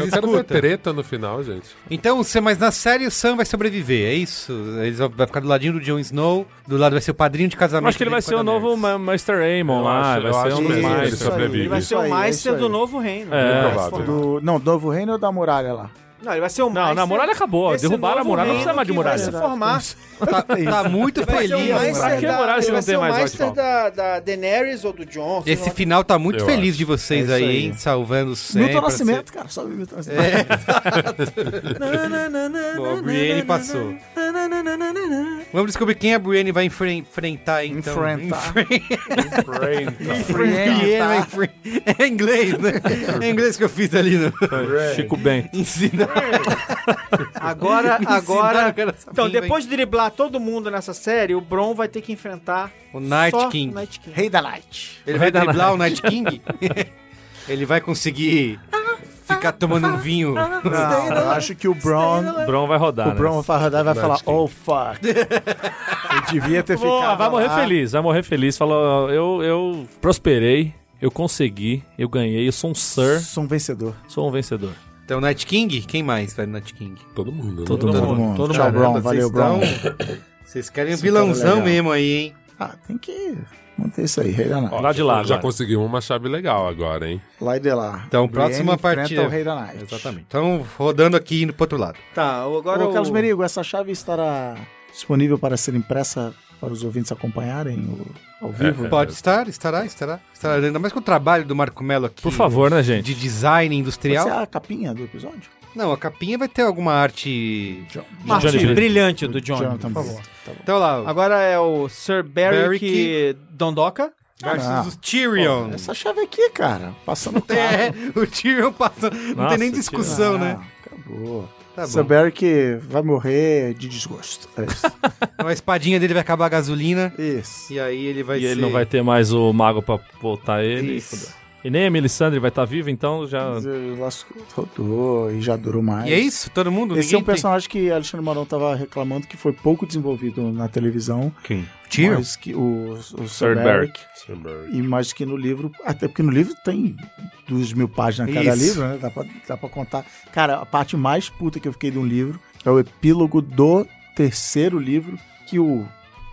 Mas eu quero ver escuta, treta no final, gente. então, você- mas na série o Sam vai sobreviver, é isso? Eles vão vai ficar do ladinho do Jon Snow, do lado vai ser o padrinho de casamento. Eu acho que ele vai dele ser o com a novo Daenerys. Ma- Master Aemon Eu lá, acho- vai eu ser Então, acho é um que dos ele mais. isso aí, sobrevive. Ele vai isso ser o aí, Meister isso aí. do novo reino. É, Ele vai provável. se formar. Do, não, do Novo Reino ou da Muralha lá? Não, ele vai ser o Meister. Não, na muralha acabou, desse derrubaram a novo muralha, não reino precisa mais de que vai muralha. se formar. Tá, tá muito Vai ser um o feliz. Meister Pra mano. que da- muralha ele se vai não tem ser o mais Meister Whitehall? da, da Daenerys ou do Jon. sei Esse lá. final tá muito Eu feliz acho. de vocês É isso aí, aí. hein? Salvando o Sam. Milton pra Nascimento, cara. Só Milton Nascimento. ser- Bom, a Brienne passou. Vamos descobrir quem a Brienne vai enfren- enfrentar, então. Enfrentar. Brienne vai enfren- É inglês, né? É inglês que eu fiz ali no... é Fico bem. Ensina... Agora, Ensinaram agora. que era essa Então, pinga, depois de driblar todo mundo nessa série, o Bron vai ter que enfrentar O Night só King. o Night King. Rei da Light. Ele vai driblar o Night King? Ele vai conseguir ficar tomando um vinho. Não, eu acho que o Brown. Bron vai rodar. né? O Brown vai rodar e vai falar, King. oh fuck. Eu devia ter Boa, ficado. Ah, vai morrer lá. feliz, vai morrer feliz. Fala, ó, eu, eu prosperei, eu consegui, eu ganhei, eu sou um sir, Sou um vencedor. sou um vencedor. Então, Night King? Quem mais vai no Night King? Todo mundo. né? Todo, mundo. Todo mundo. Tchau, Caramba, Brown. Valeu, vocês Brown. tão- Vocês querem um Isso tá legal. vilãozão mesmo aí, hein? Ah, tem que manter isso aí. Rei da Night. Lá de lá, Já agora. conseguimos uma chave legal agora, hein? Lá e de lá. Então, Brienne próxima enfrenta partida. o Rei da Night. Exatamente. Então, rodando aqui indo pro outro lado. Tá, agora Ô, o... Carlos Merigo, essa chave estará disponível para ser impressa para os ouvintes acompanharem o- ao vivo? Pode estar, estará, estará, estará. Ainda mais com o trabalho do Marco Melo aqui. Por favor, né, gente? De design Pode ser industrial. a capinha do episódio? Não, a capinha vai ter alguma arte. Martim, Johnny Brito. brilhante do John. Jonathan, por favor. Então lá, Agora é o Sir Beric Beric. Dondoka. Ah, versus os Tyrion. Essa chave aqui, cara, passando Ah, É, o Tyrion passando. Não Nossa, tem nem Tyrion. discussão, né? Acabou. Tá Sir bom. Beric vai morrer de desgosto. É isso. Então, a espadinha dele vai acabar a gasolina. isso. E aí ele vai E ser... ele não vai ter mais o mago pra voltar ele. Isso. Fudeu. E nem a Melisandre vai estar viva, então já. Mas ele lascou- Rodou e já durou mais. E é isso? Todo mundo? Esse é um Ninguém personagem que Alexandre Marão tava reclamando que foi pouco desenvolvido na televisão. tem... Tyrion? Mas que o, o Sir Sir Beric. Beric. E mais que no livro, até porque no livro tem duas mil páginas cada Isso. livro, né? Dá pra, dá pra contar. Cara, a parte mais puta que eu fiquei de um livro é o epílogo do terceiro livro, que o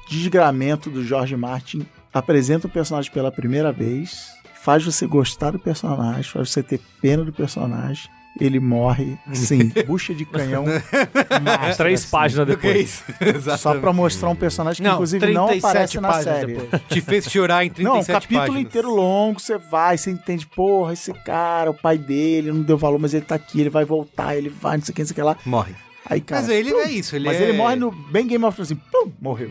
desgramento do George Martin apresenta o personagem pela primeira vez, faz você gostar do personagem, faz você ter pena do personagem. Ele morre, sim, bucha de canhão. massa, Três assim. páginas Do que é depois. isso? Exatamente. Só pra mostrar um personagem que, inclusive, não aparece na páginas série. depois. Te fez chorar em 37 Não, um capítulo páginas. inteiro longo, você vai, você entende, porra, esse cara, o pai dele, não deu valor, mas ele tá aqui, ele vai voltar, ele vai, não sei quem, não sei o que lá. Morre. Aí, cara. Mas ele pum, é isso. Ele mas é- ele morre no bem Game of Thrones, assim, pum, morreu.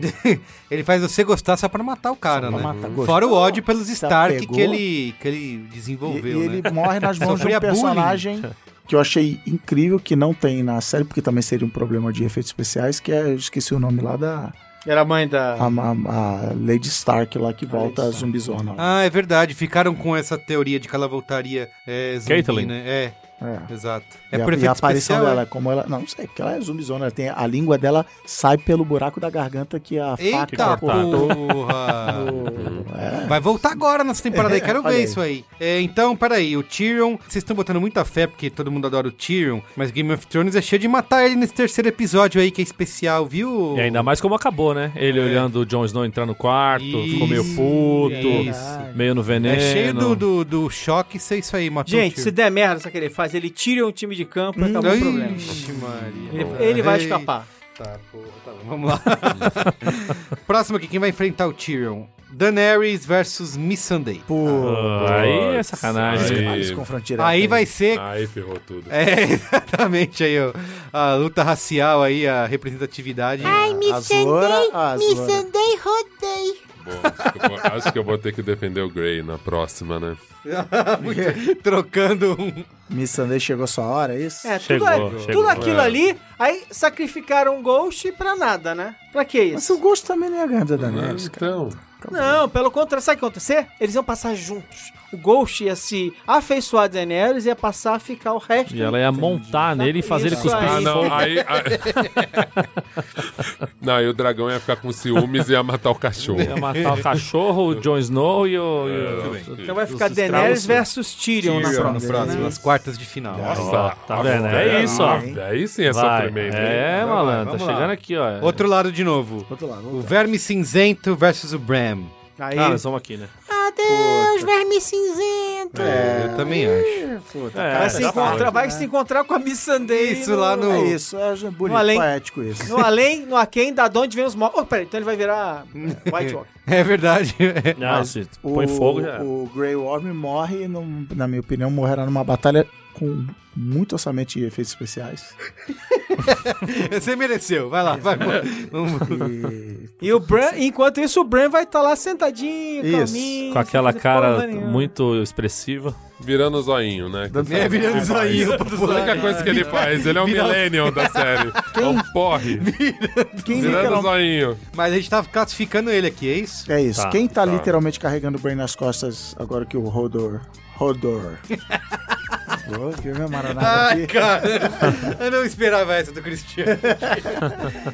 Ele faz você gostar só pra matar o cara, Só pra né? matar, gostou, Fora o ódio pelos se Stark apegou. que ele, que ele E, desenvolveu, e né? ele morre nas mãos de um Sofria bullying. personagem que eu achei incrível, que não tem na série, porque também seria um problema de efeitos especiais, que é, eu esqueci o nome lá da. Era a mãe da... A, a- a Lady Stark lá que volta Lady Stark. zumbizona. lá. Ah, é verdade. Ficaram com essa teoria de que ela voltaria é, zumbi, Caitlyn. né? É, É. exato. É É e, por a, e a efeito aparição especial, é? dela, como ela. Não, não sei, porque ela é zumbizona. Ela tem, a língua dela sai pelo buraco da garganta que a é. Eita faca. porra! Vai voltar agora nessa temporada aí, quero É. Olha ver aí. isso aí. É, então, peraí, o Tyrion, vocês estão botando muita fé porque todo mundo adora o Tyrion, mas Game of Thrones é cheio de matar ele nesse terceiro episódio aí que é especial, viu? E ainda mais como acabou, né? Ele olhando o Jon Snow entrar no quarto, ficou meio Isso, puto, isso. meio no É veneno. cheio do, do, do choque ser isso aí, matou Gente, o se Tyrion. der merda, sabe o que ele faz? Ele tira um time de campo e acabou o problema. Ixi, Maria. Ele, ele vai Eita, escapar. porra, tá bom, vamos lá. Próximo aqui, quem vai enfrentar o Tyrion? Daenerys versus Missandei. Pô, Ah, Aí é sacanagem. Aí- eles confrontam direto. Aí vai ser Aí Ah, ferrou tudo. É, exatamente aí, ó. A luta racial aí, a representatividade. me sandei, me sandei. Bom, acho, que eu vou, acho que eu vou ter que defender o Grey na próxima, né? Muito- Trocando um. Me sandei, chegou sua hora, é isso? É, Chegou, tudo, chegou. tudo aquilo É. ali, aí sacrificaram um Ghost pra nada, né? Pra que Mas isso? o gosto também não ia ganhar da Uhum. Ah, Daenerys, cara. Então, Não, pelo contrário, sabe o que ia acontecer? Eles iam passar juntos. O Ghost ia se afeiçoar a Daenerys e ia passar a ficar o resto. E ela ia montar nele e fazer ele Isso cuspir aí. ah, fogo. não, aí, aí... Não, aí o dragão ia ficar com ciúmes e ia matar o cachorro. Ia matar o cachorro, o Jon Snow e o. e o- Então vai ficar Os Daenerys escravos- versus Tyrion na Tyrion próxima. Né? no né? próximo, as quartas de final. Nossa, Ó, tá vendo? É isso, ó. Aí sim é Vai. sofrimento. É, Então vai, malandro, tá vamos lá. chegando aqui, ó. Outro lado de novo. Outro lado, O vamos lá. Verme Cinzento versus o Bram. Aí, Ah, nós vamos aqui, né? É, eu também acho. É, vai, se já foi. encontrar, vai se encontrar com a Missandei. Isso lá no. É isso, é bonito, Tá No além. poético isso. No além, no aquém, da de onde vem os mortos. Oh, peraí, então ele vai virar White Walker. É verdade. É. Não, se põe fogo já. O Grey Worm morre, num- na minha opinião, morrerá numa batalha com muito orçamento de efeitos especiais. Você mereceu, vai lá, vai. Vamos- E o Bran, enquanto isso, o Bran vai estar lá sentadinho, Isso. calminho. Com aquela sem fazer cara porra nenhuma. muito expressiva. Virando o zoinho, né? É, virando o zoinho. A única coisa que ele faz, ele é o millennial da série. É um porre. Quem Virando o literal- zoinho. Mas a gente tava classificando ele aqui, é isso? É isso. Tá, Quem tá, tá. literalmente carregando o Brain nas costas agora que o Rodor. Rodor. Pô, que meu maranada Ai, aqui. cara, eu não esperava essa do Cristiano.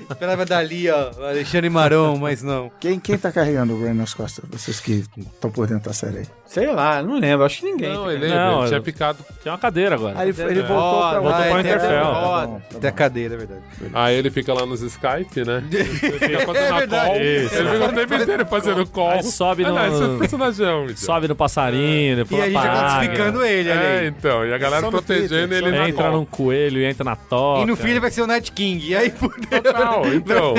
esperava dali, ó, Alexandre Maron, mas não. Quem, quem tá carregando o Brain nas costas? Vocês que estão por dentro da série aí. Sei lá, não lembro, acho que ninguém. Não, tá ele, Não, ele tinha eu- picado. Tem uma cadeira agora. Aí ele, ele voltou Ó, pra voltou pra Ah, Winterfell. tá bom, Ó, tá bom. Até a cadeira, é verdade. Aí ele fica lá nos Skype, né? Ele fica fazendo a É verdade. call. Ele Isso. fica o tempo inteiro fazendo call. Aí sobe Ah, não, no- esse é o personagem. Então. Sobe no passarinho, E depois a gente na tá parada. classificando ele É, ali. então. E a galera Só no protegendo Twitter, ele na Entra call. num coelho, entra na toca. E no fim ele vai ser o Night King. E aí, fudeu. Total, então.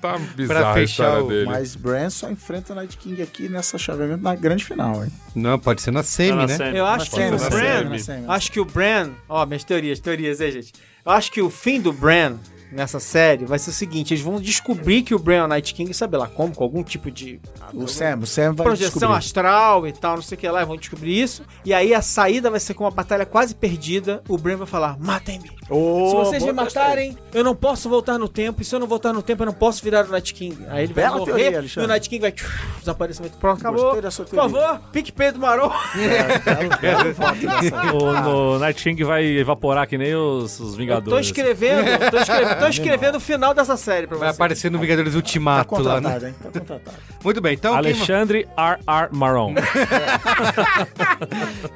Tá bizarro a fechar história o- dele. Mas Bran só enfrenta o Night King aqui nessa chaveamento na grande final, hein? Não, pode ser na Tá semi, né? Eu acho que pode o ser Bran. semi. Acho que o Bran. Ó, minhas teorias, teorias aí, gente. Eu acho que o fim do Bran nessa série vai ser o seguinte: eles vão descobrir que o Bran é o Night King, sabe lá como, com algum tipo de O Sam, o Sam vai projeção descobrir. astral e tal, não sei o que lá, e vão descobrir isso. E aí a saída vai ser com uma batalha quase perdida. O Bran vai falar: matem-me. Ô, Se vocês me boa- matarem, eu não posso voltar no tempo. E se eu não voltar no tempo, eu não posso virar o Night King. Aí ele Bela vai morrer teoria, e o Alexandre. Night King vai tchuf, desaparecimento. Pronto, acabou. Gostei da sua Por teoria. favor, PicPay do Maron. Tá O, o Night King vai evaporar que nem os, os Eu tô Vingadores. assim. escrevendo, tô escrevendo, tô escrevendo o final dessa série pra Vai vocês. aparecer no Vingadores Tá Ultimato lá, né? contratado, hein? Tá contratado. Muito bem, então quem, va- Alexandre R.R. Maron.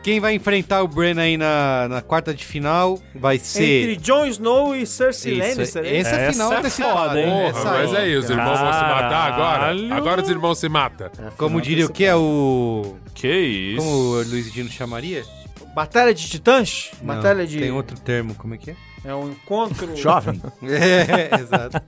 quem vai enfrentar o Bren aí na, na quarta de final vai Entre ser... Jon Snow e Cersei Isso, Lannister. hein? essa é a final Essa é desse foda, hein? Porra, mas é isso, os irmãos vão se matar Caralho. agora. Agora os irmãos se matam. Como diria o que é o... que isso? Como o Luiz Dino chamaria? É. Batalha de Titãs? Não, Batalha de... Tem outro termo, como é que é? É um encontro... Jovem. É, exato.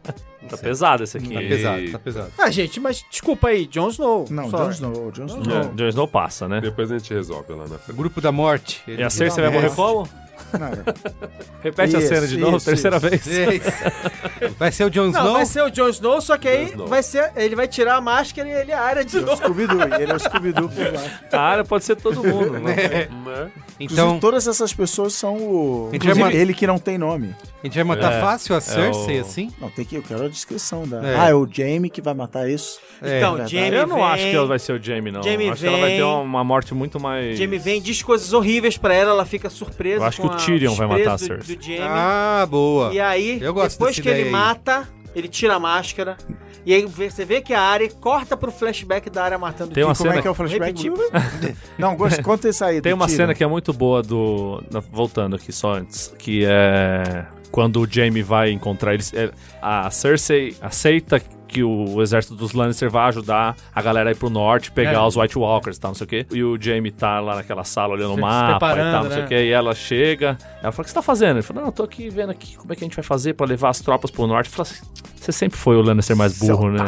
Tá pesado esse aqui. Tá pesado, tá pesado. Ah, gente, mas desculpa aí, Jon Snow. Não, Sorry. Jon Snow, Jon Snow. É, Jon Snow passa, né? Depois a gente resolve lá na frente. É Grupo da Morte. É. E a Cersei vai morrer como? É. Não, é. Repete a Isso, cena de novo, isso, terceira isso. vez. É Vai ser o Jon Não, Snow? vai ser o Jon Snow, só que aí Snow. vai ser, ele vai tirar a máscara e ele é a área de novo. Scooby-Doo, ele é o Scooby-Doo por lá. A área Ah, pode ser todo mundo. né? Então, Inclusive, todas essas pessoas são o... gente vai Inclusive, mandar- ele que não tem nome. a gente vai matar É. fácil a Cersei, o- assim? Não, tem que... Eu quero a descrição da... É. Ah, é o Jamie que vai matar isso. É. então, verdade. Jamie Eu não vem, acho que ela vai ser o Jamie, não. Jaime acho que ela vai vem. ter uma morte muito mais. Jamie vem, diz coisas horríveis pra ela, ela fica surpresa. Eu acho com que o a- Tyrion vai desprezo matar a do- Cersei. do Jaime. Ah, boa. E aí, Eu gosto depois dessa que ele ideia aí. mata, ele tira a máscara. E aí vê- você vê que a área corta pro flashback da área matando Tem o uma Tyrion. Como cena- é que é o flashback? Repetir. não, gosto, conta isso aí. Tem do uma tiro. cena que é muito boa do. na- Voltando aqui só antes, que é. Quando o Jamie vai encontrar eles. é, A Cersei aceita que o exército dos Lannister vai ajudar a galera a ir pro norte, pegar os White Walkers e tal, não sei o quê. E o Jamie tá lá naquela sala olhando o Se mapa e preparando, tal, não sei né? o quê. E ela chega. Ela fala: O que você tá fazendo? Ele fala: Não, eu tô aqui vendo aqui como é que a gente vai fazer pra levar as tropas pro norte. Ele fala assim: Você sempre foi o Lannister mais burro, né?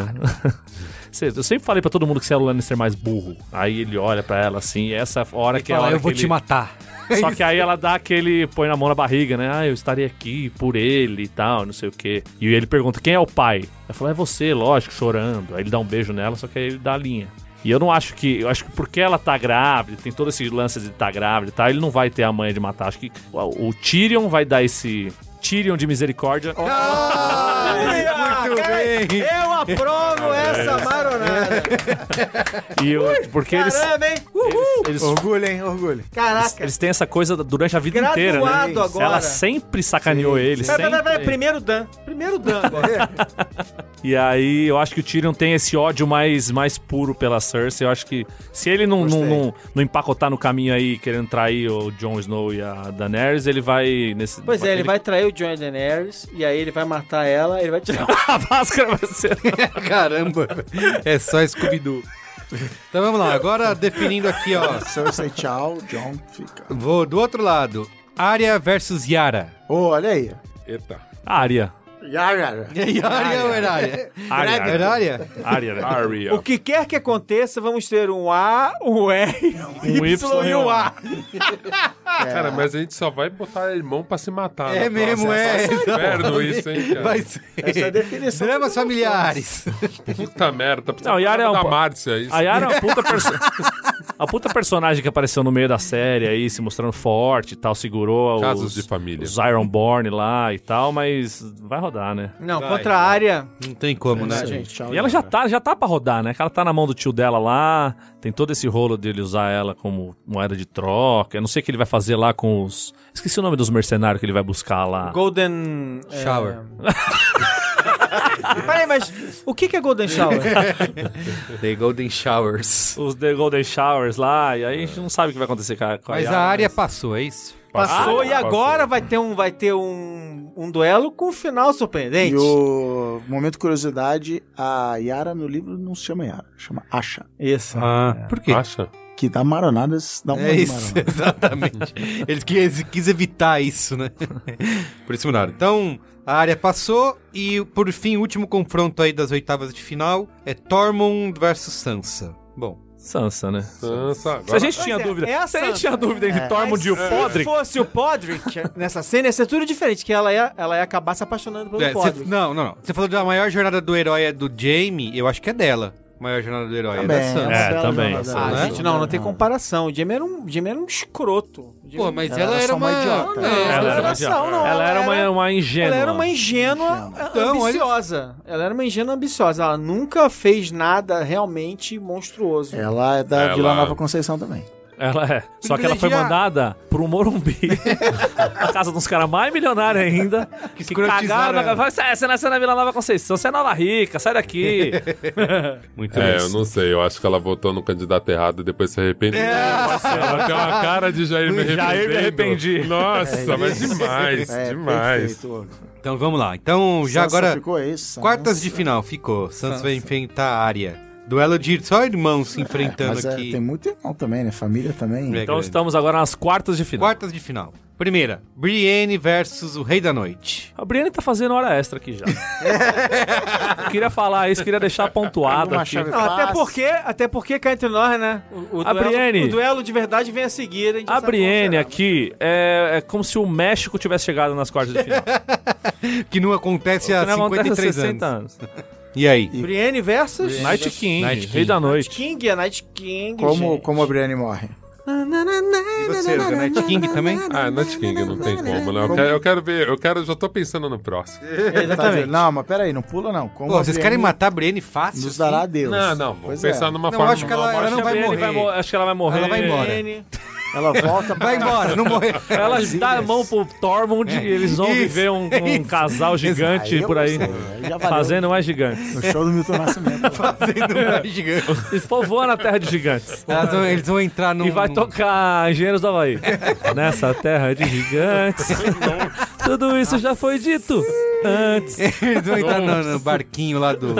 Cê- Eu sempre falei pra todo mundo que você era o Lannister mais burro. Aí ele olha pra ela assim, e essa é a hora que é a Fala, hora eu vou que te ele... matar. É Só que aí ela dá aquele. põe na mão na barriga, né? Ah, eu estaria aqui por ele e tal, não sei o quê. E ele pergunta: quem é o pai? Ela fala: é você, lógico, chorando. Aí ele dá um beijo nela, só que aí ele dá a linha. E eu não acho que. Eu acho que porque ela tá grávida, tem todo esse lance de tá grávida e tal, ele não vai ter a manha de matar. Acho que o o Tyrion vai dar esse. Tyrion de misericórdia. Oh. Ah, muito bem. Eu aprovo essa maronada. E eu, porque eles, Caramba, hein? Uhul! eles Orgulho, hein? Orgulho. Caraca. Eles têm essa coisa durante a vida Graduado inteira, né? agora. Ela sempre sacaneou ele, Pera, pera, sempre. pera, pera, primeiro Dan. Primeiro Dan Tá agora. E aí eu acho que o Tyrion tem esse ódio mais, mais puro pela Cersei. Eu acho que se ele não, não, não, não empacotar no caminho aí, querendo trair o Jon Snow e a Daenerys, ele vai nesse... pois é, ele vai trair o John Daenerys e aí ele vai matar ela, ele vai tirar. A máscara vai ser... Caramba. É só Scooby-Doo. Então vamos lá, agora definindo aqui, ó. Cersei, tchau. John, fica. Vou do outro lado. Arya versus Yara. Ô, olha aí. Eita. Área. Iaria ou Eraria? Área. Eraria? Área, né? Aria. O que quer que aconteça, vamos ter um A, um R, um, Um Y, Y e um A. Cara, mas a gente só vai botar irmão pra se matar. né? É na mesmo, próxima. é. um inferno isso, hein, cara? Vai ser. Essa é a definição. Dramas familiares. Puta merda. Precisa Não, Yara é falar um da po- Márcia. Isso. A Yara é uma puta perso- A puta personagem que apareceu no meio da série aí, se mostrando forte e tal, segurou Casos os, de família. os Ironborn lá e tal, mas vai rodar, né? Não, Vai, contra a área. Não tem como, né? Gente, tchau. E ela já tá, já tá pra rodar, né? Que Ela tá na mão do tio dela lá, tem todo esse rolo dele usar ela como moeda de troca. Eu não sei o que ele vai fazer lá com os. Esqueci o nome dos mercenários que ele vai buscar lá. Golden. é, Shower. Peraí, mas o que que é Golden Shower? The Golden Showers. Os The Golden Showers lá, e aí a gente não sabe o que vai acontecer com a, com Mas Yara, a área passou, é isso? Passou Ah, e passou. agora vai ter um, vai ter um, um duelo com um final surpreendente. E o momento curiosidade, a Yara no livro não se chama Yara, chama Asha. Isso. Ah, por quê? Acha? Que dá maronadas, dá um É isso, exatamente. Ele quis, quis evitar isso, né? Por isso mudaram. Então, a área passou e, por fim, o último confronto aí das oitavas de final é Tormund versus Sansa. Bom, Sansa, né? Sansa. Se a Agora... gente tinha é, dúvida. é a se a gente Sansa. É. tinha dúvida entre Tormund e o Mas Se Podrick. fosse o Podrick nessa cena, ia ser tudo diferente, que ela ia, ela ia acabar se apaixonando pelo é, cê- Podrick. não, não, não. Você falou da maior jornada do herói é do Jaime, eu acho que é dela. A maior jornada do Tá herói é da Sansa. É, também. Ah, né? gente, não, não tem comparação. O Jimmy era um, o Jimmy era um escroto. O Jimmy- Pô, mas Ela ela, era era, só uma uma... Não, idiota. Não, Ela era uma comparação, idiota. não, Ela era uma, uma ingênua. Ela era uma ingênua Então, olha- ambiciosa. Ela era uma ingênua ambiciosa. Ela nunca fez nada realmente monstruoso. Ela é da Ela- Vila Nova Conceição também. Ela é. Só que ela foi Privilegiar. mandada pro Morumbi. na casa dos caras mais milionários ainda. Que, escrotizaram cagaram. ela. Fala, "Sai, Você nasceu na Vila Nova Conceição, você é nova rica, sai daqui. Muito É, é, eu não sei. Eu acho que ela votou no candidato errado e depois se arrependeu. Nossa, ela tem uma cara de Jair me arrependendo. Jair me arrependi. Nossa, mas demais, É, demais. perfeito. Então vamos lá. Então, já Sansa agora... Ficou isso. Quartas de final, ficou. Santos vai enfrentar a área. Duelo de só irmãos se enfrentando Mas é, aqui. tem muito irmão também, né? Família também. É então grande. estamos agora nas quartas de final. Quartas de final. Primeira, Brienne versus o Rei da Noite. A Brienne tá fazendo hora extra aqui já. Eu queria falar isso, queria deixar pontuado Uma aqui. chave Não, até fácil. porque, até porque cá entre nós, né? O, o A duelo, Brienne. o duelo de verdade vem a seguir. A, gente A sabe Brienne qual será. aqui é, é como se o México tivesse chegado nas quartas de É, final. Que não acontece há Ela é acontece há 53 anos. 60 anos. E aí? Brienne versus Night King, Night Rei King. da Night Noite. King, é Night King. Como, gente. como a Brienne morre. E você, o Night King também? Ah, Nut King não tem como, né? Eu quero, eu quero ver, eu quero, já tô pensando no próximo. Tá vendo? não, mas peraí, não pula não. Como Pô, a vocês querem Brienne matar a Brienne fácil? Nos assim? dará Deus. Não, não, vou Pois pensar é. numa Não, forma. acho que ela- normal. ela não Acho que a vai Brienne morrer. mo- acho que ela vai morrer. Ela vai embora. é? Brienne. Ela volta pra Vai embora, não morrer. Ela dá a mão pro Tormund e eles vão Isso, viver um, um isso. casal gigante Aí eu por aí, gostei, aí já valeu. fazendo mais gigantes. No show do Milton Nascimento. Fazendo mais gigante. Eles povoam na terra de gigantes. Elas vão- eles vão entrar num... E vai num- tocar Engenheiros do Havaí. Nessa terra de gigantes. Tudo isso já foi dito antes. Eles vão entrar no, no barquinho lá do...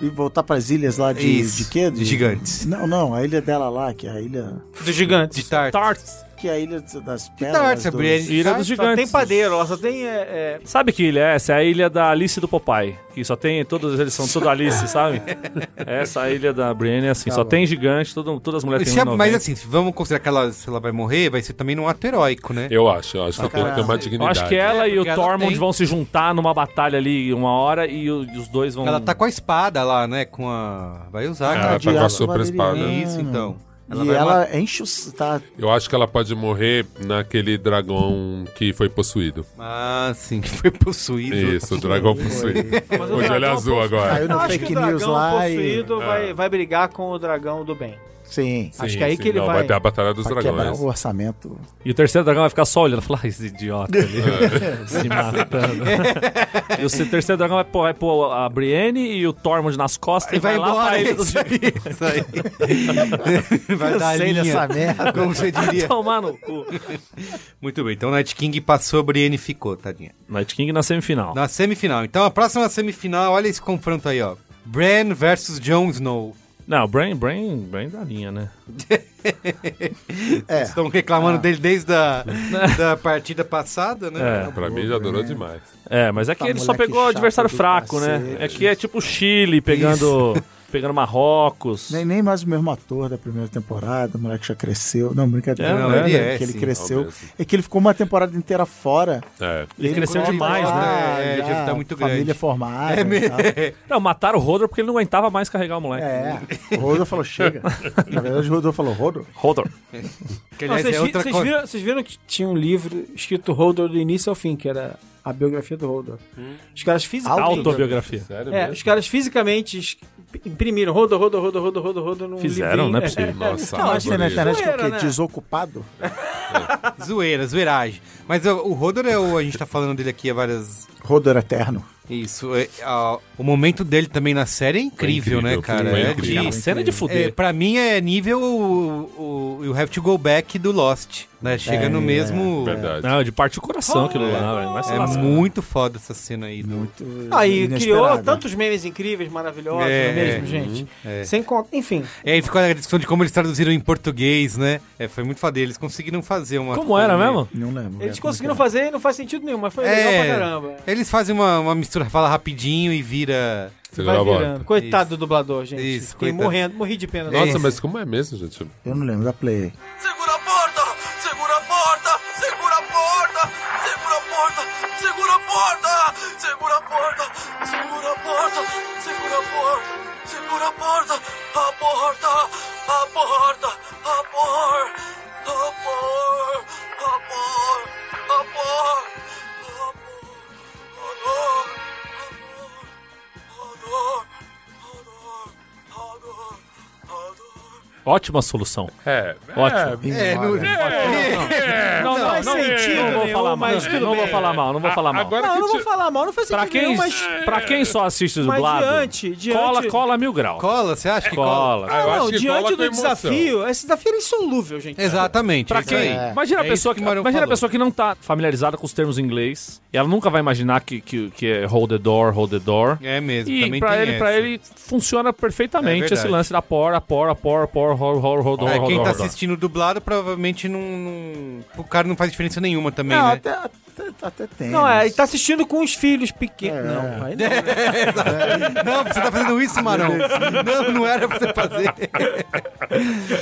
e voltar pras ilhas lá de, Isso, de quê? de gigantes. Não, não, a ilha dela lá, que é a ilha... Dos gigantes. De tarde. Tarts. Que é a ilha das pedras. Tarts, a dos- Brienne de Ilha Tarts. dos Só tem Gigantes. padeiro, ela só tem. é, é, Sabe que ilha é essa? É a ilha da Alice do Popeye. Que só tem. Todos eles são tudo Alice, sabe? Essa ilha da Brienne é assim. só tem gigante, todo, todas as mulheres Se têm a- um mas assim, se vamos considerar que ela, se ela vai morrer, vai ser também num ato heróico, né? Eu acho, eu acho que tem que ter uma Eu dignidade. acho que é- ela e o É, porque ela Tormund tem- vão se juntar numa batalha ali uma hora e, o- e os dois vão. Ela tá com a espada lá, né? Com a. Vai Ah, usar, Ela cara. tá com a sopra espada. valeriana. Isso, então. e vai ela matar- enche os... Tá, Eu acho que ela pode morrer naquele dragão que foi possuído. Ah, sim, que foi possuído. Isso, o dragão possuído. mas o Pô, de olho dragão azul agora. caiu no Eu acho que fake o news dragão lá e... Ah. possuído vai, vai brigar com o dragão do bem. Sim. acho que é aí que ele não, vai- ter a batalha dos Pra quebrar dragões. o orçamento. E o terceiro dragão vai ficar só olhando, falar, "Ah, esse idiota ali, É. se matando. e o se- terceiro dragão vai pôr, vai pôr a Brienne e o Tormund nas costas E e vai, vai lá embora, pra é ilha dos isso aí. Isso aí. vai dar a Cansei linha, dessa merda. como você diria. Tomar no cu. Muito bem, então Night King passou, Brienne ficou, tadinha. Night King na semifinal. Na semifinal, então a próxima semifinal, olha esse confronto aí, ó. Bran versus Jon Snow. Não, o Brain, Brain, Brain da linha, né? É. Estão reclamando dele desde a da partida passada, né? É. Pra mim já durou demais. É, mas é que Tá, ele só moleque pegou chato adversário do fraco, né? cacete. É que é tipo o Chile pegando, pegando Marrocos. Nem, nem mais o mesmo ator da primeira temporada, o moleque já cresceu. Não, brincadeira. É, não, não, ele é, que ele sim, cresceu. talvez. É que ele ficou uma temporada inteira fora. É. Ele cresceu quando demais, voltou, né? ah, É, já, já tá muito Família grande. formada. e tal. Não, mataram o Rodor porque ele não aguentava mais carregar o moleque. É. O Rodolfo falou, chega. Na verdade, o Rodolfo falou, Rodolfo. Rodor. Que, Não, aliás, Vocês é vi- outra vocês co- viram, vocês viram que tinha um livro escrito Holder do início ao fim, que era a biografia do Holder. Os caras fisicamente. Autobiografia. Sério É, mesmo? os caras fisicamente es- imprimiram Holder, Holder, Holder, Holder, Holder, Holder num Fizeram, livrinho. não é possível. Nossa, Não, acho que na bonito. internet que é o quê? Zoeira, né? Desocupado? Zoeira, zoeiragem. Mas ó, o Rodor é o. A gente tá falando dele aqui há várias. Rodor Eterno. Isso. é, ó, o momento dele também na série é incrível, incrível, né, cara? foi É incrível. de- Uma cena de É, fuder. pra mim é nível o, o You Have to Go Back do Lost. Né? Chega É, no é, mesmo. Verdade. Não, de parte do coração aquilo lá, velho. Mas É muito foda essa cena aí. do- Muito Aí Ah, criou inesperado. tantos memes incríveis, maravilhosos, É, não é mesmo, é. gente. Sem conta. Enfim, E aí ficou a discussão de como eles traduziram em português, né? É, foi muito foda. Eles conseguiram fazer uma. Como era coisa meio- mesmo? Não lembro. eles É, conseguiram como fazer e não faz sentido nenhum, mas foi legal É, pra caramba. eles fazem uma, uma mistura, fala rapidinho e vira. Você Vai já volta. virando. Coitado Isso. do dublador, gente. Isso, Fiquei coitado. morrendo, morri de pena. Nossa, Esse. mas como é mesmo, gente? que é? Eu não lembro da Play. Segura a porta! Segura a porta! Segura a porta! Segura a porta! Segura a porta! Segura a porta! Segura a porta! Segura a porta! Segura a porta! A porta! A porta! A porta! A porta! A porta! A porta! A Ótima solução. É, Ótimo. É, no- Não, não, faz sentido não vou nenhum, falar mal. mas tudo Não vou bem. falar mal, não vou falar mal. Agora Não, eu não que vou ti- falar mal, não faz Pra sentido quem, nenhum, mas. pra quem só assiste Mas dublado, diante, diante. cola, cola mil graus. Cola, você acha que cola? Cola. Ah, eu Não, acho que cola diante com do emoção. desafio, esse desafio era insolúvel, gente. Exatamente. Pra isso quem? aí. Imagina, a É pessoa isso que, o Marão imagina a falou. pessoa que não tá familiarizada com os termos em inglês. E ela nunca vai imaginar que, que, que é hold the door, hold the door. É mesmo, E também pra tem ele, pra essa. ele funciona perfeitamente É esse verdade. lance da por, a por, a por, a por, hold, hold, hold, É, hold, quem hold, tá hold. assistindo dublado provavelmente não, não- O cara não faz diferença nenhuma também, Não, né? até, até, até tem. Não, é, mas- ele tá assistindo com os filhos pequenos. Não, aí não. Não, você tá fazendo isso, Marão. Não, não era pra você fazer.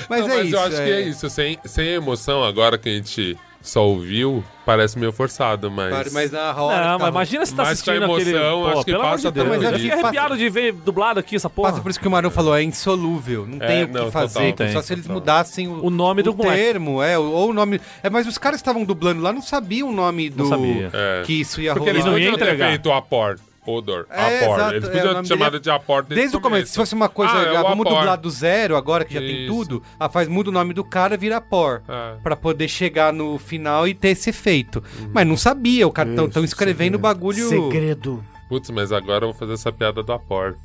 Mas Não, é mas isso. eu acho que é isso. Sem, sem emoção, agora que a gente só ouviu, parece meio forçado, mas. Mas na roda. Não, tá mas bom. imagina se tá Mas com assistindo emoção, aquele... Pô, acho que pelo amor de passa Deus, tranquilo. eu fiquei Passa- arrepiado de ver dublado aqui essa porra. Passa por isso que o Marão falou, é insolúvel. Não É, tem o que não, fazer. então total. só Tem, se eles total. mudassem o, O nome do moleque. termo, é, ou o nome. É, mas os caras que estavam dublando lá não sabiam o nome do. sabia. É. Que isso ia Porque rolar. eles não não ia iam ter entregar. feito o Apor. Odor, É, exato, Apor. Eles é, o podiam nome ter chamado dele é de Apor desde, Desde o começo, se fosse uma coisa, Ah, é ah, o vamos Apor. dublar do zero agora que já tem Isso. tudo, ah, faz muda o nome do cara, vira por. É. Uhum. Pra poder chegar no final e ter esse efeito. Mas não sabia, o cara tão, tão escrevendo o bagulho. Segredo. Putz, mas agora eu vou fazer essa piada do Apor.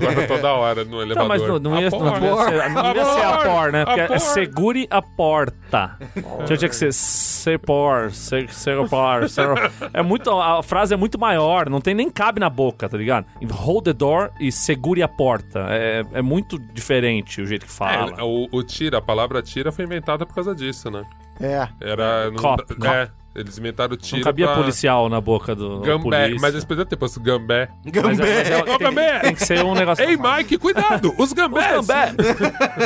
Agora toda hora no Não, elevador. mas não, não ia, Apor. não ia ser, não ia ser a por, né? Porque é Apor. segure a porta. Então tinha que ser sepor, se- sepor, sepor. É muito, a frase é muito maior, não tem nem cabe na boca, tá ligado? Hold the door e segure a porta. É, é muito diferente o jeito que fala. É, o, o tira, a palavra tira foi inventada por causa disso, né? É. Era. Não, Cop, é, cop. eles inventaram o tira. não cabia pra... policial na boca do Gambé. polícia. Mas eles poderiam ter posto gambé. Mas é- mas é- Ô, tem, Gambé! tem que ser um negócio... Ei, Mike, cuidado! Os gambés! Os gambé!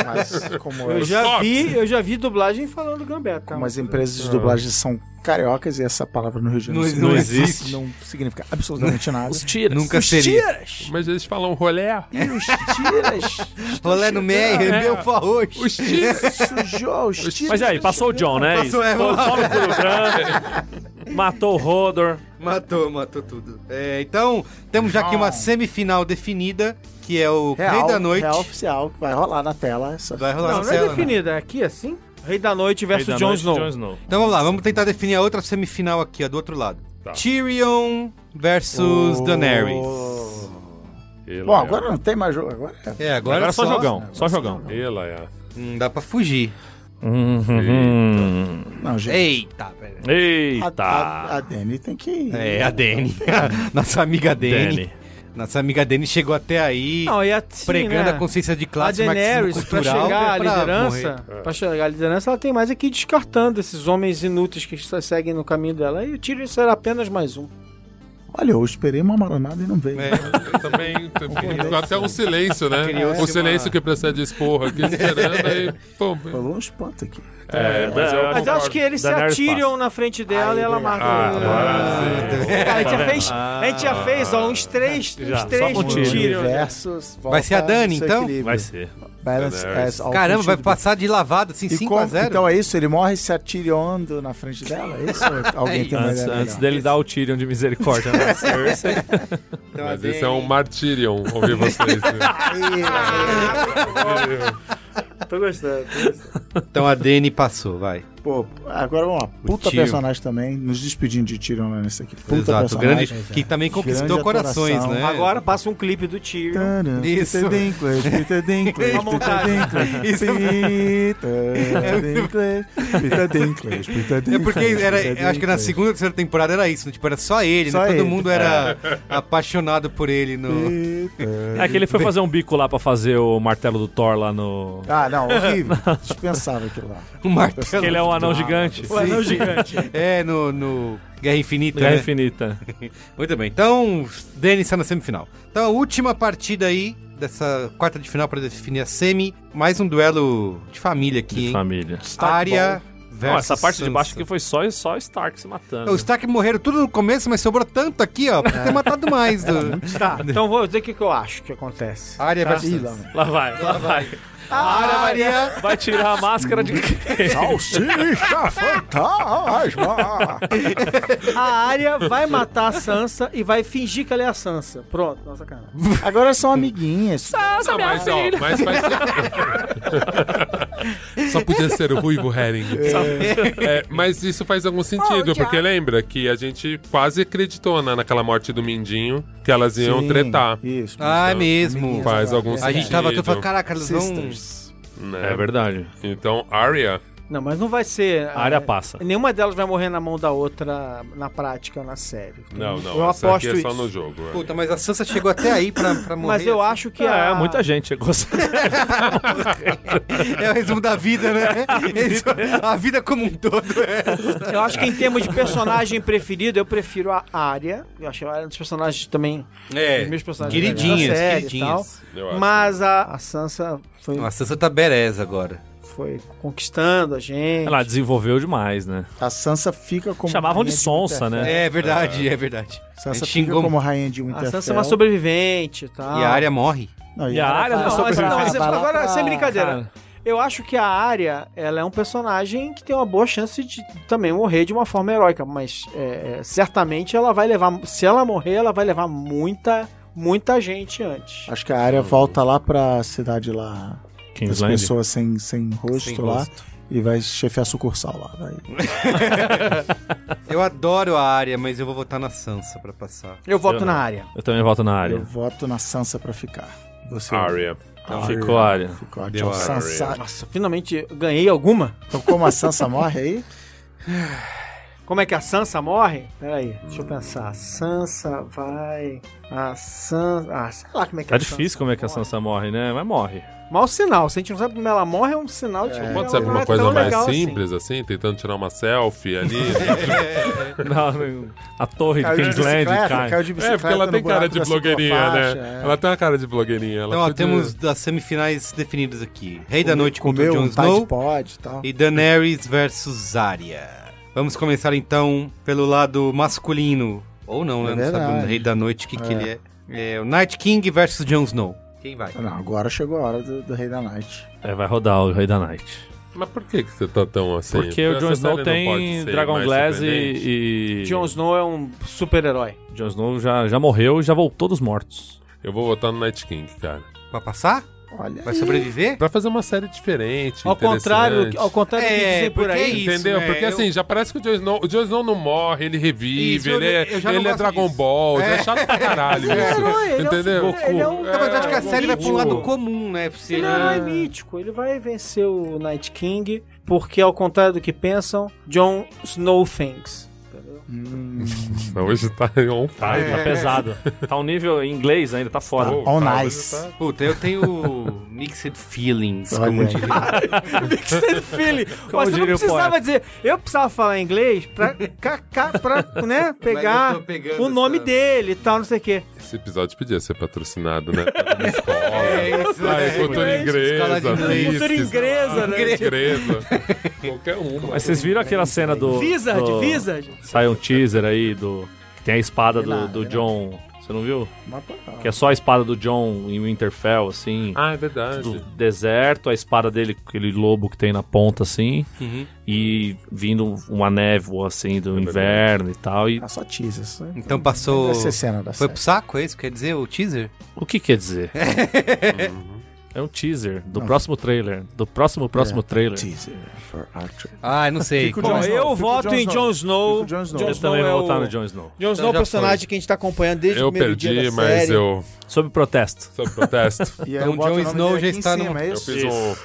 Mas como Eu é. já, Fox. vi, eu já vi dublagem falando Gambetta. Como as empresas de dublagem são cariocas e essa palavra no Rio de Janeiro Não- não existe. Não significa absolutamente nada. Os tiras. Nunca seria. tiras! Mas eles falam rolé. E os tiras! Rolé no meio, É. meu favor. Os tiras. tipo Sujou tipo os tiras! Mas e aí, passou o John, né? Passou, é, Foi- vamos lá. Paulo Curugan, né? matou o Rodor. Matou, matou tudo. É, então, temos já aqui uma semifinal definida, que é o Rei da Noite. Real oficial que vai rolar na tela. Essa... Vai rolar Não, na não é cela, né? definida. É aqui assim? Rei da Noite versus Rei da Jon Noite, Snow. Jon Snow. Então vamos lá, vamos tentar definir a outra semifinal aqui, ó, do outro lado. Tá. Tyrion versus Daenerys. é Bom, agora não tem mais jogo. Agora é. É, agora, Agora é só, jogão, só jogão. Ela é. Hum, dá pra fugir. Hum, Não, gente. Eita, pera. A, Eita! a, a Dani tem que ir. É, a Dani. É, Nossa amiga Dani. Dany. Nossa amiga Dani chegou até aí, Não, e assim, pregando né? a consciência de A classe, Daenerys, marxismo pra cultural, chegar à pra liderança, É. morrer. pra chegar à liderança, ela tem mais aqui descartando esses homens inúteis que só seguem no caminho dela. E o Tyrion será apenas mais um. Olha, eu esperei uma maronada e não veio. É. Eu também. também- Ficou até um silêncio, né? Criou-se Um silêncio uma- que precede esporra aqui esperando aí. Pum. Falou um espanto aqui. É, mas eu Mas eu acho que eles se Daenerys atiram passa. na frente dela e ela marca. Ah, Ah, agora sim. Cara, a gente já fez, a gente já fez ó, uns três, Tá Ah, Já, uns só três com do Tyrion. Tyrion. né? Versus Vai ser a Dani, então? Vai ser. Caramba, vai passar de lavada assim, E como, 5x0. tá então é isso? Ele morre se atirando na frente dela? É isso? Ou Alguém tem uma Antes, ideia antes melhor? dele dar o Tyrion de misericórdia né? na Cersei. Então, Mas isso é um martírio ouvir vocês. Né? Tô gostando. tô gostando. Então a Dani passou, vai. Pô, agora vamos lá. Puta Tyrion. personagem também. Nos despedindo de Tyrion lá nesse aqui. Puta Exato, personagem. né, grande, que também conquistou Grande corações, atuação. né? Agora passa um clipe do Tyrion. Tana, Isso. Peter Dinklage, Peter Dinklage, Uma montagem. Peter Dinklage, Peter Dinklage, Peter Dinklage, Peter É Dinklage. porque era, assim. Peter acho que na Dinklage. segunda ou terceira temporada era isso, né? tipo, era só ele, Só né? Todo ele. É. mundo era apaixonado por ele no... Peter- É que ele foi fazer um bico lá pra fazer o martelo do Thor lá no. Ah, não, horrível. Dispensável aquilo lá. no martelo. Que ele é um anão gigante. O anão gigante. É, no, no Guerra Infinita, Guerra né? Infinita. Muito bem, então Denis está na semifinal. Então a última partida aí dessa quarta de final para definir a semi, mais um duelo de família aqui, De hein? família. Área versus Não, essa parte de baixo Sansa. aqui foi só, só Stark se matando. Os Stark morreram tudo no começo, mas sobrou tanto aqui, ó, É. pra ter matado mais. Do... Tá, então vou dizer o que, que eu acho que acontece. Área versus Ih, Sansa. lá, mano. Lá vai, lá vai. Área, Maria... Vai tirar a máscara de Salsicha fantasma! A Arya vai matar a Sansa e vai fingir que ela é a Sansa. Pronto, nossa cara. Agora são amiguinhas. Ah, mas, ó, mas faz... Só podia ser o Ruivo Herring. É, mas isso faz algum sentido, porque lembra que a gente quase acreditou né, naquela morte do Mindinho que elas iam Sim, um tretar. Isso. Ah, é Então, mesmo. Faz algum né? A sentido. gente tava todo falando, caraca, eles vão... Sisters. né? É verdade. Então, Arya. Não, mas não vai ser. é, A área passa. Nenhuma delas vai morrer na mão da outra na prática, na série. Não, não. Eu essa aqui aposto é só isso. no jogo. é. Puta, mas a Sansa chegou até aí pra, pra morrer. assim. Mas eu acho que é, a. muita gente chegou. É o resumo da vida, né? Isso, a vida como um todo é. Eu acho que em termos de personagem preferido, eu prefiro a Arya. Eu acho a Arya um dos personagens também. dos meus personagens É, queridinhas, da série e queridinhas. tal. Eu acho. Mas a, a Sansa foi, Ah. A Sansa tá bereza agora. foi conquistando a gente. Ela desenvolveu demais, né? A Sansa fica como. Chamavam de rainha sonsa, Winterfell. né? É verdade, é verdade. A Sansa gente fica xingou como rainha de a Winterfell. Sansa é uma sobrevivente e tal. e a área morre. Não, E a vai- Arya não é Não, mas sobrevivente. não, mas Vai lá agora, pra- sem brincadeira. Cara. Eu acho que a Arya, ela é um personagem que tem uma boa chance de também morrer de uma forma heróica, mas é, é, certamente ela vai levar, se ela morrer, ela vai levar muita, muita gente antes. Acho que a Hum. área volta lá pra cidade lá. As Kingsland. pessoas sem, sem rosto Sem lá. rosto. E vai chefiar a sucursal lá. vai. Eu adoro a área, mas eu vou votar na Sansa pra passar. Eu voto Eu na não. Arya. Eu também volto na Eu área. voto na Sansa pra ficar. Você. Arya. Ficou a área. Ficou a Deu Tchau, Arya. Sansa. Nossa, finalmente eu ganhei alguma? Então, como a Sansa morre aí, Como é que a Sansa morre? Peraí, deixa eu pensar. A Sansa vai. A Sansa. Ah, sei lá como é que Tá a difícil Sansa como é que a morre. Sansa morre, né? Mas morre. Mau sinal. Se a gente não sabe como ela morre, é um sinal de. que ela Pode ser não alguma é coisa tão mais legal assim. simples, assim? Tentando tirar uma selfie ali. É, Não, não. a torre de caiu de Kingsland bicicleta. cai. Caiu de é, bicicleta. porque ela no tem cara buraco de da blogueirinha, ciclofaixa, né? é. Ela tem uma cara de blogueirinha. Ela Então, ó, podia- temos as semifinais definidas aqui. Rei da Noite contra Comeu Tipo, Jon um Snow Tide Pod e tal. e Daenerys versus Arya. Vamos começar então pelo lado masculino. Ou não, né? É não sabe o verdade. Rei da Noite o que, que ele é. É o Night King versus Jon Snow. Quem vai? Não, agora chegou a hora do, do Rei da Night. É, vai rodar o Rei da Night. Mas por que, que você tá tão assim? Porque o Jon Snow tem Dragon Glass e, e... Jon Snow é um super-herói. Jon Snow já, já morreu e já voltou dos mortos. Eu vou votar no Night King, cara. Vai passar? Olha. Vai sobreviver? Pra fazer uma série diferente. Ao contrário, interessante. ao contrário do que É, dizem por porque aí. isso, Entendeu? né? Porque Eu- assim, já parece que o Jon Snow, o Jon Snow não morre, ele revive, Isso, eu- ele, é, eu já não ele é gosto Dragon disso. Ball, já é chato pra caralho Ele é isso. herói, ele é um entendeu? super- ele é um- Então, mas eu acho que a Goku. série vai pra um lado comum, né? Pra você- Ele é um herói mítico, ele vai vencer o Night King, porque ao contrário do que pensam, Jon Snow thinks. entendeu? Hoje tá on fire. Tá pesado. Tá um nível em inglês ainda, tá fora. Pô, on tá, ice. hoje tá- Puta, eu tenho mixed feelings, Olha como aí. diria. Mixed feeling. Mas você não diria o precisava poeta. dizer. Eu precisava falar inglês pra, ca- ca- pra, né, pegar eu tô pegando o nome essa- dele e tal, não sei o quê. Esse episódio podia ser patrocinado, né? Uma escola. É isso, Ah, é, cultura é, escola de inglesa. inglês. Fisques, Cultura inglesa, né? Inglesa. Qualquer uma. Mas vocês viram aquela cena do. Wizard, do... Wizard. Sai um teaser aí do. Que tem a espada do, nada, do vi John. Você não viu? Mas pô, tá. Que é só a espada do John em Winterfell, assim. Ah, é verdade. do deserto, a espada dele, aquele lobo que tem na ponta, assim. E vindo uma névoa, assim, do inverno e tal. E Ah, só teaser. isso aí. Então passou. Essa é a cena Foi da série. pro saco, é isso? Quer dizer, o teaser? o que quer dizer? é um teaser do próximo trailer. Do próximo, próximo trailer. Teaser for Archer. Ah, eu não sei. Fica o Bom, Jon Bom, Snow, eu fica o voto Jon em Snow. Jon Snow. Fica o Jon Snow. Jon Eu também é vou votar o- no Jon Snow. Jon Snow é Então o já personagem foi. que a gente tá acompanhando desde o Eu primeiro dia perdi, da mas série. eu. Sob protesto. Sob protesto. E aí Então, eu boto Jon o nome Snow dele já aqui em está cima, no- é Eu isso? fiz um.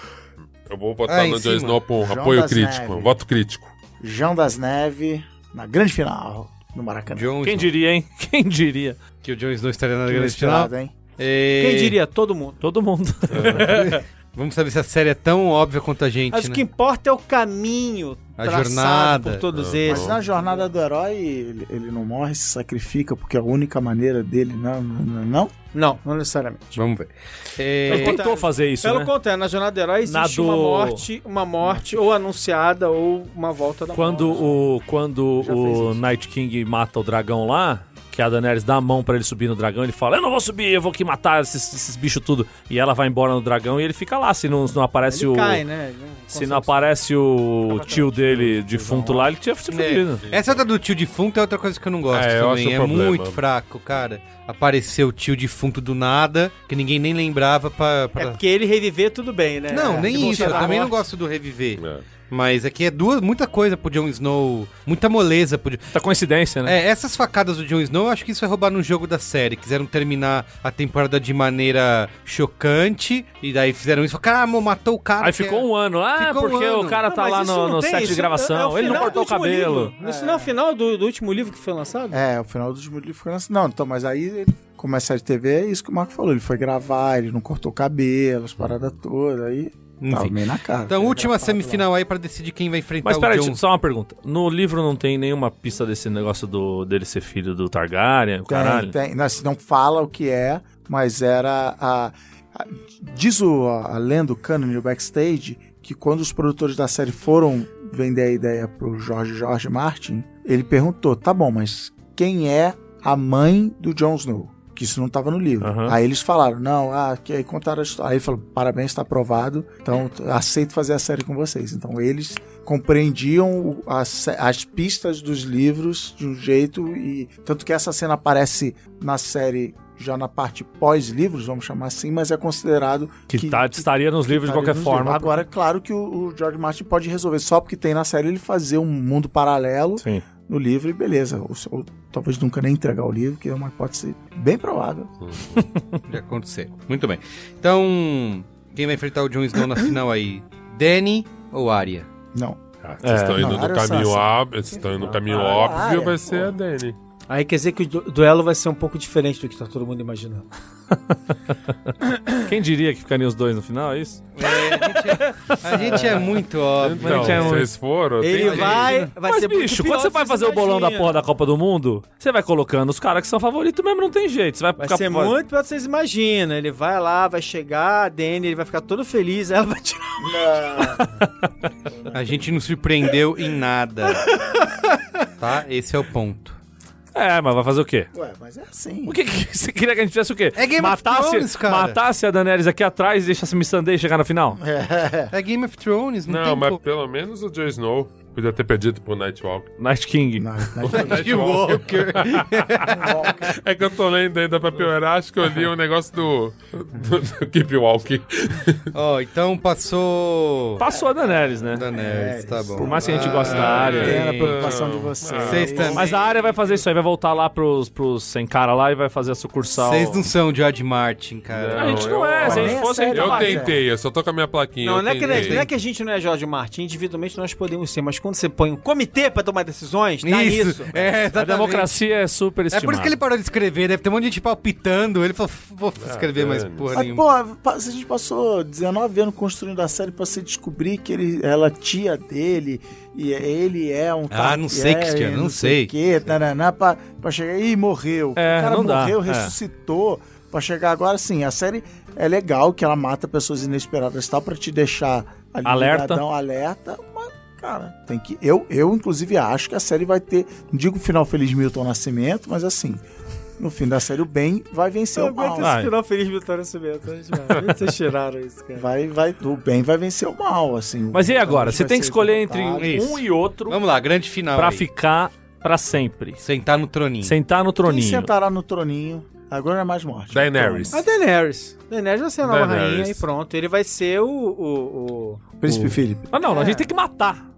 Eu vou votar Ah, em no cima. Jon Snow por um João apoio das crítico. Neves. Voto crítico. João das Neves na grande final no Maracanã. Jon Quem Snow. diria, hein? Quem diria? Que o Jon Snow estaria na Que grande final. inesperado, hein? E- Quem diria? Todo mundo. Todo mundo. Vamos saber se a série é tão óbvia quanto a gente, Mas o né? que importa é o caminho A traçado jornada. por todos Mas eles. na jornada do herói, ele, ele não morre, se sacrifica, porque é a única maneira dele, não, não, não, Não, não necessariamente. Vamos ver. É. Ele E... tentou fazer isso, Pelo né? contrário, na jornada do herói existe Na do- uma morte, uma morte ou anunciada ou uma volta da Quando morte. o, quando Já fez o isso. Night King mata o dragão lá, que a Daenerys dá a mão pra ele subir no dragão, ele fala: Eu não vou subir, eu vou que matar esses, esses bichos tudo. E ela vai embora no dragão e ele fica lá. Se não, se não aparece Ele o. cai, né? Ele não Se consegue não aparece o tio dele defunto lá, ele tinha se fudido. É, essa outra do tio defunto é outra coisa que eu não gosto É, eu acho também. um É problema. muito fraco, cara. Apareceu o tio defunto do nada, que ninguém nem lembrava pra. pra- É porque ele reviver, tudo bem, né? Não, É, nem voltar isso. Eu da também não morte. gosto do reviver. É. Mas aqui é duas, muita coisa pro Jon Snow. Muita moleza pro Jon- Tá coincidência, né? É, essas facadas do Jon Snow, eu acho que isso é roubar no jogo da série. Quiseram terminar a temporada de maneira chocante, e daí fizeram isso. Caramba, matou o cara. Aí que ficou é- um ano. Ah, Ficou um porque ano. o cara Não, tá mas lá isso no, não no tem, set isso de é- é gravação. ele não final cortou o do último cabelo. livro. Isso não é o final do, do último livro que foi lançado? É, o final do último livro foi lançado. Não, então, mas aí ele começa a série de TV, é isso que o Marco falou. Ele foi gravar, ele não cortou o cabelo, as paradas todas, aí tava Enfim. meio na cara. Então, Ele última gravado lá. semifinal aí pra decidir quem vai enfrentar Mas o peraí, Jon tipo, só uma pergunta. No livro não tem nenhuma pista desse negócio do, dele ser filho do Targaryen, o caralho? Tem, tem. Não, se não fala o que é, mas era a. a- diz o, a, a lenda, o cânone, o backstage, que quando os produtores da série foram vender a ideia pro Jorge Jorge Martin, ele perguntou: tá bom, mas quem é a mãe do Jon Snow? Que isso não estava no livro. Aham. Aí eles falaram, não, ah, que aí contaram a história. Aí ele falou, parabéns, está aprovado. Então, t- aceito fazer a série com vocês. Então, eles compreendiam o- as, as pistas dos livros de um jeito e tanto que essa cena aparece na série já na parte pós-livros, vamos chamar assim, mas é considerado Que, tá- estaria nos livros de estaria qualquer nos forma. livros. Agora, é claro que o, o George Martin pode resolver só porque tem na série ele fazer um mundo paralelo Sim. no livro e beleza. Ou, se- ou talvez nunca nem entregar o livro, que é uma hipótese bem provável. de acontecer. Muito bem. Então, quem vai enfrentar o Jon Snow na final aí? Danny ou Arya? Não. Ah, Vocês estão É, indo não, no era caminho, essa- óbvio, vocês estão indo no caminho Ah, óbvio, é, vai pô. ser a Dani. Aí quer dizer que o du- duelo vai ser um pouco diferente do que tá todo mundo imaginando. Quem diria que ficariam os dois no final, é isso? É, a, gente é, a gente é muito óbvio. Então, tinha um- vocês foram, tem Ele gente. vai, vai Mas, ser muito bicho, pior quando você do vai que fazer o bolão da imagina. porra da Copa do Mundo, você vai colocando os caras que são favoritos mesmo, não tem jeito. Você vai, Vai ficar- ser muito pior do que vocês imaginam. Ele vai lá, vai chegar, a Dani, ele vai ficar todo feliz, ela vai tirar. A gente não surpreendeu em nada. Tá? Esse é o ponto. É, mas vai fazer o quê? Ué, mas é assim. O que, que você queria que a gente fizesse o quê? É Game of matasse, Thrones, cara. Matasse a Daenerys aqui atrás e deixasse a Missandei chegar na final? É Game of Thrones, não, Não, tem mas como. pelo menos o Jon Snow podia ter perdido pro Nightwalk. Night King. Não, Que Walker. É que eu tô lendo ainda pra piorar, acho que eu li um negócio do, do, do Keep Walking. Ó, então passou... Passou a Daenerys, né? Daenerys, tá bom. Por mais que a gente goste da área. Entendo a preocupação de vocês. Vocês também. Mas a área vai fazer isso aí, vai voltar lá pros, pros sem cara lá e vai fazer a sucursal. Vocês não são George Martin, cara. A gente não é, se a gente Mas fosse. é sério, Eu Mas é. tentei, eu só tô com a minha plaquinha. Não, eu não é, que, tentei. não é que a gente não é Jorge Martin, individualmente nós podemos ser, mas quando você põe um comitê pra tomar decisões, tá isso. É, A exatamente. democracia é super É estimada. por isso que ele parou de escrever, deve ter um monte de gente palpitando. Ele falou, vou escrever mais porra Mas, nenhuma. pô, pa- se a gente passou 19 anos construindo a série pra você descobrir que ele, ela é tia dele e ele é um Ah, não sei, Targaryen, Cristiano, não sei. o quê, taraná, pra, pra chegar e morreu. É, o cara não dá, morreu, é. ressuscitou. Pra chegar agora, sim, a série é legal que ela mata pessoas inesperadas e tal, pra te deixar ali Alerta. ligadão, alerta, mas, cara, tem que... Eu, eu, inclusive, acho que a série vai ter, não digo final feliz Milton Nascimento, mas assim, no fim da série o bem vai vencer o mal. Vai. final feliz Vitória Nascimento. né? Vocês tiraram isso, cara. Vai, vai, o bem vai vencer o mal, assim. Mas e aí agora? Você Vai tem que ser escolher entre derrotado. um e outro Vamos lá, grande final. pra aí. ficar pra sempre. Sentar no troninho. Sentar no Quem troninho. sentará no troninho? Agora não é mais morte. Daenerys. A Daenerys. Daenerys vai ser a nova Daenerys. rainha e pronto. Ele vai ser o. o- o- Então, Príncipe Felipe. Mas Ah, não, a gente tem que matar.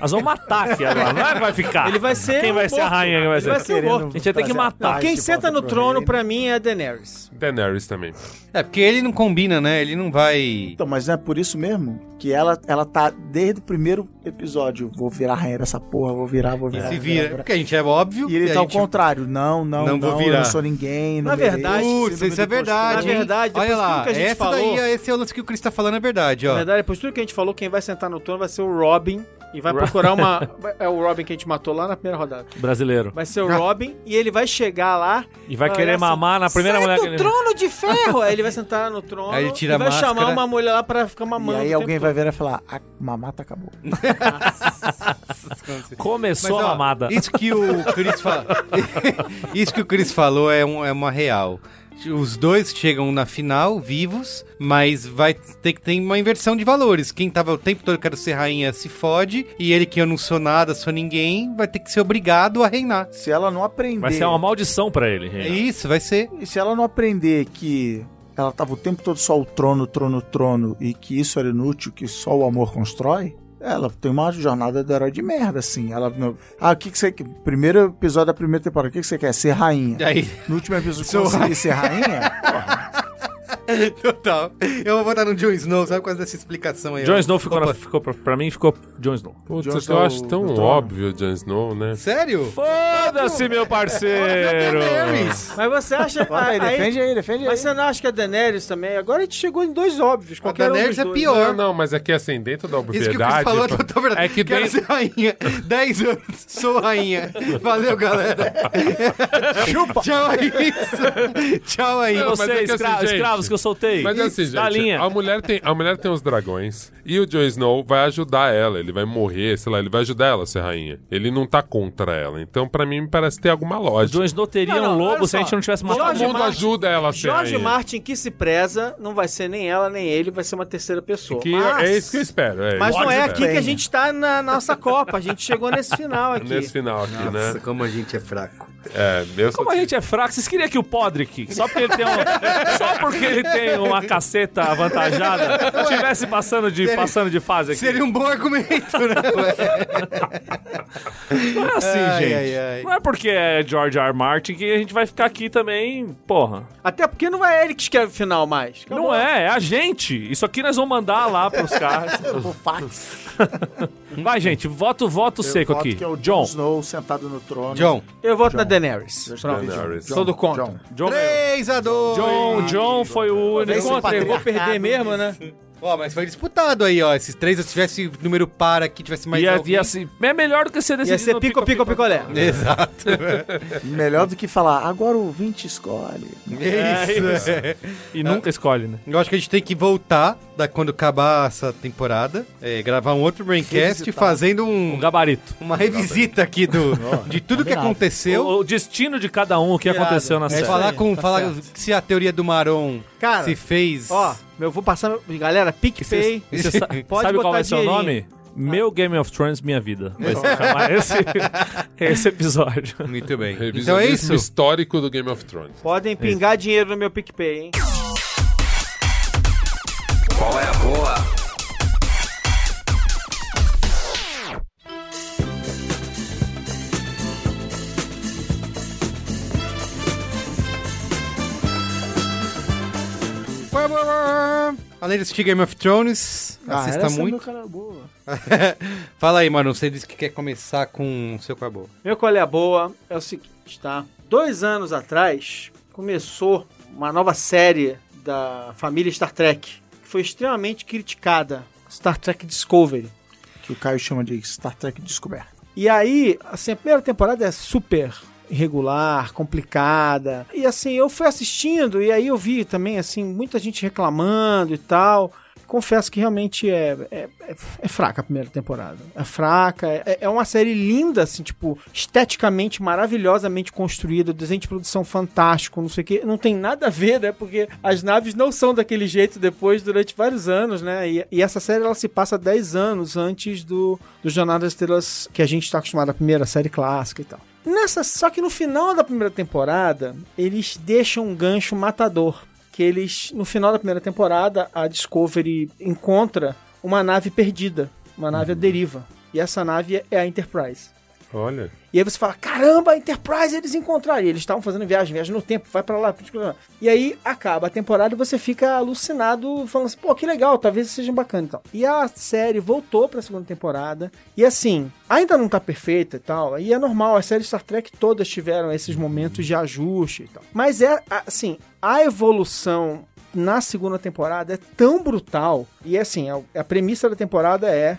Nós vamos matar aqui agora. Não é que vai ficar. Ele vai ser. Quem o vai ser a morto. rainha que vai Ele vai ser? ser o morto. A gente vai ter que Trazer matar. paz Quem de senta volta no pro trono, reino. pra mim, é a Daenerys. Daenerys também. É, porque ele não combina, né? Ele não vai. Então, mas não é por isso mesmo que ela, ela tá desde o primeiro episódio. Vou virar rainha dessa porra, vou virar, vou E virar. se vou vira. virar, vou Porque a gente é óbvio. virar. é, E ele a tá ao gente... contrário. Não, não, Não não, vou não virar. eu não sou ninguém. Não Na verdade, mereço, Putz, síndrome isso é do impostor. verdade. Na hein? verdade, depois Olha de tudo lá, que a gente essa falou- daí, esse é o lance que o Cris tá falando, é verdade, ó. Na verdade, depois de tudo que a gente falou, quem vai sentar no trono vai ser o Robin. E vai procurar uma. É o Robin que a gente matou lá na primeira rodada. Brasileiro. Vai ser o Robin e ele vai chegar lá. E vai olha querer assim, mamar na primeira "Sai mulher do que ele- trono de ferro! Aí ele vai sentar no trono Aí ele tira a e vai máscara. chamar uma mulher lá pra ficar mamando. E o aí tempo alguém vai ver e vai falar, a mamata acabou. Começou Mas, a ó, mamada. Isso que o Chris fa... isso que o Chris falou é, um- é uma real. Os dois chegam na final vivos, mas vai ter que ter uma inversão de valores. Quem tava o tempo todo quero ser rainha se fode, e ele que eu não sou nada, sou ninguém, vai ter que ser obrigado a reinar. Se ela não aprender... Vai ser uma maldição pra ele. É Renan. isso, vai ser. E se ela não aprender que ela tava o tempo todo só o trono, trono, trono, e que isso era inútil, que só o amor constrói, ela tem uma jornada do herói de merda, assim. Ela. não- Ah, o que, que você. quer? Primeiro episódio da primeira temporada, o que, que você quer? Ser rainha. E aí, No último episódio, É. Sou conseguir ser rainha? total. Eu vou botar no Jon Snow, sabe por causa dessa explicação aí. ó. Jon Snow ficou, Opa, na, ficou pra, pra mim, ficou Jon Snow. Putz, Jon eu Snow acho tão do trono. óbvio o Jon Snow, né? Sério? Foda-se, meu é parceiro! Daenerys. Mas você acha. Bota aí, aí- defende aí, defende aí. Mas você não acha que a Daenerys também? Agora a gente chegou em dois óbvios. A Qualquer um Daenerys dos é dois. Não, pior. não, mas aqui assim, dentro da Isso que o Chris obviedade. falou é pô, total verdade. É que Quero dentro- ser rainha. 10 anos, sou rainha. Valeu, galera. Chupa. Tchau, é isso. Tchau, é Eu isso. Não, mas é sei, que assim, escra- gente- escravos que eu soltei. Mas assim, gente, da linha. A, mulher tem, a mulher tem os dragões e o Jon Snow vai ajudar ela, ele vai morrer, sei lá, ele vai ajudar ela a ser rainha. Ele não tá contra ela. Então, pra mim, me parece ter alguma lógica. Jon Snow teria Não, não, um olha lobo se a só. gente não tivesse Todo matado um Todo Jorge mundo Martin- ajuda ela a ser Jorge rainha. Martin, que se preza, não vai ser nem ela nem ele, vai ser uma terceira pessoa. Que mas É isso que eu espero. é mas isso não que eu é espero. aqui que a gente tá na nossa Copa. A gente chegou nesse final aqui. Nesse final aqui, né? como a gente é fraco. É, meu Como a gente é fraco, vocês queriam que o Podrick, só porque ele tem um, só porque ele tem uma caceta avantajada, estivesse passando de, seria- passando de fase aqui. Seria um bom argumento, né? Não é assim, Ai, gente. ai, ai. Não é porque é George R. R. Martin que a gente vai ficar aqui também, porra. Até porque não é ele que escreve o final mais. Acabou. Não é, é a gente. Isso aqui nós vamos mandar lá pros caras. Vai, gente, voto, voto seco voto aqui. que é o Jon John. Snow sentado no trono. John. Eu voto na Daenerys. Jorge Daenerys. Sou do contra. John. John, 3 a 2. John, John foi o único. Esse Contra, eu vou- Vou perder mesmo, né? Ó, mas foi disputado aí, ó. Esses três, se eu tivesse número par aqui, tivesse mais Ia, alguém. ia ser- é melhor do que ser decidido Ia ser no pico, pico, picolé. Exato. Melhor do que falar, agora o 20 escolhe. É isso. é. E nunca escolhe, né? Eu acho que a gente tem que voltar da quando acabar essa temporada, é, gravar um outro braincast Revisitar. fazendo Um um, gabarito. uma revisita aqui do, de tudo que combinado. aconteceu. O, o destino de cada um, o que aconteceu na É, série. falar com tá falar certo. se a teoria do Maron Cara, se fez. Ó, eu vou passar. Galera, PicPay. E Você sa- Pode sabe qual botar vai ser o dinheirinho. nome? Meu Game of Thrones, Minha Vida. Vai se chamar esse, esse episódio. Muito bem. Então é Revisionismo isso. histórico do Game of Thrones. Podem pingar dinheiro no meu PicPay, hein? Além de assistir Game of Thrones, Ah, assista era essa muito. do cara boa. Fala aí, mano. Você disse que quer começar com o seu caboclo. Meu qual é a boa é o seguinte, tá? Dois anos atrás começou uma nova série da família Star Trek, que foi extremamente criticada, Star Trek Discovery. Que o Caio chama de Star Trek Descoberta. E aí, assim, a primeira temporada é super irregular, complicada. E assim, eu fui assistindo e aí eu vi também, assim, muita gente reclamando e tal. Confesso que realmente é, é, é- é fraca a primeira temporada. É fraca, é, é uma série linda, assim, tipo, esteticamente maravilhosamente construída, desenho de produção fantástico, não sei o quê. Não tem nada a ver, né? Porque as naves não são daquele jeito depois durante vários anos, né? E, e essa série ela se passa 10 anos antes do, do Jornada das Estrelas que a gente está acostumado à primeira série clássica e tal. Nessa, só que no final da primeira temporada, eles deixam um gancho matador. Que eles, no final da primeira temporada, a Discovery encontra uma nave perdida, uma nave à deriva. E essa nave é a Enterprise. Olha. E aí você fala, caramba, a Enterprise eles encontraram. E eles estavam fazendo viagem, viagem no tempo, vai pra lá. pra lá. E aí acaba a temporada e você fica alucinado, falando assim, pô, que legal, talvez seja bacana e tal. E a série voltou pra segunda temporada. E assim, ainda não tá perfeita e tal. E é normal, as séries Star Trek todas tiveram esses momentos de ajuste e tal. Mas é, assim, a evolução na segunda temporada é tão brutal. E assim, a, a premissa da temporada é: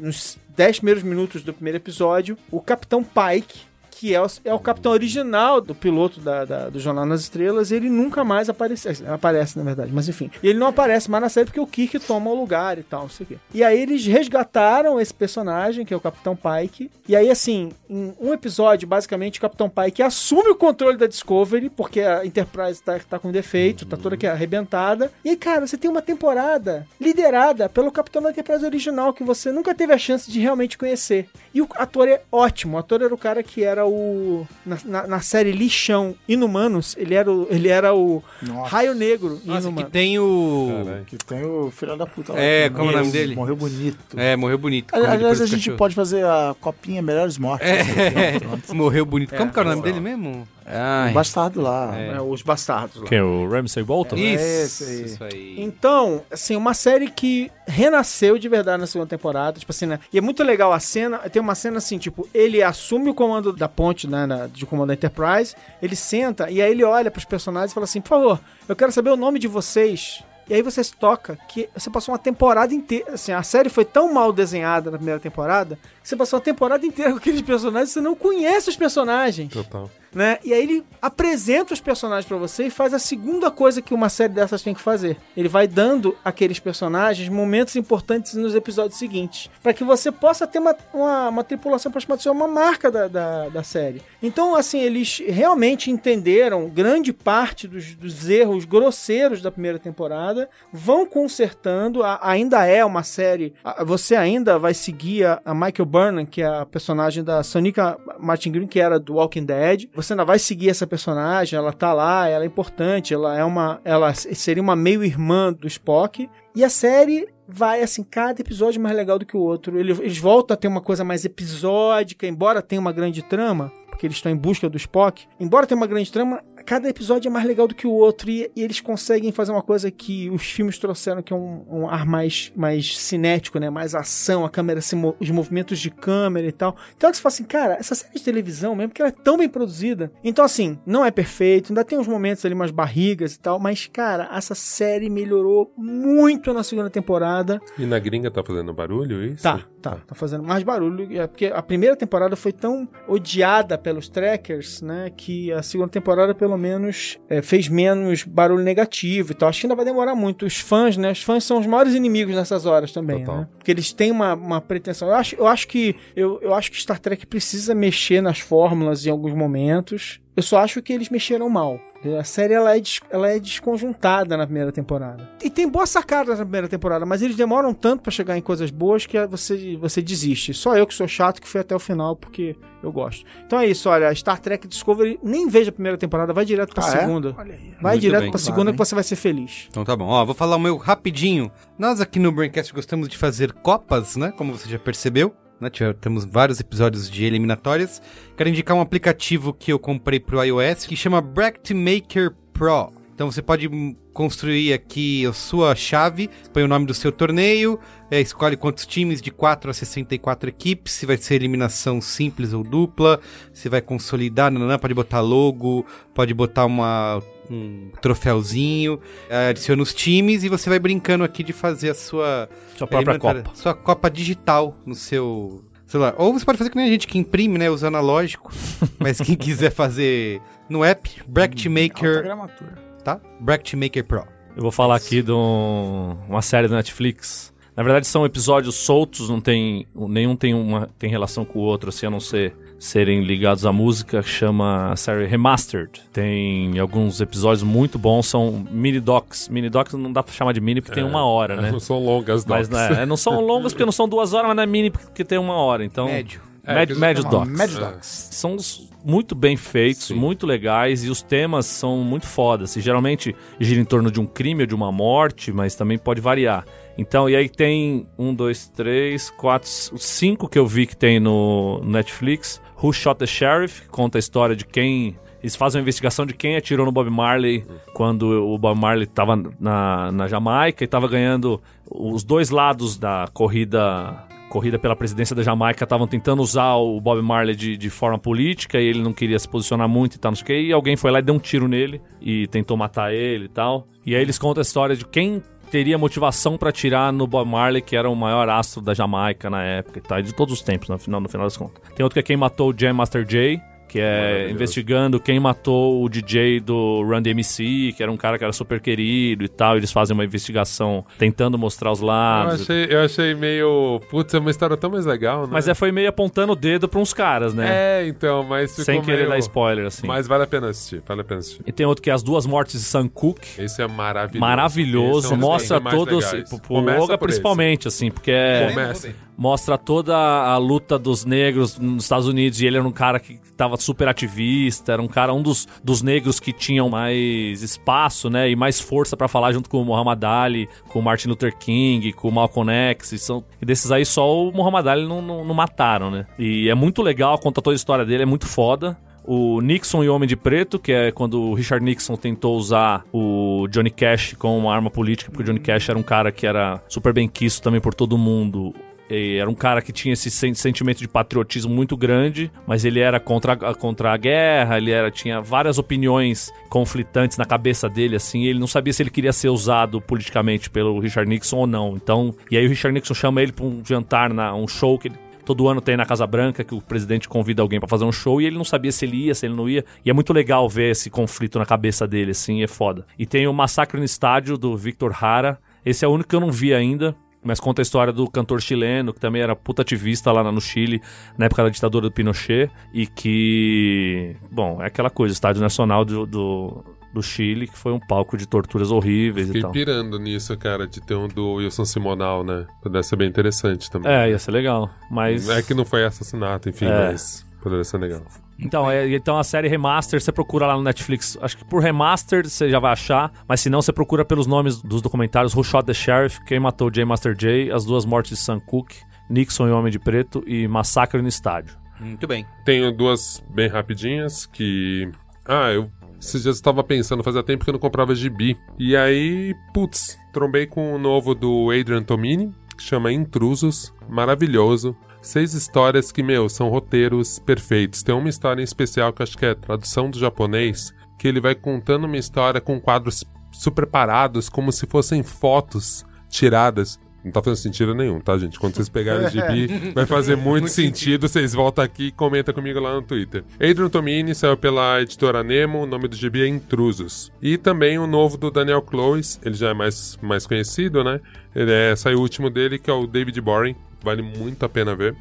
nos 10 primeiros minutos do primeiro episódio, o Capitão Pike, que é o, é o capitão original do piloto da, da- do Jornal nas Estrelas, ele nunca mais aparece. eh, Aparece, na verdade, mas enfim. Ele não aparece mais na série porque o Kirk toma o lugar e tal, não sei o quê. E aí eles resgataram esse personagem, que é o Capitão Pike. E aí, assim, em um episódio, basicamente, o Capitão Pike assume o controle da Discovery, porque a Enterprise tá, tá com defeito, tá toda aqui arrebentada. E aí, cara, você tem uma temporada liderada pelo Capitão da Enterprise original, que você nunca teve a chance de realmente conhecer. E o ator é ótimo. O ator era o cara que era o. Na, na- na série Lixão Inumanos, ele era o, ele era o Nossa. Raio Negro Nossa, Inumano. que tem o... Caralho. Que tem o filho da puta lá. É, que como é o nome morreu- dele? Morreu bonito. É, morreu bonito. Ali- como Aliás, depois a do gente cachorro. pode fazer a copinha Melhores Mortes. assim, né? É, morreu bonito. Como que era o nome dele mesmo? Ai. Um Bastardo lá. É, os bastardos lá. Quem? O Ramsey Bolton? né? Isso, esse aí. isso aí. Então, assim, uma série que renasceu de verdade na segunda temporada, tipo assim, né? E é muito legal a cena, tem uma cena assim, tipo, ele assume o comando da ponte, né, na- de comando da Enterprise, ele senta e aí ele olha pros personagens e fala assim, por favor, eu quero saber o nome de vocês. E aí você se toca que você passou uma temporada inteira, assim, a série foi tão mal desenhada na primeira temporada, que você passou uma temporada inteira com aqueles personagens, você não conhece os personagens Total. né? E aí ele apresenta os personagens pra você e faz a segunda coisa que uma série dessas tem que fazer. Ele vai dando aqueles personagens momentos importantes nos episódios seguintes, Pra que você possa ter uma, uma, uma tripulação aproximada de você, uma marca da, da, da série. Então, assim, eles realmente entenderam grande parte dos, dos erros grosseiros da primeira temporada, vão consertando, a- ainda é uma série, a- você ainda vai seguir a, a Michael Burnham, que é a personagem da Sonica Martin Green, que era do Walking Dead. Você ainda vai seguir essa personagem, ela tá lá, ela é importante, ela é uma. Ela se- seria uma meio-irmã do Spock. E a série vai, assim, cada episódio é mais legal do que o outro. Ele- Eles voltam a ter uma coisa mais episódica, embora tenha uma grande trama, porque eles estão em busca do Spock. Embora tenha uma grande trama, cada episódio é mais legal do que o outro e, e eles conseguem fazer uma coisa que os filmes trouxeram, que é um, um ar mais, mais cinético, né? Mais ação, a câmera, se mo- os movimentos de câmera e tal. Então que você fala assim, cara, essa série de televisão mesmo, que ela é tão bem produzida. Então, assim, não é perfeito, ainda tem uns momentos ali, umas barrigas e tal, mas, cara, essa série melhorou muito na segunda temporada. E na gringa tá fazendo barulho isso? Tá, tá, tá fazendo mais barulho. É porque a primeira temporada foi tão odiada pelos trackers, né? Que a segunda temporada, pelo menos, é, fez menos barulho negativo e tal. Acho que ainda vai demorar muito. Os fãs, né? Os fãs são os maiores inimigos nessas horas também, Total. né? Porque eles têm uma, uma pretensão. Eu acho, eu acho que eu, eu acho que Star Trek precisa mexer nas fórmulas em alguns momentos. Eu só acho que eles mexeram mal. A série ela é, des- ela é desconjuntada na primeira temporada. E tem boas sacadas na primeira temporada, mas eles demoram tanto pra chegar em coisas boas que você, você desiste. Só eu que sou chato que fui até o final porque eu gosto. Então é isso, olha, Star Trek Discovery, nem veja a primeira temporada, vai direto pra Ah, é? segunda. Olha aí. Vai Muito direto bem. pra segunda que Claro, você vai ser feliz. Então tá bom. Ó, vou falar o meu rapidinho. Nós aqui no Braincast gostamos de fazer copas, né? Como você já percebeu. Né? Tive- Temos vários episódios de eliminatórias. Quero indicar um aplicativo que eu comprei pro iOS que chama Bracket Maker Pro. Então você pode hum, construir aqui a sua chave, põe o nome do seu torneio, é, escolhe quantos times de 4 a 64 equipes, se vai ser eliminação simples ou dupla, se vai consolidar, nananã, pode botar logo, pode botar uma, um troféuzinho, é, adiciona os times e você vai brincando aqui de fazer a sua Sua própria Elementar- Copa. Sua copa digital no seu celular. Ou você pode fazer que nem a gente que imprime, né? Usa analógico. mas quem quiser fazer no app, Bracket Alta Maker, gramatura. tá? Bracket Maker Pro. Eu vou falar aqui de um- uma série da Netflix. Na verdade, são episódios soltos, não tem. Nenhum tem uma tem relação com o outro, assim, a não ser serem ligados à música, chama a série Remastered. Tem alguns episódios muito bons, são mini docs. Mini docs não dá pra chamar de mini É, porque tem uma hora, né? Não são longas, Mas é. docs. né, não são longas porque não são duas horas, mas não é mini porque tem uma hora. Então, Médio. É, médio, que- médio Não, docs Mad Dogs. são os- muito bem feitos, Sim. muito legais e os temas são muito fodas. E geralmente gira em torno de um crime ou de uma morte, mas também pode variar. Então, e aí tem um, dois, três, quatro, c- cinco que eu vi que tem no Netflix. Who Shot the Sheriff, que conta a história de quem. Eles fazem uma investigação de quem atirou no Bob Marley quando o Bob Marley estava na, na Jamaica e estava ganhando os dois lados da corrida corrida pela presidência da Jamaica estavam tentando usar o Bob Marley de, de forma política e ele não queria se posicionar muito e tal, não sei o que. E alguém foi lá e deu um tiro nele e tentou matar ele e tal. E aí eles contam a história de quem teria motivação pra tirar no Bob Marley, que era o maior astro da Jamaica na época e tal, e de todos os tempos, no final, no final das contas. Tem outro que é quem matou o Jam Master Jay. Que é Maravilhoso. investigando quem matou o DJ do Run DMC, que era um cara que era super querido e tal. Eles fazem uma investigação tentando mostrar os Eu lados. e achei, eu achei meio. Putz, é uma história tão mais legal, né? mas é, foi meio apontando o dedo pra uns caras, né? É, então, mas ficou Sem querer meio- dar spoiler, assim. Mas vale a pena assistir, vale a pena assistir. E tem outro que é As Duas Mortes de Sam Cooke. Esse é maravilhoso. Maravilhoso, Esse é um dos mostra desenhos mais todos. legais. Pro, pro Começa Olga, por esse. principalmente, assim, porque é- Começa. mostra toda a luta dos negros nos Estados Unidos. E ele era um cara que tava super ativista, era um cara, um dos, dos negros que tinham mais espaço, né? E mais força pra falar junto com o Muhammad Ali, com o Martin Luther King, com o Malcolm X. E, são, e desses aí só o Muhammad Ali não, não, não mataram, né? E é muito legal, conta toda a história dele, é muito foda o Nixon e o Homem de Preto, que é quando o Richard Nixon tentou usar o Johnny Cash como uma arma política, porque o Johnny Cash era um cara que era super bem quisto também por todo mundo. E era um cara que tinha esse sen- sentimento de patriotismo muito grande, mas ele era contra a, contra a guerra, ele era, tinha várias opiniões conflitantes na cabeça dele, assim, e ele não sabia se ele queria ser usado politicamente pelo Richard Nixon ou não. Então, e aí o Richard Nixon chama ele para um jantar, na, um show que ele Todo ano tem na Casa Branca que o presidente convida alguém pra fazer um show e ele não sabia se ele ia, se ele não ia. E é muito legal ver esse conflito na cabeça dele, assim, é foda. E tem o Massacre no Estádio do Victor Hara. Esse é o único que eu não vi ainda, mas conta a história do cantor chileno, que também era puta ativista lá no Chile, na época da ditadura do Pinochet, e que. Bom, é aquela coisa, Estádio Nacional do. do do Chile, que foi um palco de torturas horríveis e Fiquei tal. pirando nisso, cara, de ter um do Wilson Simonal, né? Poderia ser bem interessante também. É, ia ser legal, mas... É que não foi assassinato, enfim, É. mas poderia ser legal. Então, é- então a série Remaster, você procura lá no Netflix. Acho que por Remaster você já vai achar, mas se não, você procura pelos nomes dos documentários Who Shot the Sheriff, Quem Matou J. Master J, As Duas Mortes de Sam Cooke, Nixon e o Homem de Preto e Massacre no Estádio. Muito bem. Tenho duas bem rapidinhas que. Ah, eu. Esses dias eu tava pensando, fazia tempo que eu não comprava gibi. E aí, putz, trombei com o novo do Adrian Tomini, que chama Intrusos, maravilhoso. Seis histórias que, meu, são roteiros perfeitos. Tem uma história em especial que eu acho que é tradução do japonês, que ele vai contando uma história com quadros super parados, como se fossem fotos tiradas. Não tá fazendo sentido nenhum, tá, gente? Quando vocês pegarem o gibi, vai fazer muito, sentido. Vocês voltam aqui e comentam comigo lá no Twitter. Adrian Tomini saiu pela editora Nemo, o nome do gibi é Intrusos. E também o novo do Daniel Clowes, ele já é mais, mais conhecido, né? Ele é, saiu o último dele, que é o David Boring. Vale muito a pena ver.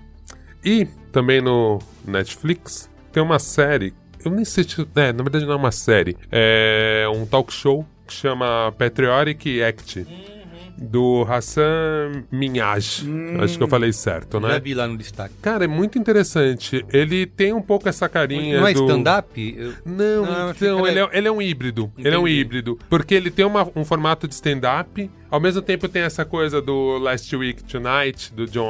E também no Netflix tem uma série. Eu nem sei. se- É, na verdade não é uma série. É um talk show que chama Patriotic Act. do Hassan Minhaj. Acho que eu falei certo, Hum. Já né? vi lá no destaque. Cara, é muito interessante. Ele tem um pouco essa carinha Não é do... stand-up? Eu- Não, Não, então, fica- ele é, ele é um híbrido. Ele é um Entendi. híbrido. Porque ele tem uma- um formato de stand-up, ao mesmo tempo tem essa coisa do Last Week Tonight, do John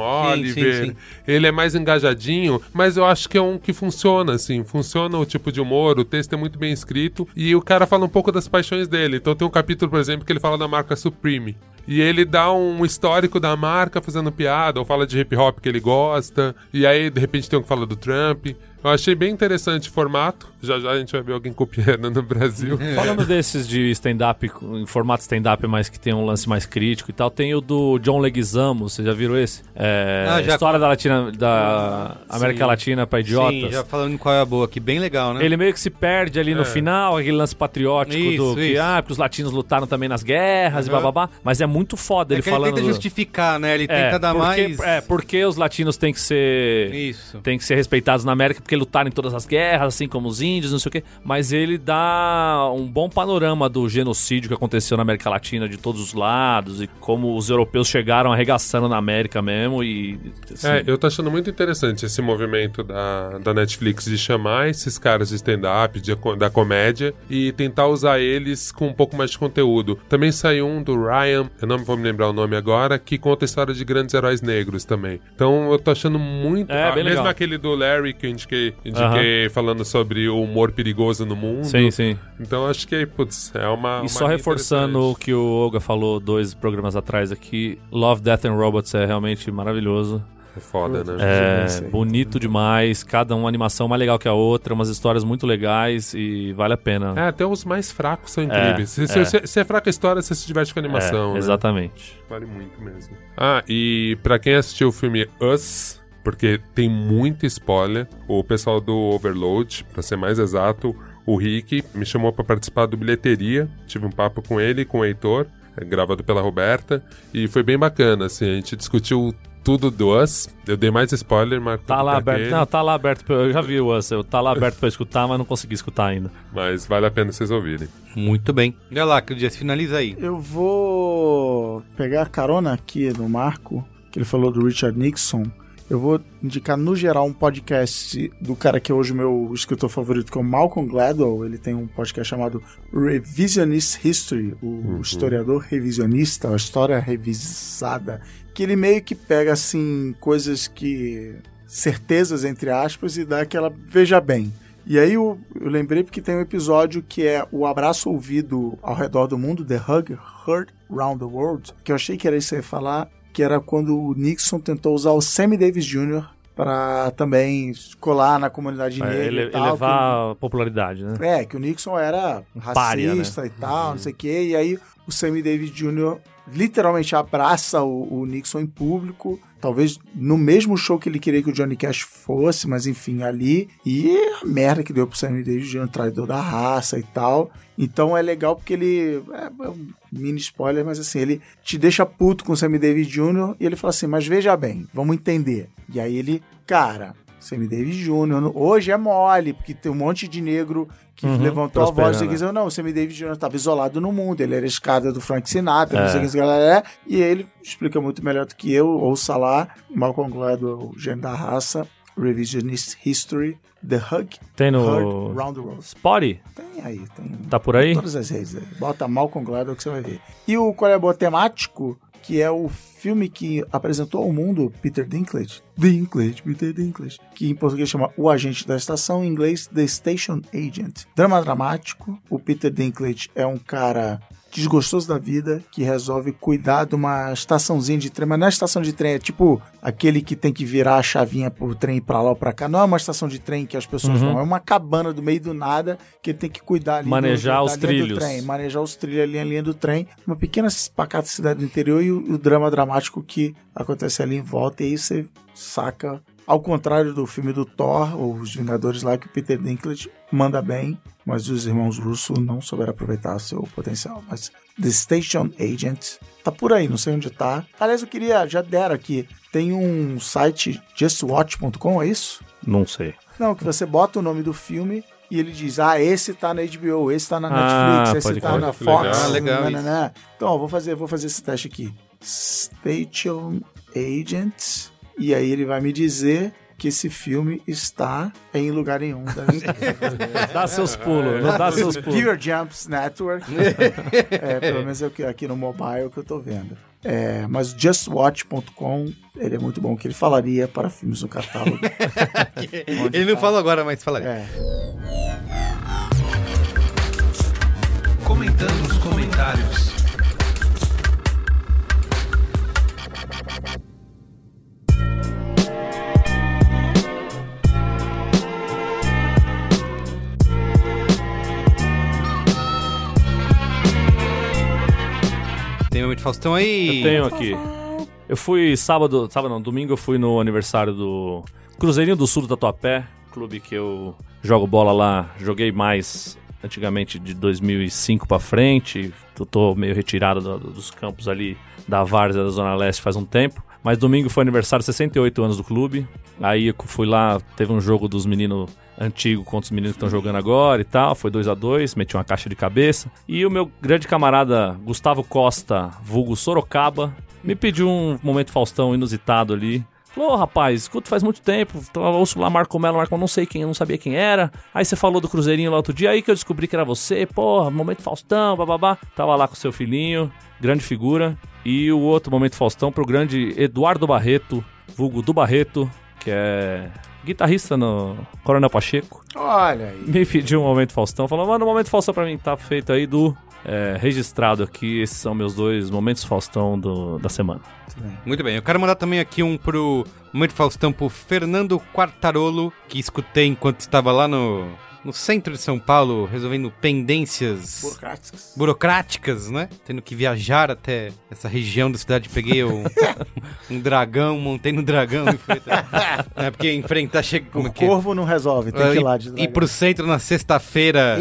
sim, Oliver. sim. Ele é mais engajadinho, mas eu acho que é um que funciona, assim. Funciona o tipo de humor, o texto é muito bem escrito. E o cara fala um pouco das paixões dele. Então tem um capítulo, por exemplo, que ele fala da marca Supreme. E ele dá um histórico da marca fazendo piada, ou fala de hip hop que ele gosta. E aí, de repente, tem um que fala do Trump. Eu achei bem interessante o formato. Já já a gente vai ver alguém copiando no Brasil. É. Falando desses de stand-up, em formato stand-up, mas que tem um lance mais crítico e tal, tem o do John Leguizamo, vocês já viram esse? É, Ah, já. História da, Latina, da América Latina pra idiotas. Sim, já falando qual é a boa aqui, bem legal, né? Ele meio que se perde ali no final, aquele lance patriótico É. Isso, do que, isso. ah, porque os latinos lutaram também nas guerras e bababá, mas é muito foda É ele que falando. ele tenta do- justificar, né? Ele é, tenta dar porque, mais. É, porque os latinos têm que ser. Isso. Tem que ser respeitados na América porque lutaram em todas as guerras, assim como os índios, não sei o quê. Mas ele dá um bom panorama do genocídio que aconteceu na América Latina de todos os lados e como os europeus chegaram arregaçando na América mesmo e. assim, É, eu tô achando muito interessante esse movimento da, da Netflix de chamar esses caras de stand-up, de co- da comédia, e tentar usar eles com um pouco mais de conteúdo. Também saiu um do Ryan, eu não vou me lembrar o nome agora, que conta a história de grandes heróis negros também. Então eu tô achando muito. É, ah, bem mesmo legal. aquele do Larry que eu indiquei, indiquei falando sobre o humor perigoso no mundo. Sim, sim. Então acho que, putz, é uma. uma E só linha reforçando o interessante. que o Olga falou dois programas atrás aqui, Love, Death and Robots é realmente maravilhoso. É foda, né? É, isso aí. bonito demais, cada uma animação mais legal que a outra, umas histórias muito legais e vale a pena. É, até os mais fracos são incríveis. se, é. se- se- se é fraca a história, você se diverte com a animação. né? Exatamente. Vale muito mesmo. Ah, e pra quem assistiu o filme Us, porque tem muito spoiler, o pessoal do Overload, pra ser mais exato, o Rick me chamou pra participar do Bilheteria. Tive um papo com ele, e com o Heitor, eh, gravado pela Roberta, e foi bem bacana, assim, a gente discutiu tudo do Us. Eu dei mais spoiler, Marco. Tá do lá que aberto. aquele. Não, tá lá aberto. pra- Eu já vi o Ansel. Tá lá aberto pra eu escutar, mas não consegui escutar ainda. Mas vale a pena vocês ouvirem. Muito bem. Olha lá, Cris, finaliza aí. Eu vou pegar a carona aqui no Marco, que ele falou do Richard Nixon. Eu vou indicar, no geral, um podcast do cara que é hoje meu escritor favorito, que é o Malcolm Gladwell. Ele tem um podcast chamado Revisionist History, o historiador revisionista, a história revisada. Que ele meio que pega, assim, coisas que... certezas, entre aspas, e dá aquela veja bem. E aí eu, eu lembrei porque tem um episódio que é o abraço ouvido ao redor do mundo, The Hug Heard Round the World, que eu achei que era isso que eu ia falar, que era quando o Nixon tentou usar o Sammy Davis Jr. para também colar na comunidade negra É, ele, e tal. que- elevar a popularidade, né? é, que o Nixon era um racista pária, e tal, não sei o quê. E aí o Sammy Davis Jr. literalmente abraça o, o Nixon em público. Talvez no mesmo show que ele queria que o Johnny Cash fosse, mas enfim, ali. E a merda que deu pro Sammy Davis Jr., traidor da raça e tal. Então é legal porque ele. É, é um mini spoiler, mas assim, ele te deixa puto com o Sammy Davis Jr. e ele fala assim: Mas veja bem, vamos entender. E aí ele, cara, Sammy Davis Jr. Hoje é mole, porque tem um monte de negro que Uhum, levantou a voz e prosperando. dizendo, não, o Sammy Davis Jr. estava isolado no mundo, ele era escada do Frank Sinatra, É. não sei o que esse galera é. E ele explica muito melhor do que eu, ouça lá, Malcolm Gladwell, Gênio da Raça, Revisionist History, The Hug, Tem Heard no. Round the World. Spotty? Tem aí, tem. Tá por aí? Todas as redes. aí. Bota Malcolm Gladwell que você vai ver. E o Qual é a Boa Temático, que é o filme que apresentou ao mundo Peter Dinklage. Dinklage, Peter Dinklage. Que em português chama O Agente da Estação, em inglês The Station Agent. Drama dramático. O Peter Dinklage é um cara desgostoso da vida que resolve cuidar de uma estaçãozinha de trem, mas não é estação de trem, é tipo aquele que tem que virar a chavinha pro trem ir pra lá ou pra cá. Não é uma estação de trem que as pessoas Uhum. vão, é uma cabana do meio do nada que ele tem que cuidar ali Manejar da os linha do trilhos. trem, manejar os trilhos ali, a linha do trem. Uma pequena pacata cidade do interior e o, e o drama dramático que acontece ali em volta. E aí você saca, ao contrário do filme do Thor, ou Os Vingadores lá, que o Peter Dinklage manda bem, mas os irmãos russos não souberam aproveitar seu potencial. Mas The Station Agent tá por aí, não sei onde tá. Aliás, eu queria, já deram aqui, tem um site justwatch.com, é isso? Não sei. Não, que você bota o nome do filme e ele diz: Ah, esse tá na HBO, esse tá na Ah, Netflix, esse pode tá crer. na Que Fox. legal. Ah, legal nananã. Então, ó, vou fazer, vou fazer esse teste aqui. Station Agent. E aí ele vai me dizer que esse filme está em lugar nenhum. tá? da lista. Dá seus pulos, não dá seus Give pulos. Your Jumps Network. é, pelo menos é o que- aqui no mobile que eu tô vendo. É, mas o justwatch.com, ele é muito bom, que ele falaria para filmes no catálogo. Ele não falou agora, mas falaria. É. Comentando os comentários. Tem momento Faustão aí. Eu tenho aqui. Eu fui sábado, sábado não, domingo eu fui no aniversário do Cruzeirinho do Sul do Tatuapé, clube que eu jogo bola lá, joguei mais antigamente de 2005 pra frente, eu tô meio retirado do- dos campos ali da Várzea da Zona Leste faz um tempo. Mas domingo foi aniversário, 68 anos do clube. Aí eu fui lá, teve um jogo dos meninos antigos contra os meninos que estão jogando agora e tal. Foi 2 a 2 meti uma caixa de cabeça. E o meu grande camarada Gustavo Costa, vulgo Sorocaba, me pediu um momento Faustão inusitado ali. Falou, ô rapaz, escuto faz muito tempo, eu ouço lá Marco Melo, Marco Melo, não sei quem, eu não sabia quem era. Aí você falou do Cruzeirinho lá outro dia, aí que eu descobri que era você, porra, Momento Faustão, bababá. Tava lá com seu filhinho, grande figura. E o outro Momento Faustão pro grande Eduardo Barreto, vulgo do Barreto, que é guitarrista no Coronel Pacheco Olha aí. me pediu um momento Faustão, falou, mano, um momento Faustão pra mim tá feito aí do é, registrado aqui. Esses são meus dois momentos Faustão do- da semana. Muito bem, eu quero mandar também aqui um pro Momento Faustão pro Fernando Quartarolo, que escutei enquanto estava lá no, no centro de São Paulo resolvendo pendências Burocráticos. burocráticas, né? Tendo que viajar até essa região da cidade. Peguei um, um dragão, montei no dragão e fui até... É porque enfrentar chega como o que é? corvo não resolve, tem Ah, que ir e- lá de E dragão. pro centro na sexta-feira,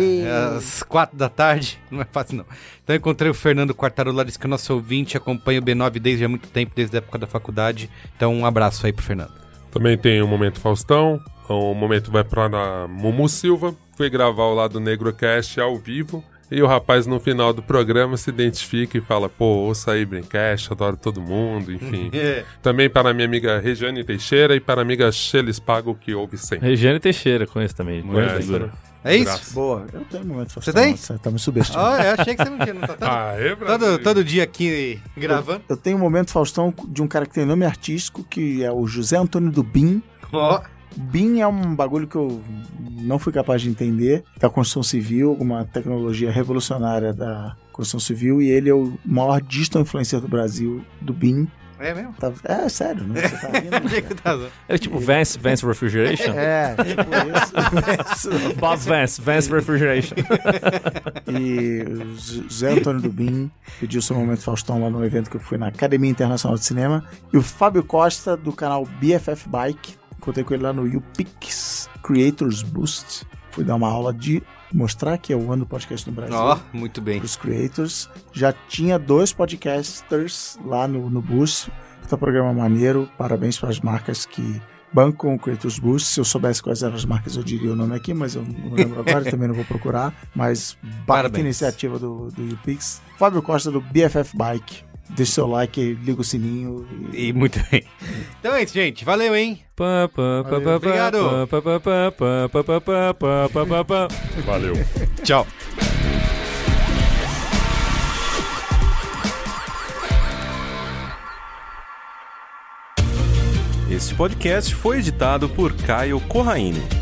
às quatro da tarde, não é fácil não. Então eu encontrei o Fernando Quartarola, disse que é nosso ouvinte, acompanha o B9 desde há muito tempo, desde a época da faculdade. Então um abraço aí pro Fernando. Também tem o Momento Faustão. O Momento vai pra na Mumu Silva. Fui gravar o lado Negro Cast ao vivo. E o rapaz no final do programa se identifica e fala: pô, ouça aí Brincast, adoro todo mundo, enfim. É. Também para minha amiga Regiane Teixeira e para a amiga Shelis Pago, que ouve sempre. Regiane Teixeira, conheço também. grande essa figura. É isso? Abraço. Boa, eu tenho um momento Faustão. tem? Você tá me subestimando. Ah, eu achei que você não tinha, não tá todo, Aê, todo, Brasil. todo dia aqui gravando. Eu tenho um momento Faustão de um cara que tem nome artístico, que é o José Antônio do Bim. Ó, BIM é um bagulho que eu não fui capaz de entender, da construção civil, uma tecnologia revolucionária da construção civil, e ele é o maior digital influencer do Brasil, do BIM. é mesmo? Tá- é, sério, né? Você tá rindo? Achei que tá zoando. É tipo Vance, Vance Refrigeration? É, tipo isso. Bob Vance, Vance Refrigeration. E o Z- Zé Antônio Dubin pediu seu momento Faustão lá no evento que eu fui na Academia Internacional de Cinema. E o Fábio Costa, do canal BFF Bike, contei com ele lá no YouPix Creators Boost. Fui dar uma aula de mostrar que é eu ando podcast no Brasil. Ó, muito bem. Os creators. Já tinha dois podcasters lá no, no Boost. Puta programa maneiro. Parabéns para as marcas que bancam o Creators Boost. Se eu soubesse quais eram as marcas, eu diria o nome aqui, mas eu não lembro agora, também não vou procurar. Mas baita Parabéns. iniciativa do, do YouPix. Fábio Costa, do BFF Bike. Deixa seu like, liga o sininho. E... E muito bem. Então é isso, gente. Valeu, hein? Pá, pá, pá, pá, Obrigado. pá, pá, pá, pá, pá, pá, pá, pá, pá, pá, pá. Valeu. Tchau. Este podcast foi editado por Caio Corraine.